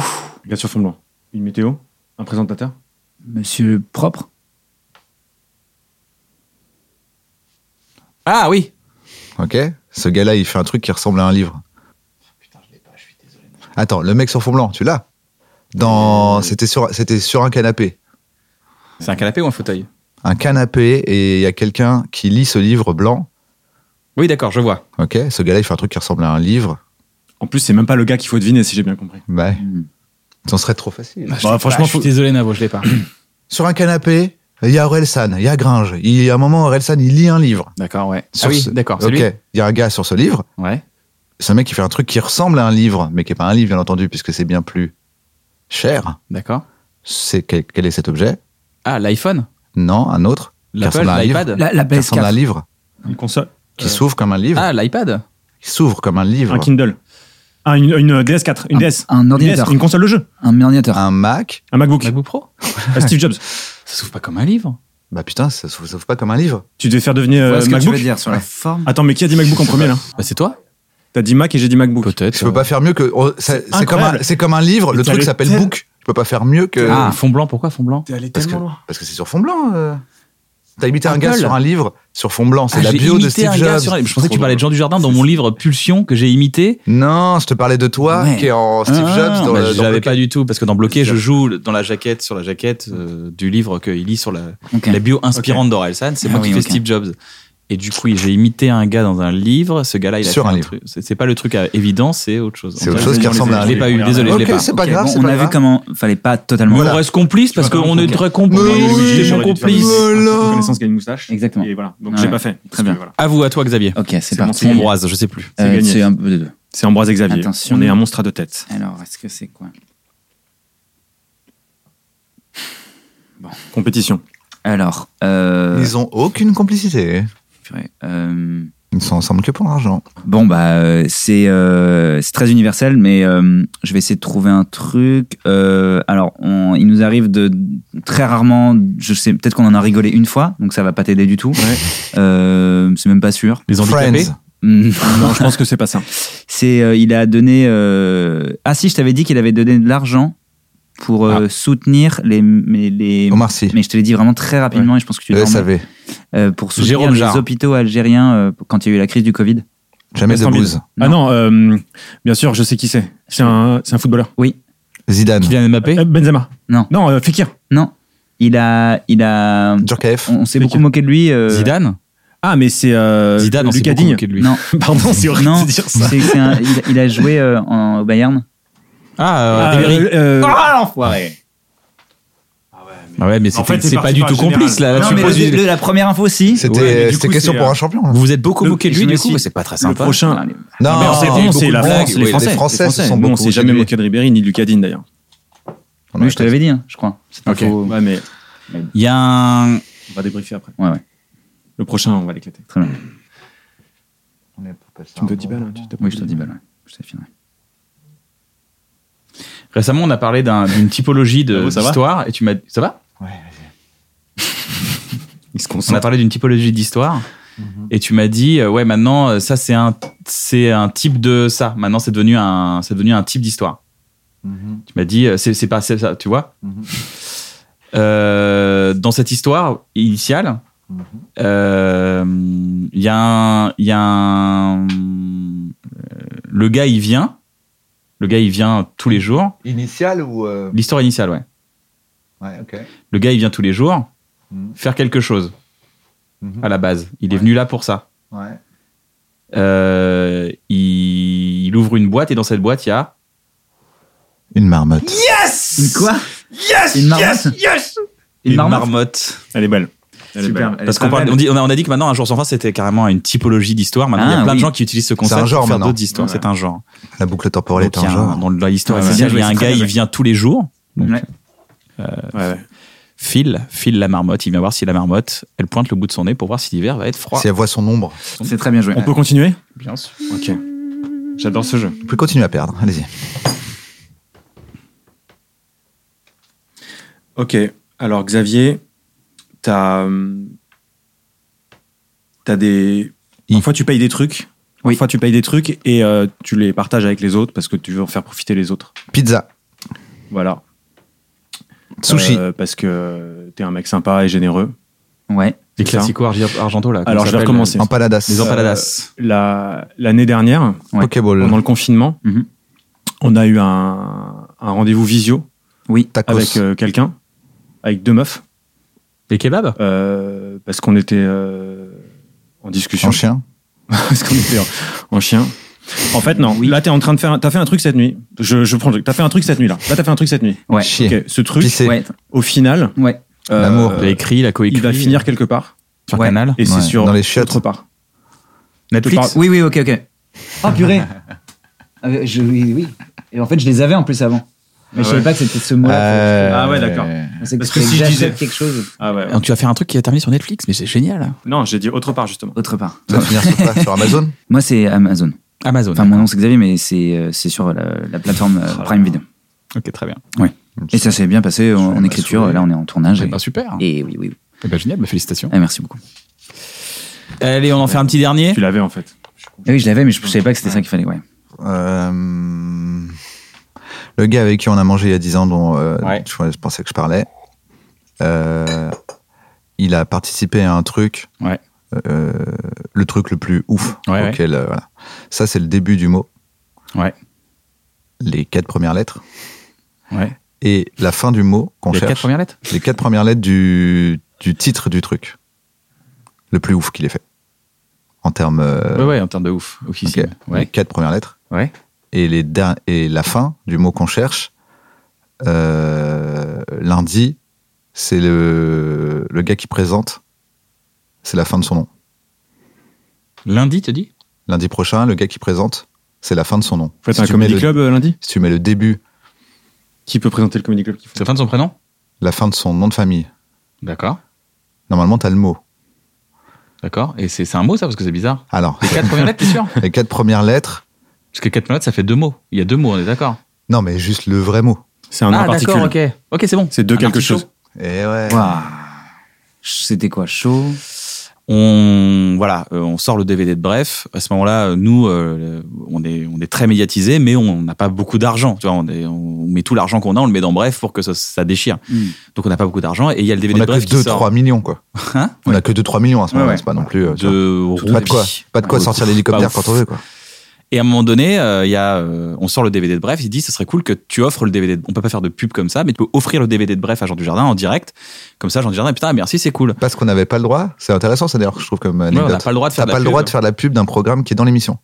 Speaker 4: Gars sur fond blanc. Une météo Un présentateur
Speaker 2: Monsieur propre
Speaker 1: Ah oui
Speaker 3: Ok Ce gars-là, il fait un truc qui ressemble à un livre. Attends, le mec sur fond blanc, tu l'as Dans, c'était sur, c'était sur un canapé,
Speaker 1: C'est un canapé ou un fauteuil
Speaker 3: un canapé, et il y a quelqu'un qui lit ce livre blanc.
Speaker 1: Oui, d'accord, je vois.
Speaker 3: Ok, ce gars-là, il fait un truc qui ressemble à un livre.
Speaker 4: En plus, c'est même pas le gars qu'il faut deviner si j'ai bien compris.
Speaker 3: Ouais. Ça serait trop facile.
Speaker 1: Bah, franchement, je suis désolé, Navo, je l'ai pas.
Speaker 3: Sur un canapé, il y a Orelsan, il y a Gringe. Il y a un moment, Orelsan, il lit un livre.
Speaker 1: D'accord, ouais.
Speaker 3: Sur
Speaker 1: ah oui,
Speaker 3: ce-
Speaker 1: d'accord, c'est
Speaker 3: Ok,
Speaker 1: lui.
Speaker 3: il y a un gars sur ce livre.
Speaker 1: Ouais.
Speaker 3: C'est un mec qui fait un truc qui ressemble à un livre, mais qui n'est pas un livre, bien entendu, puisque c'est bien plus cher.
Speaker 1: D'accord.
Speaker 3: C'est quel, quel est cet objet
Speaker 1: Ah, l'iPhone
Speaker 3: Non, un autre. qui
Speaker 1: L'Apple,
Speaker 3: ressemble à un livre,
Speaker 1: l'iPad
Speaker 2: La, la
Speaker 3: Qui ressemble à un
Speaker 2: PS4.
Speaker 3: livre.
Speaker 4: Une console
Speaker 3: Qui s'ouvre comme un livre.
Speaker 1: Ah, l'iPad
Speaker 3: Qui s'ouvre comme un livre.
Speaker 4: Un Kindle Ah, une, une DS4, une
Speaker 2: Un-
Speaker 4: DS.
Speaker 2: un
Speaker 4: Une
Speaker 2: ordinateur.
Speaker 4: DS, Une, console de jeu
Speaker 2: Un ordinateur.
Speaker 3: Un Mac.
Speaker 4: Un MacBook
Speaker 1: MacBook Pro
Speaker 4: Ah, Steve Jobs.
Speaker 1: Ça s'ouvre pas comme un livre
Speaker 3: Bah putain, ça s'ouvre ça s'ouvre pas comme un livre.
Speaker 4: Tu devais faire devenir
Speaker 2: Voilà
Speaker 4: euh,
Speaker 2: ce que tu
Speaker 4: MacBook
Speaker 2: veux dire sur la
Speaker 1: Ah.
Speaker 2: forme.
Speaker 4: Attends, mais qui a dit MacBook en premier là
Speaker 1: Bah, c'est toi
Speaker 4: T'as dit Mac et j'ai dit MacBook.
Speaker 1: Peut-être. euh,
Speaker 3: Je peux pas faire mieux que. oh, ça- C'est comme,
Speaker 4: incroyable.
Speaker 3: un- c'est comme un livre, le
Speaker 4: t'as
Speaker 3: truc
Speaker 4: les
Speaker 3: s'appelle
Speaker 4: tels-
Speaker 3: book. Je peux pas faire mieux que.
Speaker 1: Ah, fond blanc, pourquoi fond blanc
Speaker 4: T'es allé
Speaker 3: Parce que
Speaker 4: tellement loin.
Speaker 3: parce que c'est sur fond blanc. euh. T'as imité un
Speaker 1: Apple.
Speaker 3: gars sur un livre sur fond blanc. C'est
Speaker 1: Ah,
Speaker 3: la
Speaker 1: j'ai
Speaker 3: bio
Speaker 1: imité
Speaker 3: de Steve
Speaker 1: un
Speaker 3: Jobs.
Speaker 1: gars sur un- Je pensais que tu parlais de Jean Dujardin dans mon livre Pulsion que j'ai imité.
Speaker 3: Non, je te parlais de toi
Speaker 2: Ouais.
Speaker 3: qui est en Steve
Speaker 1: Ah,
Speaker 3: Jobs. Dans
Speaker 1: bah,
Speaker 3: le-
Speaker 1: je
Speaker 3: dans
Speaker 1: l'avais
Speaker 3: le-
Speaker 1: pas du tout parce que dans Bloqué, je joue le- dans la jaquette sur la jaquette euh, du livre qu'il lit sur la,
Speaker 2: Ok.
Speaker 1: la bio inspirante d'Orelsan. C'est
Speaker 2: Ah
Speaker 1: moi qui
Speaker 2: oui,
Speaker 1: fais
Speaker 2: ok.
Speaker 1: Steve Jobs. Et du coup, j'ai imité un gars dans un livre. Ce gars-là, il a
Speaker 3: Sur
Speaker 1: fait
Speaker 3: un
Speaker 1: un
Speaker 3: livre.
Speaker 1: truc. C'est c'est pas le truc à- évident, c'est autre chose. On
Speaker 3: C'est autre
Speaker 1: dirait
Speaker 3: chose
Speaker 1: que je
Speaker 3: qui
Speaker 1: l'ai-
Speaker 3: ressemble à un
Speaker 1: Je l'ai
Speaker 3: livre.
Speaker 1: pas eu, désolé, je l'ai
Speaker 3: Ok,
Speaker 1: pas.
Speaker 3: c'est pas
Speaker 2: Ok,
Speaker 3: grave.
Speaker 2: bon,
Speaker 3: c'est
Speaker 2: on
Speaker 3: pas
Speaker 2: a
Speaker 3: grave.
Speaker 2: vu comment fallait pas totalement.
Speaker 1: Mais
Speaker 3: Voilà.
Speaker 1: on reste complice parce
Speaker 4: Tu vois,
Speaker 1: qu'on est
Speaker 4: ok.
Speaker 1: très complice.
Speaker 3: Mais oui,
Speaker 1: J'étais
Speaker 3: j'aurais
Speaker 1: mon
Speaker 3: dû
Speaker 1: complice.
Speaker 3: faire ça. Voilà.
Speaker 4: connaissance qui a une moustache.
Speaker 2: Exactement.
Speaker 4: Et voilà. Donc
Speaker 2: Ouais.
Speaker 4: j'ai pas fait.
Speaker 2: Très bien.
Speaker 4: Voilà.
Speaker 1: Avoue à toi, Xavier.
Speaker 2: Ok, c'est
Speaker 4: C'est
Speaker 2: parti.
Speaker 4: bon, c'est
Speaker 1: Ambroise, je sais plus.
Speaker 4: C'est
Speaker 2: Euh,
Speaker 4: gagné.
Speaker 2: C'est un peu de deux.
Speaker 4: C'est Ambroise Xavier.
Speaker 2: Attention.
Speaker 4: On est un monstre à deux têtes.
Speaker 2: Alors, est-ce que c'est quoi
Speaker 4: Compétition.
Speaker 2: Alors, euh,
Speaker 3: Ils ont aucune complicité.
Speaker 2: purée, euh,
Speaker 3: Ils sont ensemble que pour l'argent.
Speaker 2: bon bah euh, c'est euh, c'est très universel, mais euh, je vais essayer de trouver un truc. Euh, alors, on- il nous arrive de très rarement. Je sais peut-être qu'on en a rigolé une fois, donc ça va pas t'aider du tout. Euh, c'est même pas sûr.
Speaker 1: Les handicapés.
Speaker 3: Friends.
Speaker 4: non, je pense que c'est pas ça.
Speaker 2: C'est, euh, il a donné. euh, Ah si, je t'avais dit qu'il avait donné de l'argent pour
Speaker 1: Ah.
Speaker 2: euh, soutenir les, mais les.
Speaker 3: Omar Sy.
Speaker 2: Mais je te l'ai dit vraiment très rapidement et je pense que tu
Speaker 3: Le
Speaker 2: l'as en-
Speaker 3: SAV.
Speaker 2: euh, pour soutenir
Speaker 1: Jérôme
Speaker 2: les
Speaker 1: Jarre.
Speaker 2: hôpitaux algériens euh, quand il y a eu la crise du Covid.
Speaker 3: Jamais de
Speaker 4: Vincent
Speaker 3: blues.
Speaker 4: Ah non, euh, bien sûr, je sais qui c'est. C'est un, c'est un footballeur.
Speaker 3: Zidane.
Speaker 1: Kylian Mbappé.
Speaker 4: Euh, Benzema.
Speaker 2: Non.
Speaker 4: Non, euh, Fekir.
Speaker 2: Non, il a, il a.
Speaker 3: Djorkaeff.
Speaker 2: On, on s'est
Speaker 4: Mais
Speaker 2: beaucoup
Speaker 4: qui-
Speaker 2: moqué de lui. euh,
Speaker 1: Zidane.
Speaker 4: Ah, mais c'est euh,
Speaker 1: Zidane, on s'est
Speaker 4: Lucas
Speaker 1: beaucoup
Speaker 4: Digne.
Speaker 1: moqué de lui.
Speaker 2: Non,
Speaker 4: Pardon, c'est horrible
Speaker 2: non,
Speaker 4: de dire ça.
Speaker 2: c'est- c'est un- il, il a joué euh, en, au Bayern.
Speaker 1: Ah,
Speaker 4: Ah,
Speaker 1: euh, Ribéry.
Speaker 4: euh, euh,
Speaker 2: Ah l'enfoiré
Speaker 1: Ah ouais, mais
Speaker 4: En fait,
Speaker 1: c'était-
Speaker 4: t'es
Speaker 1: c'est pas
Speaker 4: parti
Speaker 1: du
Speaker 4: par
Speaker 1: tout
Speaker 4: le général.
Speaker 1: complice là. Là,
Speaker 2: Non
Speaker 1: Ah, tu
Speaker 2: mais
Speaker 1: poses
Speaker 2: le-
Speaker 1: une-
Speaker 2: le- la première info aussi.
Speaker 3: C'était
Speaker 4: Ouais, mais du
Speaker 3: c'était
Speaker 4: coup,
Speaker 3: question
Speaker 4: c'est,
Speaker 3: pour
Speaker 4: euh,
Speaker 3: un champion. là.
Speaker 1: Vous vous êtes beaucoup
Speaker 4: Le-
Speaker 1: moqué de
Speaker 4: je
Speaker 1: lui
Speaker 4: me
Speaker 1: du coup,
Speaker 4: suis-
Speaker 1: mais c'est pas très
Speaker 4: le
Speaker 1: sympa.
Speaker 4: prochain.
Speaker 3: Non,
Speaker 1: Mais on s'est-
Speaker 3: non,
Speaker 1: on
Speaker 4: bon,
Speaker 1: s'est-
Speaker 3: beaucoup
Speaker 4: c'est
Speaker 3: de
Speaker 4: la
Speaker 3: blagues,
Speaker 4: France,
Speaker 3: oui,
Speaker 4: les Français.
Speaker 3: Français
Speaker 4: les
Speaker 3: se sont
Speaker 4: Nous, on
Speaker 3: beaucoup
Speaker 4: s'est jamais
Speaker 3: moqués de lui.
Speaker 4: moqué de Ribéry ni de Lucadine d'ailleurs.
Speaker 3: On
Speaker 2: Lui,
Speaker 3: aurait
Speaker 2: je te l'avais dit, hein, je crois. C'est pas
Speaker 1: Ok.
Speaker 2: faux.
Speaker 4: Ouais, mais
Speaker 1: Il y a un.
Speaker 4: on va débriefer après.
Speaker 2: Ouais, ouais,
Speaker 4: Le prochain, on va l'éclater.
Speaker 2: très bien.
Speaker 3: pas-
Speaker 4: Tu me dois 10 balles. hein, tu t'as pas
Speaker 2: Oui, je te
Speaker 4: oublié.
Speaker 2: dis, bah, ouais. je te finirai.
Speaker 1: Récemment, on a parlé d'un- d'une typologie
Speaker 4: Ah
Speaker 1: de
Speaker 4: bon, ça va
Speaker 1: d'histoire et tu m'as. Ça va
Speaker 4: Il se
Speaker 1: On a
Speaker 4: concentre.
Speaker 1: parlé d'une typologie d'histoire
Speaker 4: Mm-hmm.
Speaker 1: et tu m'as dit euh, ouais maintenant euh, ça c'est un c'est un type de ça. Maintenant c'est devenu un c'est devenu un type d'histoire.
Speaker 3: Mhm.
Speaker 1: Tu m'as dit euh, c'est c'est pas c'est ça tu vois.
Speaker 4: Mm-hmm.
Speaker 1: Euh, dans cette histoire initiale,
Speaker 4: Mm-hmm.
Speaker 1: euh, il y a un il y a un- euh, le gars il vient le gars il vient tous les jours.
Speaker 3: Initial ou. euh,
Speaker 1: L'histoire initiale ouais.
Speaker 3: Ouais, ok.
Speaker 1: Le gars, il vient tous les jours
Speaker 4: Mm-hmm.
Speaker 3: Mhm.
Speaker 1: faire quelque chose à la base. Il est
Speaker 3: Ouais.
Speaker 1: venu là pour ça.
Speaker 3: Ouais.
Speaker 1: Euh, il, il ouvre une boîte et dans cette boîte, il y a.
Speaker 3: Une marmotte.
Speaker 2: Une quoi Yes Une marmotte Yes Une marmotte
Speaker 4: Elle est belle.
Speaker 2: Elle est belle.
Speaker 1: Parce qu'on parle- on, dit- on a, on a dit que maintenant, Un jour sans fin, c'était carrément une typologie d'histoire. Maintenant, il y
Speaker 2: Ah,
Speaker 1: a plein
Speaker 2: oui.
Speaker 1: de gens qui utilisent ce concept
Speaker 3: un genre
Speaker 1: pour faire
Speaker 3: maintenant.
Speaker 1: d'autres histoires. C'est un genre.
Speaker 3: La boucle temporelle
Speaker 1: Donc,
Speaker 3: est
Speaker 1: il y
Speaker 3: un
Speaker 1: a un-
Speaker 3: genre.
Speaker 1: dans la- l'histoire
Speaker 2: Ouais,
Speaker 1: officielle,
Speaker 2: c'est
Speaker 1: il y a
Speaker 2: bien
Speaker 1: un
Speaker 2: joué, c'est
Speaker 1: gars,
Speaker 2: très
Speaker 1: il
Speaker 2: bien
Speaker 1: vient tous les jours. Donc,
Speaker 2: Ouais.
Speaker 4: Ouais, ouais.
Speaker 1: Phil, Phil la marmotte, il vient voir si la marmotte, elle pointe le bout de son nez pour voir si l'hiver va être froid.
Speaker 3: Si elle voit son ombre.
Speaker 2: C'est très bien joué.
Speaker 4: On peut continuer
Speaker 1: Bien sûr.
Speaker 4: Ok. J'adore ce jeu.
Speaker 3: Vous pouvez continuer à perdre, allez-y.
Speaker 4: Ok. Alors, Xavier, t'as. hum, T'as des.
Speaker 3: I.
Speaker 4: Parfois, tu payes des trucs.
Speaker 2: Oui.
Speaker 4: Parfois, tu payes des trucs et euh, tu les partages avec les autres parce que tu veux en faire profiter les autres.
Speaker 3: Pizza,
Speaker 4: Voilà.
Speaker 3: sushi,
Speaker 4: Euh, parce que t'es un mec sympa et généreux.
Speaker 2: Ouais.
Speaker 1: Les
Speaker 4: C'est ça.
Speaker 1: classicos arg- argentaux, là. qu'on
Speaker 4: Alors, je vais
Speaker 1: s'appelle,
Speaker 4: recommencer.
Speaker 1: euh,
Speaker 3: empanadas,
Speaker 1: Les empanadas.
Speaker 4: La- L'année dernière,
Speaker 2: Ouais.
Speaker 3: pokéball,
Speaker 4: pendant le confinement,
Speaker 2: Mhm.
Speaker 4: on a eu un, un rendez-vous visio
Speaker 2: Oui.
Speaker 3: tacos,
Speaker 4: avec euh, quelqu'un, avec deux meufs,
Speaker 1: Les kebabs
Speaker 4: euh, parce qu'on était euh, en discussion.
Speaker 3: en chien.
Speaker 4: parce qu'on était en, en chien. En fait, non.
Speaker 2: Oui.
Speaker 4: Là, t'es en train de faire. un- T'as fait un truc cette nuit. Je, je prends le truc. T'as fait un truc cette nuit là. Là, t'as fait un truc cette nuit.
Speaker 2: Ouais.
Speaker 3: Chier.
Speaker 4: Ok, Ce truc,
Speaker 3: Pisser.
Speaker 2: Ouais.
Speaker 4: au final,
Speaker 2: Ouais.
Speaker 4: euh,
Speaker 3: L'amour.
Speaker 1: Il a écrit, la coécrit. euh,
Speaker 4: il va finir quelque part.
Speaker 1: sur
Speaker 2: euh, Ouais.
Speaker 1: Canal.
Speaker 4: Et c'est
Speaker 3: Ouais,
Speaker 4: sur
Speaker 3: dans les chiottes.
Speaker 4: autre part.
Speaker 1: Netflix.
Speaker 2: Oui, oui, ok, ok. Ah, purée. Euh, je, oui, oui. Et en fait, je les avais en plus avant. Mais je savais pas que c'était ce mot-là.
Speaker 3: Euh,
Speaker 4: Ah ouais, d'accord.
Speaker 2: C'est
Speaker 4: parce que si je
Speaker 2: j'achète
Speaker 4: disais-
Speaker 2: quelque chose.
Speaker 4: Ah ouais.
Speaker 1: Donc, tu vas faire un truc qui est terminé sur Netflix, mais c'est génial.
Speaker 4: Non, j'ai dit autre part justement.
Speaker 2: Autre part.
Speaker 3: Ça va finir sur quoi Sur Amazon
Speaker 2: Moi, c'est Amazon.
Speaker 1: Amazon.
Speaker 2: Enfin, mon nom, c'est Xavier, mais c'est euh, c'est sur la, la plateforme
Speaker 1: Oh
Speaker 2: euh, Prime Video.
Speaker 1: Ok, très bien.
Speaker 2: Et ça s'est bien passé en, en écriture. Là, on est en tournage.
Speaker 1: Eh
Speaker 2: Et,
Speaker 1: ben, super.
Speaker 2: et oui, oui. oui.
Speaker 1: Eh ben, génial, bah, félicitations.
Speaker 2: Ah, merci beaucoup.
Speaker 1: Allez, on en fait un petit dernier.
Speaker 4: Tu l'avais en fait.
Speaker 2: Ah oui, je l'avais, mais je savais pas que c'était ça qu'il fallait. Ouais.
Speaker 3: Euh, Le gars avec qui on a mangé il y a 10 ans, dont euh,
Speaker 1: Ouais.
Speaker 3: je, je pensais que je parlais, euh, il a participé à un truc.
Speaker 1: Ouais.
Speaker 3: euh, le truc le plus ouf.
Speaker 1: Ouais,
Speaker 3: auquel, euh, voilà. Ça, c'est le début du mot.
Speaker 1: Ouais.
Speaker 3: Les quatre premières lettres.
Speaker 1: Ouais.
Speaker 3: Et la fin du mot qu'on
Speaker 1: Les
Speaker 3: cherche.
Speaker 1: quatre premières lettres
Speaker 3: Les quatre premières lettres du, du titre du truc. Le plus ouf qu'il ait fait. En termes. euh,
Speaker 1: Ouais, ouais, en termes de ouf. Oufissime.
Speaker 3: Ok. les
Speaker 1: Ouais.
Speaker 3: quatre premières lettres.
Speaker 1: Ouais.
Speaker 3: Et, les der- et la fin du mot qu'on cherche, euh, lundi, c'est le, le gars qui présente, c'est la fin de son nom.
Speaker 1: Lundi, tu dis
Speaker 3: Lundi prochain, le gars qui présente, c'est la fin de son nom.
Speaker 4: Vous faites
Speaker 3: Si
Speaker 4: un
Speaker 3: tu mets
Speaker 4: comedy
Speaker 3: le-
Speaker 4: club euh, lundi
Speaker 3: Si tu mets le début,
Speaker 4: Qui peut présenter le comedy club qui
Speaker 1: C'est la fin de son prénom
Speaker 3: la fin de son nom de famille,
Speaker 1: D'accord.
Speaker 3: normalement, tu as le mot.
Speaker 1: D'accord. Et c'est c'est un mot, ça, parce que c'est bizarre.
Speaker 3: Alors,
Speaker 1: Les quatre premières lettres, t'es sûr
Speaker 3: les quatre premières lettres,
Speaker 1: Parce que quatre premières lettres, ça fait deux mots. Il y a deux mots, on est d'accord
Speaker 3: non, mais juste le vrai mot.
Speaker 4: C'est
Speaker 2: Ah,
Speaker 4: un en particulier.
Speaker 1: ok. Ok, c'est bon.
Speaker 4: C'est deux
Speaker 1: Un
Speaker 4: quelque
Speaker 1: artichaut.
Speaker 4: chose.
Speaker 3: Et ouais.
Speaker 2: Waouh. C'était quoi Chaud
Speaker 1: On voilà, euh, on sort le DVD de Bref. À ce moment-là, euh, nous, euh, on est on est très médiatisé, mais on n'a pas beaucoup d'argent. Tu vois, on, est- on met tout l'argent qu'on a, on le met dans Bref pour que ça, ça déchire.
Speaker 2: Mm.
Speaker 1: Donc on n'a pas beaucoup d'argent et il y a le
Speaker 3: On
Speaker 1: DVD
Speaker 3: a
Speaker 1: de
Speaker 3: que
Speaker 1: Bref qui sort.
Speaker 3: 2-3 millions, quoi.
Speaker 1: Hein
Speaker 3: on a que 2-3 millions à ce
Speaker 2: Ouais,
Speaker 3: moment-là,
Speaker 2: ouais.
Speaker 3: c'est pas non plus. euh, tu vois.
Speaker 1: de
Speaker 3: pas de
Speaker 1: roupies.
Speaker 3: quoi, pas de quoi
Speaker 1: Ah, Ouais,
Speaker 3: sortir
Speaker 1: ouf.
Speaker 3: l'hélicoptère
Speaker 1: Pas ouf.
Speaker 3: quand on veut, quoi.
Speaker 1: Et à un moment donné, euh, il y a, euh, on sort le DVD de Bref. Il dit, ce serait cool que tu offres le DVD. De... On peut pas faire de pub comme ça, mais tu peux offrir le DVD de Bref à Jean Dujardin en direct. Comme ça, Jean Dujardin, putain, merci, c'est cool.
Speaker 3: Parce qu'on n'avait pas le droit, c'est intéressant, ça d'ailleurs, je trouve comme
Speaker 1: Ouais, on
Speaker 3: anecdote.
Speaker 1: n'a pas le droit de faire
Speaker 3: T'as
Speaker 1: de
Speaker 3: pas
Speaker 1: la
Speaker 3: le
Speaker 1: pub.
Speaker 3: droit de faire la pub d'un programme qui est dans l'émission.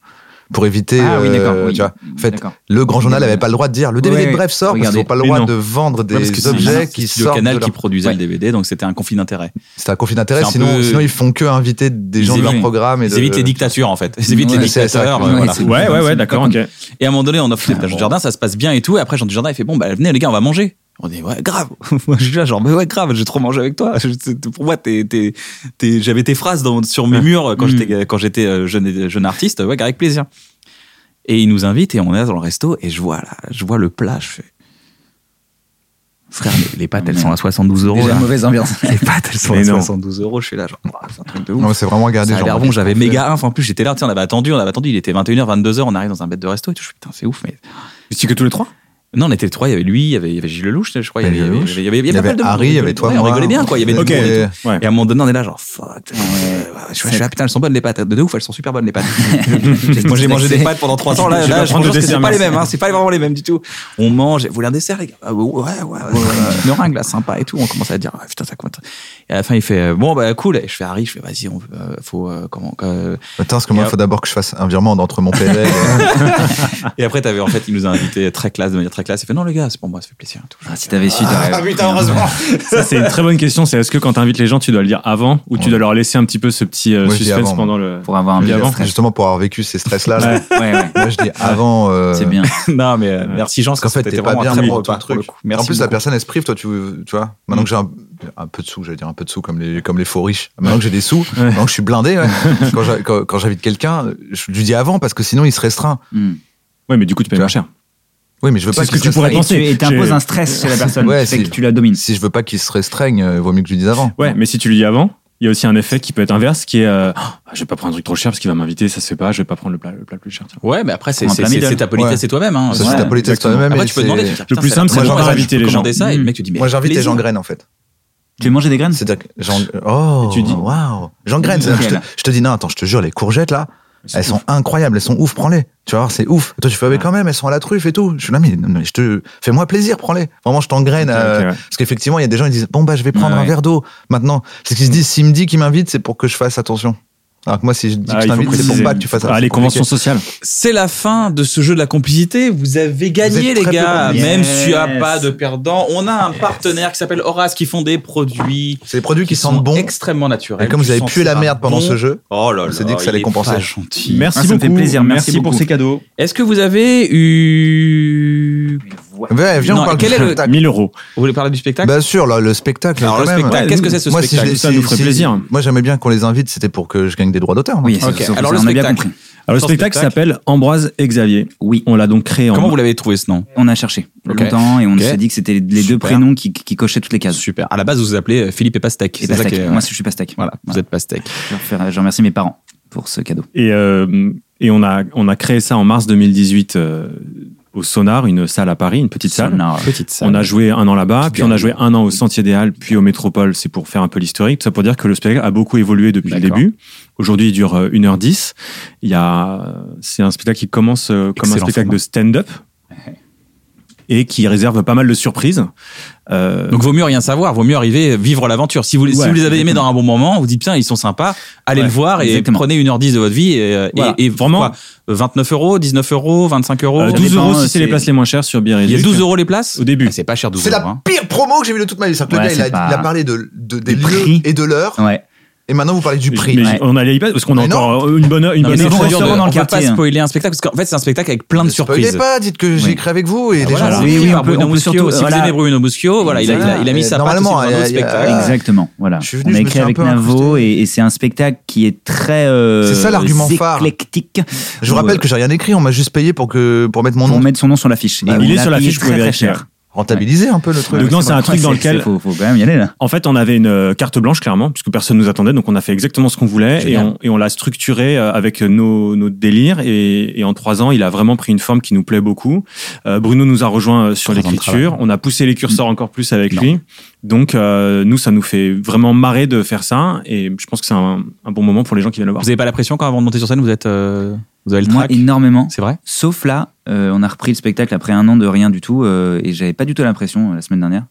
Speaker 3: Pour éviter.
Speaker 2: Ah oui, d'accord.
Speaker 3: euh,
Speaker 2: oui.
Speaker 3: tu vois. En fait,
Speaker 2: D'accord.
Speaker 3: le grand journal n'avait pas le droit de dire le DVD
Speaker 2: Ouais,
Speaker 3: de Bref sort, parce qu'ils
Speaker 2: regardez.
Speaker 3: n'ont pas le
Speaker 4: Mais
Speaker 3: droit
Speaker 4: non.
Speaker 3: de vendre
Speaker 1: Ouais, parce que
Speaker 3: des
Speaker 1: c'est-
Speaker 3: objets
Speaker 1: c'est
Speaker 3: qui
Speaker 1: Studio
Speaker 3: sortent.
Speaker 1: Canal
Speaker 3: de leur-
Speaker 1: qui produisait
Speaker 2: Ouais.
Speaker 1: le DVD, donc c'était un conflit d'intérêt.
Speaker 3: C'est un conflit d'intérêt,
Speaker 1: C'est un
Speaker 3: sinon,
Speaker 1: peu-
Speaker 3: sinon ils font que inviter des gens de leur
Speaker 1: évitent-
Speaker 3: programme. Et
Speaker 1: Ils
Speaker 3: de-
Speaker 1: évitent les dictatures en fait. Ils évitent
Speaker 2: Ouais,
Speaker 1: les
Speaker 3: c'est ça,
Speaker 1: dictateurs.
Speaker 3: exactement.
Speaker 1: euh, voilà.
Speaker 2: Ouais,
Speaker 4: Ouais, ouais,
Speaker 2: C'est
Speaker 4: ouais,
Speaker 2: pas
Speaker 4: Ah. d'accord,
Speaker 2: con.
Speaker 4: ok.
Speaker 1: Et à un moment donné, on offre le
Speaker 2: Ah,
Speaker 1: à Jean
Speaker 2: bon.
Speaker 1: Jardin, ça se passe bien et tout. Et après, Jean Jardin, il fait Bon, bah, venez les gars, on va manger. On dit Ouais, grave. Moi, je suis là, genre, mais ouais, grave, j'ai trop mangé avec toi. Je- c'est- Pour moi, t'es- t'es- t'es- j'avais tes phrases dans- sur mes murs
Speaker 3: Mm.
Speaker 1: quand j'étais quand j'étais euh, jeune, jeune artiste. Ouais, avec plaisir. Et il nous invite et on est dans le resto et je vois là, je vois le plat. Je fais Frère, les, les pâtes, elles sont à 72 euros.
Speaker 2: Déjà
Speaker 1: là.
Speaker 2: mauvaise ambiance.
Speaker 1: Les pâtes, elles sont
Speaker 4: Mais
Speaker 1: à
Speaker 4: non.
Speaker 1: 72 euros. Je suis là, genre, Ouah, c'est un truc de ouf.
Speaker 3: Non, mais c'est vraiment regardé.
Speaker 1: Ça a
Speaker 3: genre,
Speaker 1: l'air bon,
Speaker 3: qu'est-ce
Speaker 1: j'avais
Speaker 3: qu'on fait
Speaker 1: méga inf. En plus, j'étais là, tiens, on avait attendu, on avait attendu. Il était 21h, 22h, on arrive dans un bête de resto et tout. Je suis putain, c'est ouf, mais.
Speaker 4: C'est que tous les trois
Speaker 1: Non, on était les trois, il y avait lui, il y avait, il y avait Gilles Lelouch, je crois. Il y avait,
Speaker 3: Gilles
Speaker 1: il y avait,
Speaker 3: Lelouch.
Speaker 1: il y avait, il y avait
Speaker 3: Il y
Speaker 1: pas mal
Speaker 3: avait
Speaker 1: de monde. euh,
Speaker 3: Harry, il y avait toi,
Speaker 1: Ouais, On
Speaker 3: moi.
Speaker 1: rigolait bien, quoi. Il y avait
Speaker 3: Ok.
Speaker 1: du monde et tout.
Speaker 4: Ouais.
Speaker 1: Et à un moment donné, on est là, genre, fuck. putain, euh, je suis là, je suis là, putain, elles sont bonnes les pâtes. De ouf, elles sont super bonnes les pâtes. Moi, j'ai mangé des pâtes pendant trois ans. Là,
Speaker 4: Je vais
Speaker 1: là
Speaker 4: pas
Speaker 1: je
Speaker 4: prendre
Speaker 1: pense
Speaker 4: de
Speaker 1: que c'est
Speaker 4: dessert,
Speaker 1: pas les
Speaker 4: merci.
Speaker 1: mêmes. hein, C'est pas vraiment les mêmes du tout. On mange. Vous voulez un dessert, les gars Ah, Ouais, ouais. ouais, ouais. Meringue, là, sympa et tout. On commence à dire, ah, putain, ça compte. Et à la fin, il fait, euh, bon, bah, cool. Et je fais, Harry, je fais, vas-y, on euh, faut, euh, comment, euh,
Speaker 3: Attends, parce que moi,
Speaker 1: Et
Speaker 3: il faut d'abord que je fasse un virement entre mon PL et.
Speaker 1: Et après, t'avais, en fait, il nous a invités très classe, de manière très classe. Il fait non, les gars, c'est pour moi, ça fait plaisir. et tout.
Speaker 2: Ah, si t'avais su, t'aurais.
Speaker 3: Ah putain, heureusement.
Speaker 4: Ça, c'est une très bonne question. C'est est-ce que quand t'invites les gens, tu dois le dire avant ou tu
Speaker 3: Ouais.
Speaker 4: dois leur laisser un petit peu ce petit euh,
Speaker 3: Moi, je dis
Speaker 4: suspense
Speaker 3: avant,
Speaker 4: pendant le.
Speaker 2: Pour avoir un
Speaker 4: Je dis
Speaker 2: meilleur
Speaker 4: avant.
Speaker 2: stress.
Speaker 3: Justement, pour avoir vécu ces stress-là, là,
Speaker 2: Ouais, ouais.
Speaker 3: moi je dis avant. euh,
Speaker 2: C'est bien.
Speaker 1: non, mais euh, merci Jean,
Speaker 3: Parce qu'en fait,
Speaker 1: c'était
Speaker 3: t'es pas
Speaker 1: vraiment
Speaker 3: bien
Speaker 1: un très
Speaker 3: pour
Speaker 1: bon
Speaker 3: ton
Speaker 1: repas, pour
Speaker 3: truc.
Speaker 1: le coup. Merci
Speaker 3: en plus, la
Speaker 1: beaucoup.
Speaker 3: personne, elle se prive, toi, tu, tu vois. Maintenant que j'ai un, un peu de sous, j'allais dire un peu de sous comme les, comme les faux riches. Maintenant que j'ai des sous, maintenant que je suis blindé, ouais. quand j'a- quand quand j'invite quelqu'un, je lui dis avant parce que sinon il se restreint.
Speaker 2: Hmm.
Speaker 4: Ouais, mais du coup, tu payes
Speaker 3: Tu
Speaker 4: moins
Speaker 3: vois.
Speaker 4: cher.
Speaker 3: Oui, mais je veux
Speaker 4: C'est
Speaker 3: pas
Speaker 4: ce
Speaker 3: qu'il
Speaker 4: que tu
Speaker 3: se
Speaker 4: pourrais
Speaker 3: restreigne.
Speaker 2: Et tu
Speaker 4: Pensez,
Speaker 2: et t'imposes
Speaker 4: j'ai-
Speaker 2: un stress chez la personne.
Speaker 3: Ouais,
Speaker 2: c'est
Speaker 3: si-
Speaker 2: que tu la domines.
Speaker 3: Si je veux pas qu'il se restreigne, euh, vaut mieux que je lui dise avant.
Speaker 4: Ouais, mais si tu le dis avant, il y a aussi un effet qui peut être inverse, qui est euh, Ah, je vais pas prendre un truc trop cher parce qu'il va m'inviter, ça se fait pas, je vais pas prendre le plat, le plat plus cher. tiens.
Speaker 1: Ouais, mais après, c'est
Speaker 2: Prends un
Speaker 1: c'est-
Speaker 2: plat
Speaker 1: c'est-
Speaker 2: middle.
Speaker 1: c'est ta politesse,
Speaker 3: Ouais.
Speaker 1: c'est toi-même. Hein,
Speaker 3: Ça,
Speaker 1: Ouais.
Speaker 3: c'est ta politesse
Speaker 2: exactement.
Speaker 3: toi-même.
Speaker 1: Après,
Speaker 3: et
Speaker 1: tu peux
Speaker 3: c'est-
Speaker 1: demander. tu dis,
Speaker 4: Le
Speaker 1: Putain,
Speaker 4: plus
Speaker 1: ça a
Speaker 4: simple,
Speaker 1: l'air
Speaker 4: c'est
Speaker 1: très
Speaker 3: de
Speaker 1: bon,
Speaker 3: pas
Speaker 1: je vais
Speaker 3: inviter
Speaker 4: les gens.
Speaker 1: commander ça, et le
Speaker 2: Mm.
Speaker 1: mec, tu dis.
Speaker 3: Moi, j'invite les gens
Speaker 1: plaisir.
Speaker 3: graines, en fait.
Speaker 2: Tu veux manger des graines
Speaker 3: C'est-à-dire que j'en- Oh,
Speaker 4: Et tu dis-
Speaker 3: waouh, j'en graine.
Speaker 2: Nickel.
Speaker 3: C'est-à-dire que Je, te, je te dis, non, attends, je te jure, les courgettes, là, elles sont incroyables, elles sont ouf, prends-les. Tu vas voir, c'est ouf. Et toi, tu fais, ah, mais quand même, elles sont à la truffe et tout. Je suis là, mais, non, mais je te. Fais-moi plaisir, prends-les. Vraiment, je t'engraine.
Speaker 4: Ok,
Speaker 3: euh,
Speaker 4: ok, ouais.
Speaker 3: Parce qu'effectivement, il y a des gens, ils disent, bon, bah, je vais prendre
Speaker 2: Ah,
Speaker 3: un
Speaker 2: ouais.
Speaker 3: verre d'eau maintenant. C'est ce qu'ils se disent, s'il me dit qu'il m'invite, c'est pour que je fasse attention. Alors que moi, si je dis
Speaker 4: Ah,
Speaker 3: que je
Speaker 4: il faut
Speaker 3: t'invite, c'est pour
Speaker 4: préciser.
Speaker 3: pas que tu fasses attention.
Speaker 4: Ah, les conventions sociales.
Speaker 1: C'est la fin de ce jeu de la complicité. Vous avez gagné,
Speaker 3: êtes
Speaker 1: les
Speaker 3: très
Speaker 1: gars.
Speaker 3: peu
Speaker 2: nombreux.
Speaker 1: Même
Speaker 2: Yes.
Speaker 1: s'il n'y a pas de perdant, on a un partenaire qui s'appelle Horace qui font des produits
Speaker 3: C'est des produits qui,
Speaker 1: sont
Speaker 3: sentent bon.
Speaker 1: extrêmement naturels.
Speaker 3: Et comme vous
Speaker 1: Tu
Speaker 3: avez
Speaker 1: sens
Speaker 3: pué la
Speaker 1: ça
Speaker 3: merde pendant
Speaker 1: bon.
Speaker 3: ce jeu,
Speaker 1: Oh là
Speaker 3: on
Speaker 1: là,
Speaker 3: s'est dit que ça
Speaker 1: il
Speaker 3: allait
Speaker 1: est
Speaker 3: compenser.
Speaker 1: pas gentil.
Speaker 4: Merci
Speaker 2: Ah, ça me
Speaker 4: beaucoup.
Speaker 2: fait plaisir, merci
Speaker 4: pour
Speaker 2: beaucoup.
Speaker 4: ces cadeaux.
Speaker 1: Est-ce que vous avez eu
Speaker 3: Ouais, viens,
Speaker 1: Non,
Speaker 3: on parle
Speaker 1: quel
Speaker 3: du
Speaker 1: est le-
Speaker 3: spectacle.
Speaker 4: 1000 euros.
Speaker 1: Vous voulez parler du spectacle
Speaker 3: Bien Bah, sûr, là, le spectacle.
Speaker 1: Alors,
Speaker 3: quand
Speaker 1: le
Speaker 3: même.
Speaker 1: spectacle, qu'est-ce que c'est ce
Speaker 3: Moi, si je
Speaker 1: spectacle
Speaker 3: les-
Speaker 4: Ça nous ferait
Speaker 3: si-
Speaker 4: plaisir.
Speaker 3: Moi, j'aimais bien qu'on les invite, c'était pour que je gagne des droits d'auteur. moi.
Speaker 2: Oui, ça-
Speaker 1: Ok,
Speaker 2: ça-
Speaker 1: alors le
Speaker 2: on a bien
Speaker 1: spectacle.
Speaker 2: compris.
Speaker 4: Alors, le
Speaker 1: Sans
Speaker 4: spectacle
Speaker 1: spectacle.
Speaker 4: s'appelle Ambroise et Xavier.
Speaker 2: Oui.
Speaker 4: On l'a donc créé en.
Speaker 1: Comment vous l'avez trouvé ce nom
Speaker 2: On a cherché
Speaker 1: Ok.
Speaker 2: longtemps et on
Speaker 1: Ok.
Speaker 2: s'est dit que c'était les les deux
Speaker 1: Super.
Speaker 2: prénoms qui, qui cochaient toutes les cases.
Speaker 1: Super. À la base, vous vous appelez euh, Philippe et Pastèque.
Speaker 2: Et
Speaker 1: C'est ça
Speaker 2: pastèque.
Speaker 1: qui est-
Speaker 2: Moi, je suis pastèque.
Speaker 1: Voilà, vous
Speaker 2: Voilà.
Speaker 1: êtes Pastèque.
Speaker 2: Je, leur ferai- je remercie mes parents pour ce cadeau.
Speaker 4: Et, euh, et on, a, on a créé ça en mars 2018 euh, au Sonar, une salle à Paris, une petite salle.
Speaker 3: Ah.
Speaker 2: Sonar.
Speaker 1: Petite salle.
Speaker 4: On a joué un an là-bas,
Speaker 1: Petite
Speaker 4: puis on a
Speaker 1: galerie.
Speaker 4: joué un an au Sentier des Halles, puis au Métropole. C'est pour faire un peu l'historique. Tout ça pour dire que le spectacle a beaucoup évolué depuis le
Speaker 1: D'accord.
Speaker 4: début. Aujourd'hui, il dure euh, 1h10. Il y a, c'est un spectacle qui commence euh, comme un
Speaker 1: Excellent
Speaker 4: spectacle
Speaker 1: format.
Speaker 4: de stand-up et qui réserve pas mal de surprises. Euh,
Speaker 1: Donc vaut mieux rien savoir, vaut mieux arriver vivre l'aventure. Si vous, si
Speaker 4: Ouais,
Speaker 1: vous les avez aimés dans un bon moment, vous dites putain ils sont sympas, allez
Speaker 4: Ouais,
Speaker 1: le voir et
Speaker 2: exactement.
Speaker 1: prenez 1h10 de votre vie et, euh,
Speaker 4: Voilà.
Speaker 1: et, et
Speaker 4: Vraiment.
Speaker 1: quoi, 29 euros, 19 euros, 25 euros.
Speaker 4: euh,
Speaker 2: Ça
Speaker 4: 12
Speaker 2: dépend,
Speaker 4: euros
Speaker 2: euh,
Speaker 4: si c'est les
Speaker 2: c'est-
Speaker 4: places les moins chères sur Bière
Speaker 1: Il y a 12 euros les places
Speaker 4: Au début.
Speaker 1: Ah, c'est pas cher 12
Speaker 3: C'est
Speaker 1: euros.
Speaker 3: la
Speaker 1: hein.
Speaker 3: pire promo que j'ai vue de toute ma vie. C'est-à-dire que
Speaker 2: Ouais,
Speaker 3: le gars,
Speaker 2: c'est
Speaker 3: il a,
Speaker 2: pas-
Speaker 3: il a parlé de, de- des
Speaker 2: Du
Speaker 3: lieux
Speaker 2: prix.
Speaker 3: et de l'heure,
Speaker 2: Ouais.
Speaker 3: et maintenant vous parlez du prix.
Speaker 4: Mais
Speaker 2: Ouais.
Speaker 4: on allait y pas parce qu'on a
Speaker 3: Mais non.
Speaker 4: encore euh, une bonne heure, une
Speaker 1: Non, mais
Speaker 4: bonne
Speaker 1: c'est
Speaker 4: heure.
Speaker 1: trop
Speaker 4: sur-
Speaker 1: dur de-
Speaker 2: dans le
Speaker 1: on peut pas
Speaker 2: quartier, hein.
Speaker 1: spoiler un spectacle parce qu'en fait c'est un spectacle avec plein de
Speaker 3: Ne spoilez
Speaker 1: surprises. Ah,
Speaker 3: pas, dites que j'ai
Speaker 2: Oui.
Speaker 3: écrit avec vous et les
Speaker 1: Voilà,
Speaker 3: gens.
Speaker 4: Oui,
Speaker 1: écrit
Speaker 4: oui,
Speaker 1: par
Speaker 4: on peut-
Speaker 1: Bruno
Speaker 2: on peut
Speaker 1: Muschio.
Speaker 2: surtout-
Speaker 1: si vous
Speaker 2: voilà.
Speaker 1: aimez Bruno Muschio, voilà, il a, il a- il a mis
Speaker 3: Et
Speaker 1: sa patte aussi
Speaker 3: normalement,
Speaker 1: dans un autre
Speaker 3: il y a-
Speaker 1: spectacle.
Speaker 3: Ah.
Speaker 2: Exactement. Voilà.
Speaker 3: Je suis
Speaker 2: on
Speaker 3: venu,
Speaker 2: a
Speaker 3: je me
Speaker 2: écrit
Speaker 3: suis un
Speaker 2: avec
Speaker 3: peu
Speaker 2: Navo
Speaker 3: incrusté.
Speaker 2: et, et c'est un spectacle qui est très. euh,
Speaker 3: C'est ça l'argument phare.
Speaker 2: Éclectique.
Speaker 3: Je vous
Speaker 2: Où,
Speaker 3: rappelle
Speaker 2: euh,
Speaker 3: que j'ai rien écrit, on m'a juste payé pour, que, pour mettre mon
Speaker 2: pour
Speaker 3: nom.
Speaker 2: mettre son nom sur l'affiche.
Speaker 4: Bah,
Speaker 2: Et
Speaker 4: il
Speaker 2: on
Speaker 4: est
Speaker 2: l'a
Speaker 4: sur l'affiche,
Speaker 2: payé
Speaker 4: vous pouvez
Speaker 2: très, très
Speaker 4: vérifier.
Speaker 2: cher.
Speaker 3: Rentabiliser un peu le truc.
Speaker 4: Donc non, c'est un
Speaker 2: Ouais,
Speaker 4: truc dans
Speaker 2: c'est-
Speaker 4: lequel
Speaker 2: c'est- Faut, faut quand même y aller là.
Speaker 4: En fait, on avait une euh, carte blanche, clairement, puisque personne nous attendait, donc on a fait exactement ce qu'on voulait et
Speaker 2: Génial.
Speaker 4: on, et on l'a structuré euh, avec nos, nos délires. Et, et en trois ans, il a vraiment pris une forme qui nous plaît beaucoup. Euh, Bruno nous a rejoint euh, sur
Speaker 1: Trois ans de Mm.
Speaker 4: l'écriture, on a poussé les curseurs encore plus avec
Speaker 1: Non.
Speaker 4: lui. Donc euh, nous, ça nous fait vraiment marrer de faire ça et je pense que c'est un, un bon moment pour les gens qui viennent le voir.
Speaker 1: Vous avez pas la pression quand avant de monter sur scène, vous êtes euh, vous avez le
Speaker 2: Moi,
Speaker 1: trac.
Speaker 2: énormément.
Speaker 1: C'est vrai
Speaker 2: Sauf là, euh, on a repris le spectacle après un an de rien du tout euh, et j'avais pas du tout l'impression euh, la semaine dernière.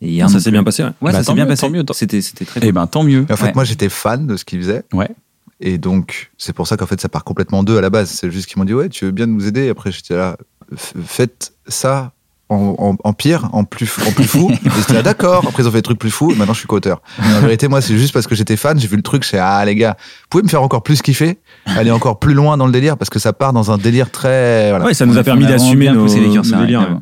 Speaker 2: Et hier,
Speaker 4: Ça
Speaker 2: non
Speaker 4: s'est
Speaker 2: plus.
Speaker 4: bien passé. ouais.
Speaker 1: Bah,
Speaker 2: Ouais, ça
Speaker 1: tant
Speaker 2: s'est bien
Speaker 1: mieux,
Speaker 2: passé.
Speaker 1: tant mieux, tant-
Speaker 2: C'était c'était très
Speaker 1: Eh
Speaker 2: bien.
Speaker 1: ben tant mieux.
Speaker 3: Et en fait,
Speaker 2: Ouais.
Speaker 3: moi, j'étais fan de ce qu'il faisait.
Speaker 1: Ouais.
Speaker 3: Et donc, c'est pour ça qu'en fait, ça part complètement en deux à la base. C'est juste qu'ils m'ont dit, ouais, tu veux bien nous aider. Et après, j'étais là, F- faites ça en, en- en pire, en plus, f- en plus fou. et j'étais là, d'accord. Après, ils ont fait des trucs plus fous. Et maintenant, je suis co-auteur. Mais en vérité, moi, c'est juste parce que j'étais fan. J'ai vu le truc. Je sais, ah, les gars, vous pouvez me faire encore plus kiffer, aller encore plus loin dans le délire, parce que ça part dans un délire très. voilà.
Speaker 4: Ouais, ça nous a
Speaker 2: On
Speaker 4: permis
Speaker 2: vraiment
Speaker 4: d'assumer
Speaker 2: bien
Speaker 4: nos,
Speaker 2: poussé les
Speaker 4: nos
Speaker 2: curseurs,
Speaker 4: délires.
Speaker 2: ouais.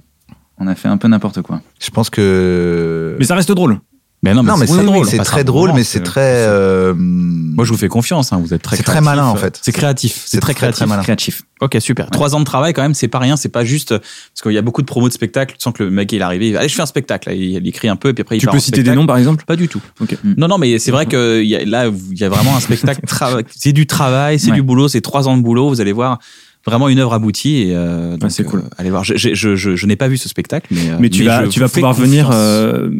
Speaker 2: On a fait un peu n'importe quoi.
Speaker 3: Je pense que.
Speaker 4: Mais ça reste drôle.
Speaker 1: Mais non, mais
Speaker 3: non, mais
Speaker 1: c'est
Speaker 3: c'est
Speaker 1: très drôle.
Speaker 3: oui, c'est
Speaker 1: Passe un
Speaker 3: très
Speaker 1: bon
Speaker 3: drôle,
Speaker 1: moment,
Speaker 3: mais c'est très. euh,
Speaker 1: Moi, je vous fais confiance. hein, Vous êtes très.
Speaker 3: C'est très
Speaker 1: créatif.
Speaker 3: malin, en fait.
Speaker 1: C'est créatif. C'est très créatif.
Speaker 3: malin.
Speaker 2: Créatif.
Speaker 1: Ok, super. Trois ans de travail quand même, c'est pas rien. C'est pas juste parce qu'il y a beaucoup de promos de spectacles. Tu sens que le mec il est arrivé. il va, Allez, je fais un spectacle. Il, il écrit un peu et puis après il
Speaker 4: Tu
Speaker 1: part
Speaker 4: peux
Speaker 1: en
Speaker 4: citer des
Speaker 1: spectacle.
Speaker 4: noms par exemple
Speaker 1: Pas du tout. Mm.
Speaker 4: Ok. Mm.
Speaker 1: Non, non, mais c'est vrai que il y a- là, vous- il y a vraiment un spectacle. trava- c'est du travail, c'est
Speaker 2: Ouais.
Speaker 1: du boulot, c'est trois ans de boulot. Vous allez voir vraiment une œuvre aboutie. Et, euh, donc,
Speaker 4: c'est cool.
Speaker 1: euh, allez voir. Je, je, je, je- je n'ai pas vu ce spectacle, mais, euh,
Speaker 4: Mais tu vas
Speaker 1: je
Speaker 4: tu vas
Speaker 1: vous fais
Speaker 4: pouvoir venir.
Speaker 1: confiance.
Speaker 4: euh,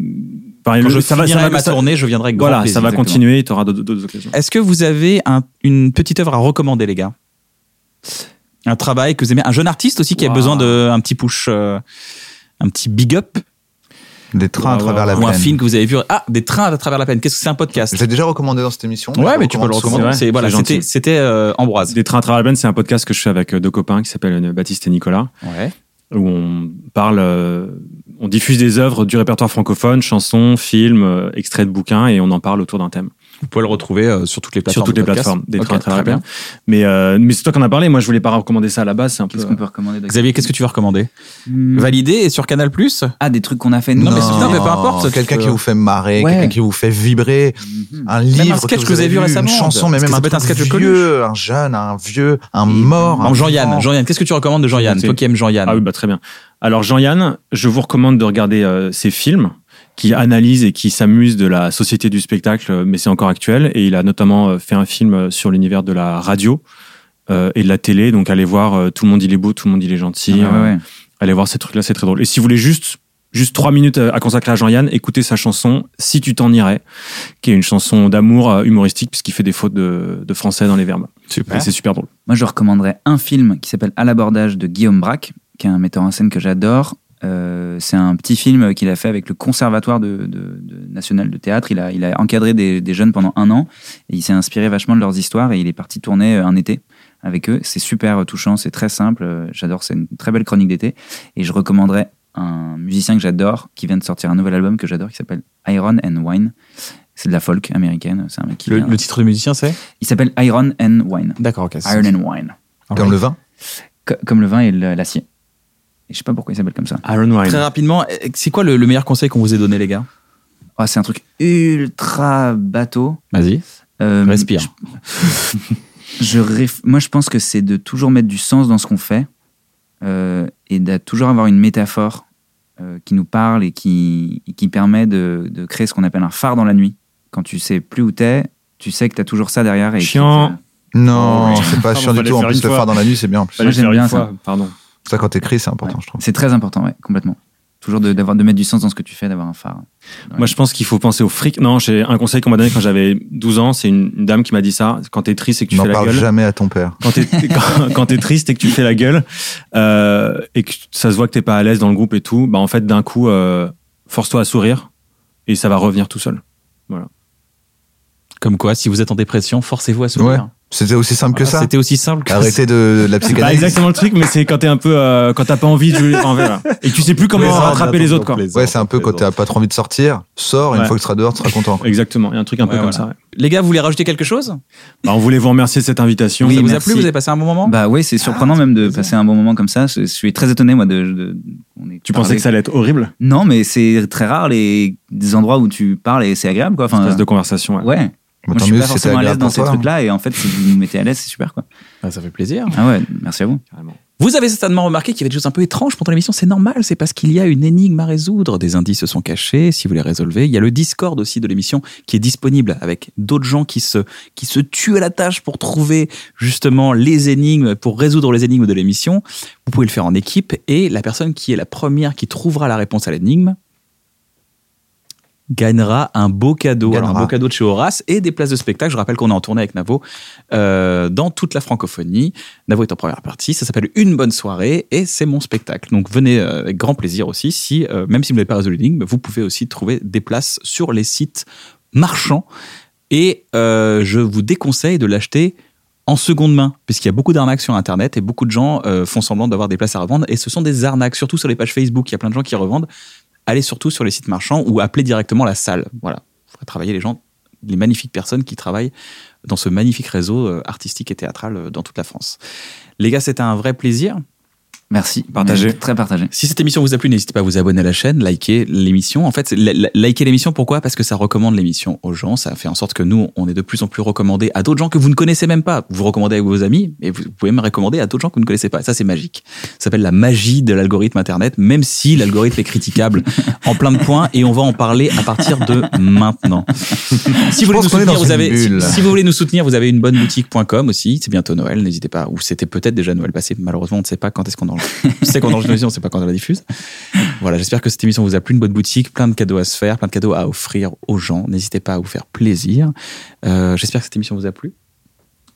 Speaker 4: par-
Speaker 1: Quand
Speaker 4: le-
Speaker 1: je
Speaker 4: ça va- ça
Speaker 1: finirai
Speaker 4: va-
Speaker 1: ma
Speaker 4: ça-
Speaker 1: tournée, je viendrai avec grand
Speaker 4: Voilà, ça
Speaker 1: plaisir.
Speaker 4: va
Speaker 2: exactement.
Speaker 4: continuer. Tu auras d'autres- d'autres occasions.
Speaker 1: Est-ce que vous avez un- une petite œuvre à recommander, les gars Un travail que vous aimez Un jeune artiste aussi qui a
Speaker 4: Waouh.
Speaker 1: besoin d'un petit push, euh, un petit big up
Speaker 3: Des trains à
Speaker 4: Ouais,
Speaker 3: travers
Speaker 4: ouais,
Speaker 3: la
Speaker 1: Ou un
Speaker 3: plaine.
Speaker 1: film que vous avez vu Ah, des trains à travers la plaine. Qu'est-ce que c'est un podcast
Speaker 3: Je l'ai déjà recommandé dans cette émission.
Speaker 1: Ouais,
Speaker 3: je
Speaker 1: mais tu peux le
Speaker 3: souvent.
Speaker 1: recommander.
Speaker 4: souvent.
Speaker 1: C'est- Voilà,
Speaker 4: C'est gentil.
Speaker 1: c'était c'était, euh, Ambroise.
Speaker 4: Des trains à travers la plaine, c'est un podcast que je fais avec euh, deux copains qui s'appellent euh, Baptiste et Nicolas. où on parle, euh, on diffuse des œuvres du répertoire francophone, chansons, films, euh, extraits de bouquins, et on en parle autour d'un thème.
Speaker 1: Vous pouvez le retrouver euh, sur toutes les
Speaker 4: Sur
Speaker 1: plateformes.
Speaker 4: toutes
Speaker 1: de
Speaker 4: les
Speaker 1: podcast.
Speaker 4: plateformes, des
Speaker 1: Ok,
Speaker 4: trains à
Speaker 1: très
Speaker 4: travers
Speaker 1: bien.
Speaker 4: la Terre. Mais, euh, mais c'est toi qui en as parlé, moi je voulais pas recommander ça à la base, c'est un peu.
Speaker 2: Qu'est-ce qu'on peut recommander Dax
Speaker 1: Xavier, qu'est-ce que tu vas recommander
Speaker 2: Hmm.
Speaker 1: Valider et sur Canal Plus
Speaker 2: Ah, des trucs qu'on a fait nous.
Speaker 1: Non, mais c'est- non, mais peu importe,
Speaker 3: Quelqu'un
Speaker 1: tu
Speaker 3: qui
Speaker 1: peux-
Speaker 3: vous fait marrer,
Speaker 2: Ouais.
Speaker 3: quelqu'un qui vous fait vibrer,
Speaker 2: Hmm.
Speaker 3: un livre,
Speaker 1: sketch
Speaker 3: que
Speaker 1: que
Speaker 3: vous avez vu
Speaker 1: récemment.
Speaker 3: une chanson, mais
Speaker 1: Parce
Speaker 3: même
Speaker 1: que ça
Speaker 3: un,
Speaker 1: peut être un
Speaker 3: truc
Speaker 1: sketch de
Speaker 3: vieux, un jeune, un vieux, un mort. un
Speaker 1: Jean-Yann,
Speaker 3: vivant.
Speaker 1: Jean-Yann, qu'est-ce que tu recommandes de Jean-Yann
Speaker 4: C'est-
Speaker 1: Toi qui aimes Jean-Yann.
Speaker 4: Ah oui, bah très bien. Alors Jean-Yann, je vous recommande de regarder euh, ses films qui analysent et qui s'amusent de la société du spectacle, euh, mais c'est encore actuel. Et il a notamment euh, fait un film euh, sur l'univers de la radio euh, et de la télé. Donc allez voir euh, Tout le monde il est beau, tout le monde il est
Speaker 2: Ah,
Speaker 4: gentil.
Speaker 2: ouais,
Speaker 1: hein.
Speaker 2: ouais.
Speaker 4: Euh, Allez voir ces trucs-là, c'est très drôle. Et si vous voulez juste juste trois minutes euh, à à consacrer à Jean-Yann, écoutez sa chanson Si tu t'en irais, qui est une chanson d'amour euh, humoristique puisqu'il fait des fautes de, de français dans les verbes. Et
Speaker 1: Super.
Speaker 4: c'est super drôle.
Speaker 2: Moi, je recommanderais un film qui s'appelle À l'abordage de Guillaume Braque, qui est un metteur en scène que j'adore. Euh, c'est un petit film qu'il a fait avec le Conservatoire de, de- de- national de théâtre. Il a, il a encadré des, des jeunes pendant un an et il s'est inspiré vachement de leurs histoires et il est parti tourner euh, un été avec eux. C'est super touchant, c'est très simple. Euh, J'adore, c'est une très belle chronique d'été. Et je recommanderais un musicien que j'adore qui vient de sortir un nouvel album que j'adore qui s'appelle Iron and Wine. C'est de la folk américaine. C'est un mec qui
Speaker 1: Le,
Speaker 2: vient-
Speaker 1: le titre de musicien, c'est
Speaker 2: Il s'appelle Iron and Wine.
Speaker 1: D'accord, ok. c'est-
Speaker 2: Iron and Wine.
Speaker 3: Comme le vin.
Speaker 2: Co- comme le vin et le- l'acier. Et je sais pas pourquoi il s'appelle comme ça.
Speaker 4: Aaron Wine.
Speaker 1: Très rapidement, eh, c'est quoi le, le meilleur conseil qu'on vous ait donné, les gars
Speaker 2: Ah, c'est un truc ultra bateau.
Speaker 1: Vas-y.
Speaker 2: Euh,
Speaker 1: Respire.
Speaker 2: Je, je réf- Moi, je pense que c'est de toujours mettre du sens dans ce qu'on fait euh, et de toujours avoir une métaphore euh, qui nous parle et qui, et qui permet de, de créer ce qu'on appelle un phare dans la nuit. Quand tu sais plus où t'es, tu sais que t'as toujours ça derrière. Et
Speaker 4: Chiant.
Speaker 3: Non,
Speaker 4: Oh,
Speaker 3: c'est pas
Speaker 4: pardon,
Speaker 3: chiant du
Speaker 4: fallait
Speaker 3: tout. En
Speaker 4: faire
Speaker 3: plus,
Speaker 4: une
Speaker 3: le
Speaker 4: fois.
Speaker 3: phare dans la nuit, c'est bien. en plus.
Speaker 4: Fallait le
Speaker 2: j'aime
Speaker 4: faire
Speaker 2: bien
Speaker 4: une
Speaker 2: ça.
Speaker 4: fois, pardon.
Speaker 3: Ça, quand t'écris, c'est important, je trouve.
Speaker 2: C'est très important, ouais, complètement. Toujours de, d'avoir- de mettre du sens dans ce que tu fais, d'avoir un phare.
Speaker 4: Moi, je pense qu'il faut penser au fric. Non, j'ai un conseil qu'on m'a donné quand j'avais 12 ans. C'est une, une dame qui m'a dit ça. Quand t'es triste et que tu
Speaker 3: N'en
Speaker 4: fais la
Speaker 3: parle
Speaker 4: gueule.
Speaker 3: jamais à ton père.
Speaker 4: Quand t'es, quand, quand t'es triste et que tu fais la gueule, euh, et que ça se voit que t'es pas à l'aise dans le groupe et tout, bah, en fait, d'un coup, euh, force-toi à sourire et ça va revenir tout seul.
Speaker 1: Comme quoi, si vous êtes en dépression, forcez-vous à sourire.
Speaker 3: Ouais, C'était aussi simple que
Speaker 1: Voilà,
Speaker 3: ça.
Speaker 1: Ah, C'était aussi simple que ça.
Speaker 3: Arrêtez de, de la
Speaker 4: C'est pas
Speaker 3: psychanalyse.
Speaker 4: exactement le truc, mais c'est quand t'es un peu, euh, quand t'as pas envie de jouer en verre. Et que tu sais plus comment
Speaker 3: Plaisante,
Speaker 4: rattraper les autres, quoi.
Speaker 3: Ouais, c'est un peu quand t'as pas trop envie de sortir, sors, et une
Speaker 4: Ouais.
Speaker 3: fois que tu seras dehors, tu seras content.
Speaker 4: Exactement. Il y a un truc un peu
Speaker 1: Ouais,
Speaker 4: comme
Speaker 1: voilà.
Speaker 4: ça. ouais.
Speaker 1: Les gars, vous voulez rajouter quelque chose
Speaker 4: Bah, on voulait vous remercier de cette invitation.
Speaker 1: Ça
Speaker 2: Oui,
Speaker 1: vous a
Speaker 2: merci.
Speaker 1: plu Vous avez passé un bon moment
Speaker 2: Bah oui, c'est surprenant même de passer un bon moment comme ça. Je, je suis très étonné, moi, de. de- on ait
Speaker 4: tu
Speaker 2: parlé.
Speaker 4: pensais que ça allait être horrible?
Speaker 2: Non, mais c'est très rare les des endroits où tu parles et c'est agréable, quoi. Enfin,
Speaker 4: Espace de conversation, ouais.
Speaker 2: ouais.
Speaker 3: Mais
Speaker 2: Moi, je
Speaker 3: Bah, tant
Speaker 2: suis
Speaker 3: mieux
Speaker 2: pas
Speaker 3: si c'était
Speaker 2: forcément à l'aise
Speaker 3: agréable
Speaker 2: dans
Speaker 3: pour
Speaker 2: ces
Speaker 3: toi. hein.
Speaker 2: trucs-là et en fait, si vous nous mettez à l'aise, c'est super, quoi.
Speaker 1: Ah, Ça fait plaisir.
Speaker 2: Ah ouais, merci à vous.
Speaker 4: Carrément.
Speaker 1: Vous avez certainement remarqué qu'il y avait des choses un peu étranges pendant l'émission, c'est normal, c'est parce qu'il y a une énigme à résoudre, des indices se sont cachés, si vous les résolvez, il y a le Discord aussi de l'émission qui est disponible avec d'autres gens qui se, qui se tuent à la tâche pour trouver justement les énigmes, pour résoudre les énigmes de l'émission. Vous pouvez le faire en équipe et la personne qui est la première qui trouvera la réponse à l'énigme gagnera un beau cadeau,
Speaker 3: Gagnera.
Speaker 1: Alors, un beau cadeau de chez Horace et des places de spectacle. Je rappelle qu'on est en tournée avec Navo euh, dans toute la francophonie. Navo est en première partie, ça s'appelle Une bonne soirée et c'est mon spectacle. Donc venez euh, avec grand plaisir aussi, si, euh, même si vous n'avez pas résolu l'énigme, vous pouvez aussi trouver des places sur les sites marchands. Et euh, je vous déconseille de l'acheter en seconde main, puisqu'il y a beaucoup d'arnaques sur Internet et beaucoup de gens euh, font semblant d'avoir des places à revendre. Et ce sont des arnaques, surtout sur les pages Facebook, il y a plein de gens qui revendent. Allez surtout sur les sites marchands ou appelez directement la salle. Voilà, il faudrait travailler les gens, les magnifiques personnes qui travaillent dans ce magnifique réseau euh, artistique et théâtral euh, dans toute la France. Les gars, c'était un vrai plaisir.
Speaker 2: Merci.
Speaker 4: Partagé.
Speaker 2: Très partagé.
Speaker 1: Si cette émission vous a plu, n'hésitez pas à vous abonner à la chaîne, liker l'émission. En fait, la- la- liker l'émission, pourquoi Parce que ça recommande l'émission aux gens. Ça fait en sorte que nous, on est de plus en plus recommandés à d'autres gens que vous ne connaissez même pas. Vous recommandez à vos amis, et vous pouvez même recommander à d'autres gens que vous ne connaissez pas. Ça, c'est magique. Ça s'appelle la magie de l'algorithme Internet, même si l'algorithme est critiquable en plein de points, et on va en parler à partir de maintenant. Si vous, voulez
Speaker 3: pense
Speaker 1: nous soutenir,
Speaker 3: qu'on est dans
Speaker 1: vous
Speaker 3: une
Speaker 1: avez, si,
Speaker 3: bulle.
Speaker 1: si vous voulez nous soutenir, vous avez une bonne boutique.com aussi. C'est bientôt Noël, n'hésitez pas. Ou c'était peut-être déjà Noël passé. Malheureusement, on ne sait pas quand est-ce qu'on enregistre. On sait qu'on enregistre l'émission, on ne sait pas quand on la diffuse. Voilà, j'espère que cette émission vous a plu. Une bonne boutique, plein de cadeaux à se faire, plein de cadeaux à offrir aux gens. N'hésitez pas à vous faire plaisir. Euh, j'espère que cette émission vous a plu.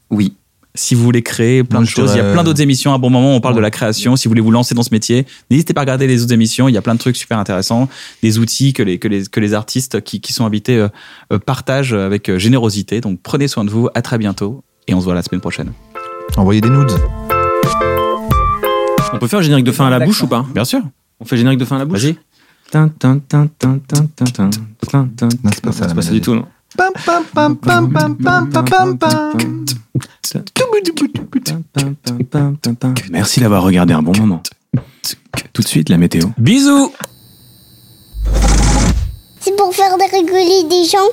Speaker 2: Oui.
Speaker 1: Si vous voulez créer plein
Speaker 3: Moi,
Speaker 1: de
Speaker 3: je
Speaker 1: choses, il y a
Speaker 3: dirais- euh,
Speaker 1: plein d'autres émissions. À un bon moment, on parle de la création. Si vous voulez vous lancer dans ce métier, n'hésitez pas à regarder les autres émissions. Il y a plein de trucs super intéressants, des outils que les, que les, que les artistes qui, qui sont invités euh, euh, partagent avec euh, générosité. Donc prenez soin de vous. À très bientôt. Et on se voit la semaine prochaine.
Speaker 3: Envoyez des nudes.
Speaker 4: On peut faire le générique de fin à la bouche ou pas
Speaker 7: Bien sûr.
Speaker 4: On fait le générique de fin à la bouche
Speaker 7: Vas-y.
Speaker 4: Tin, tin, tin, tin, tin, tin, tin, tin, tin.
Speaker 3: Non, c'est pas ça,
Speaker 4: C'est
Speaker 3: la
Speaker 4: pas ça
Speaker 3: mélodie.
Speaker 4: du tout, non
Speaker 3: Pam, pam, pam, pam, pam, pam, pam, pam, pam.
Speaker 4: Merci d'avoir regardé un bon moment. Tout de suite, la météo.
Speaker 7: Bisous
Speaker 8: C'est pour faire des rigoler des gens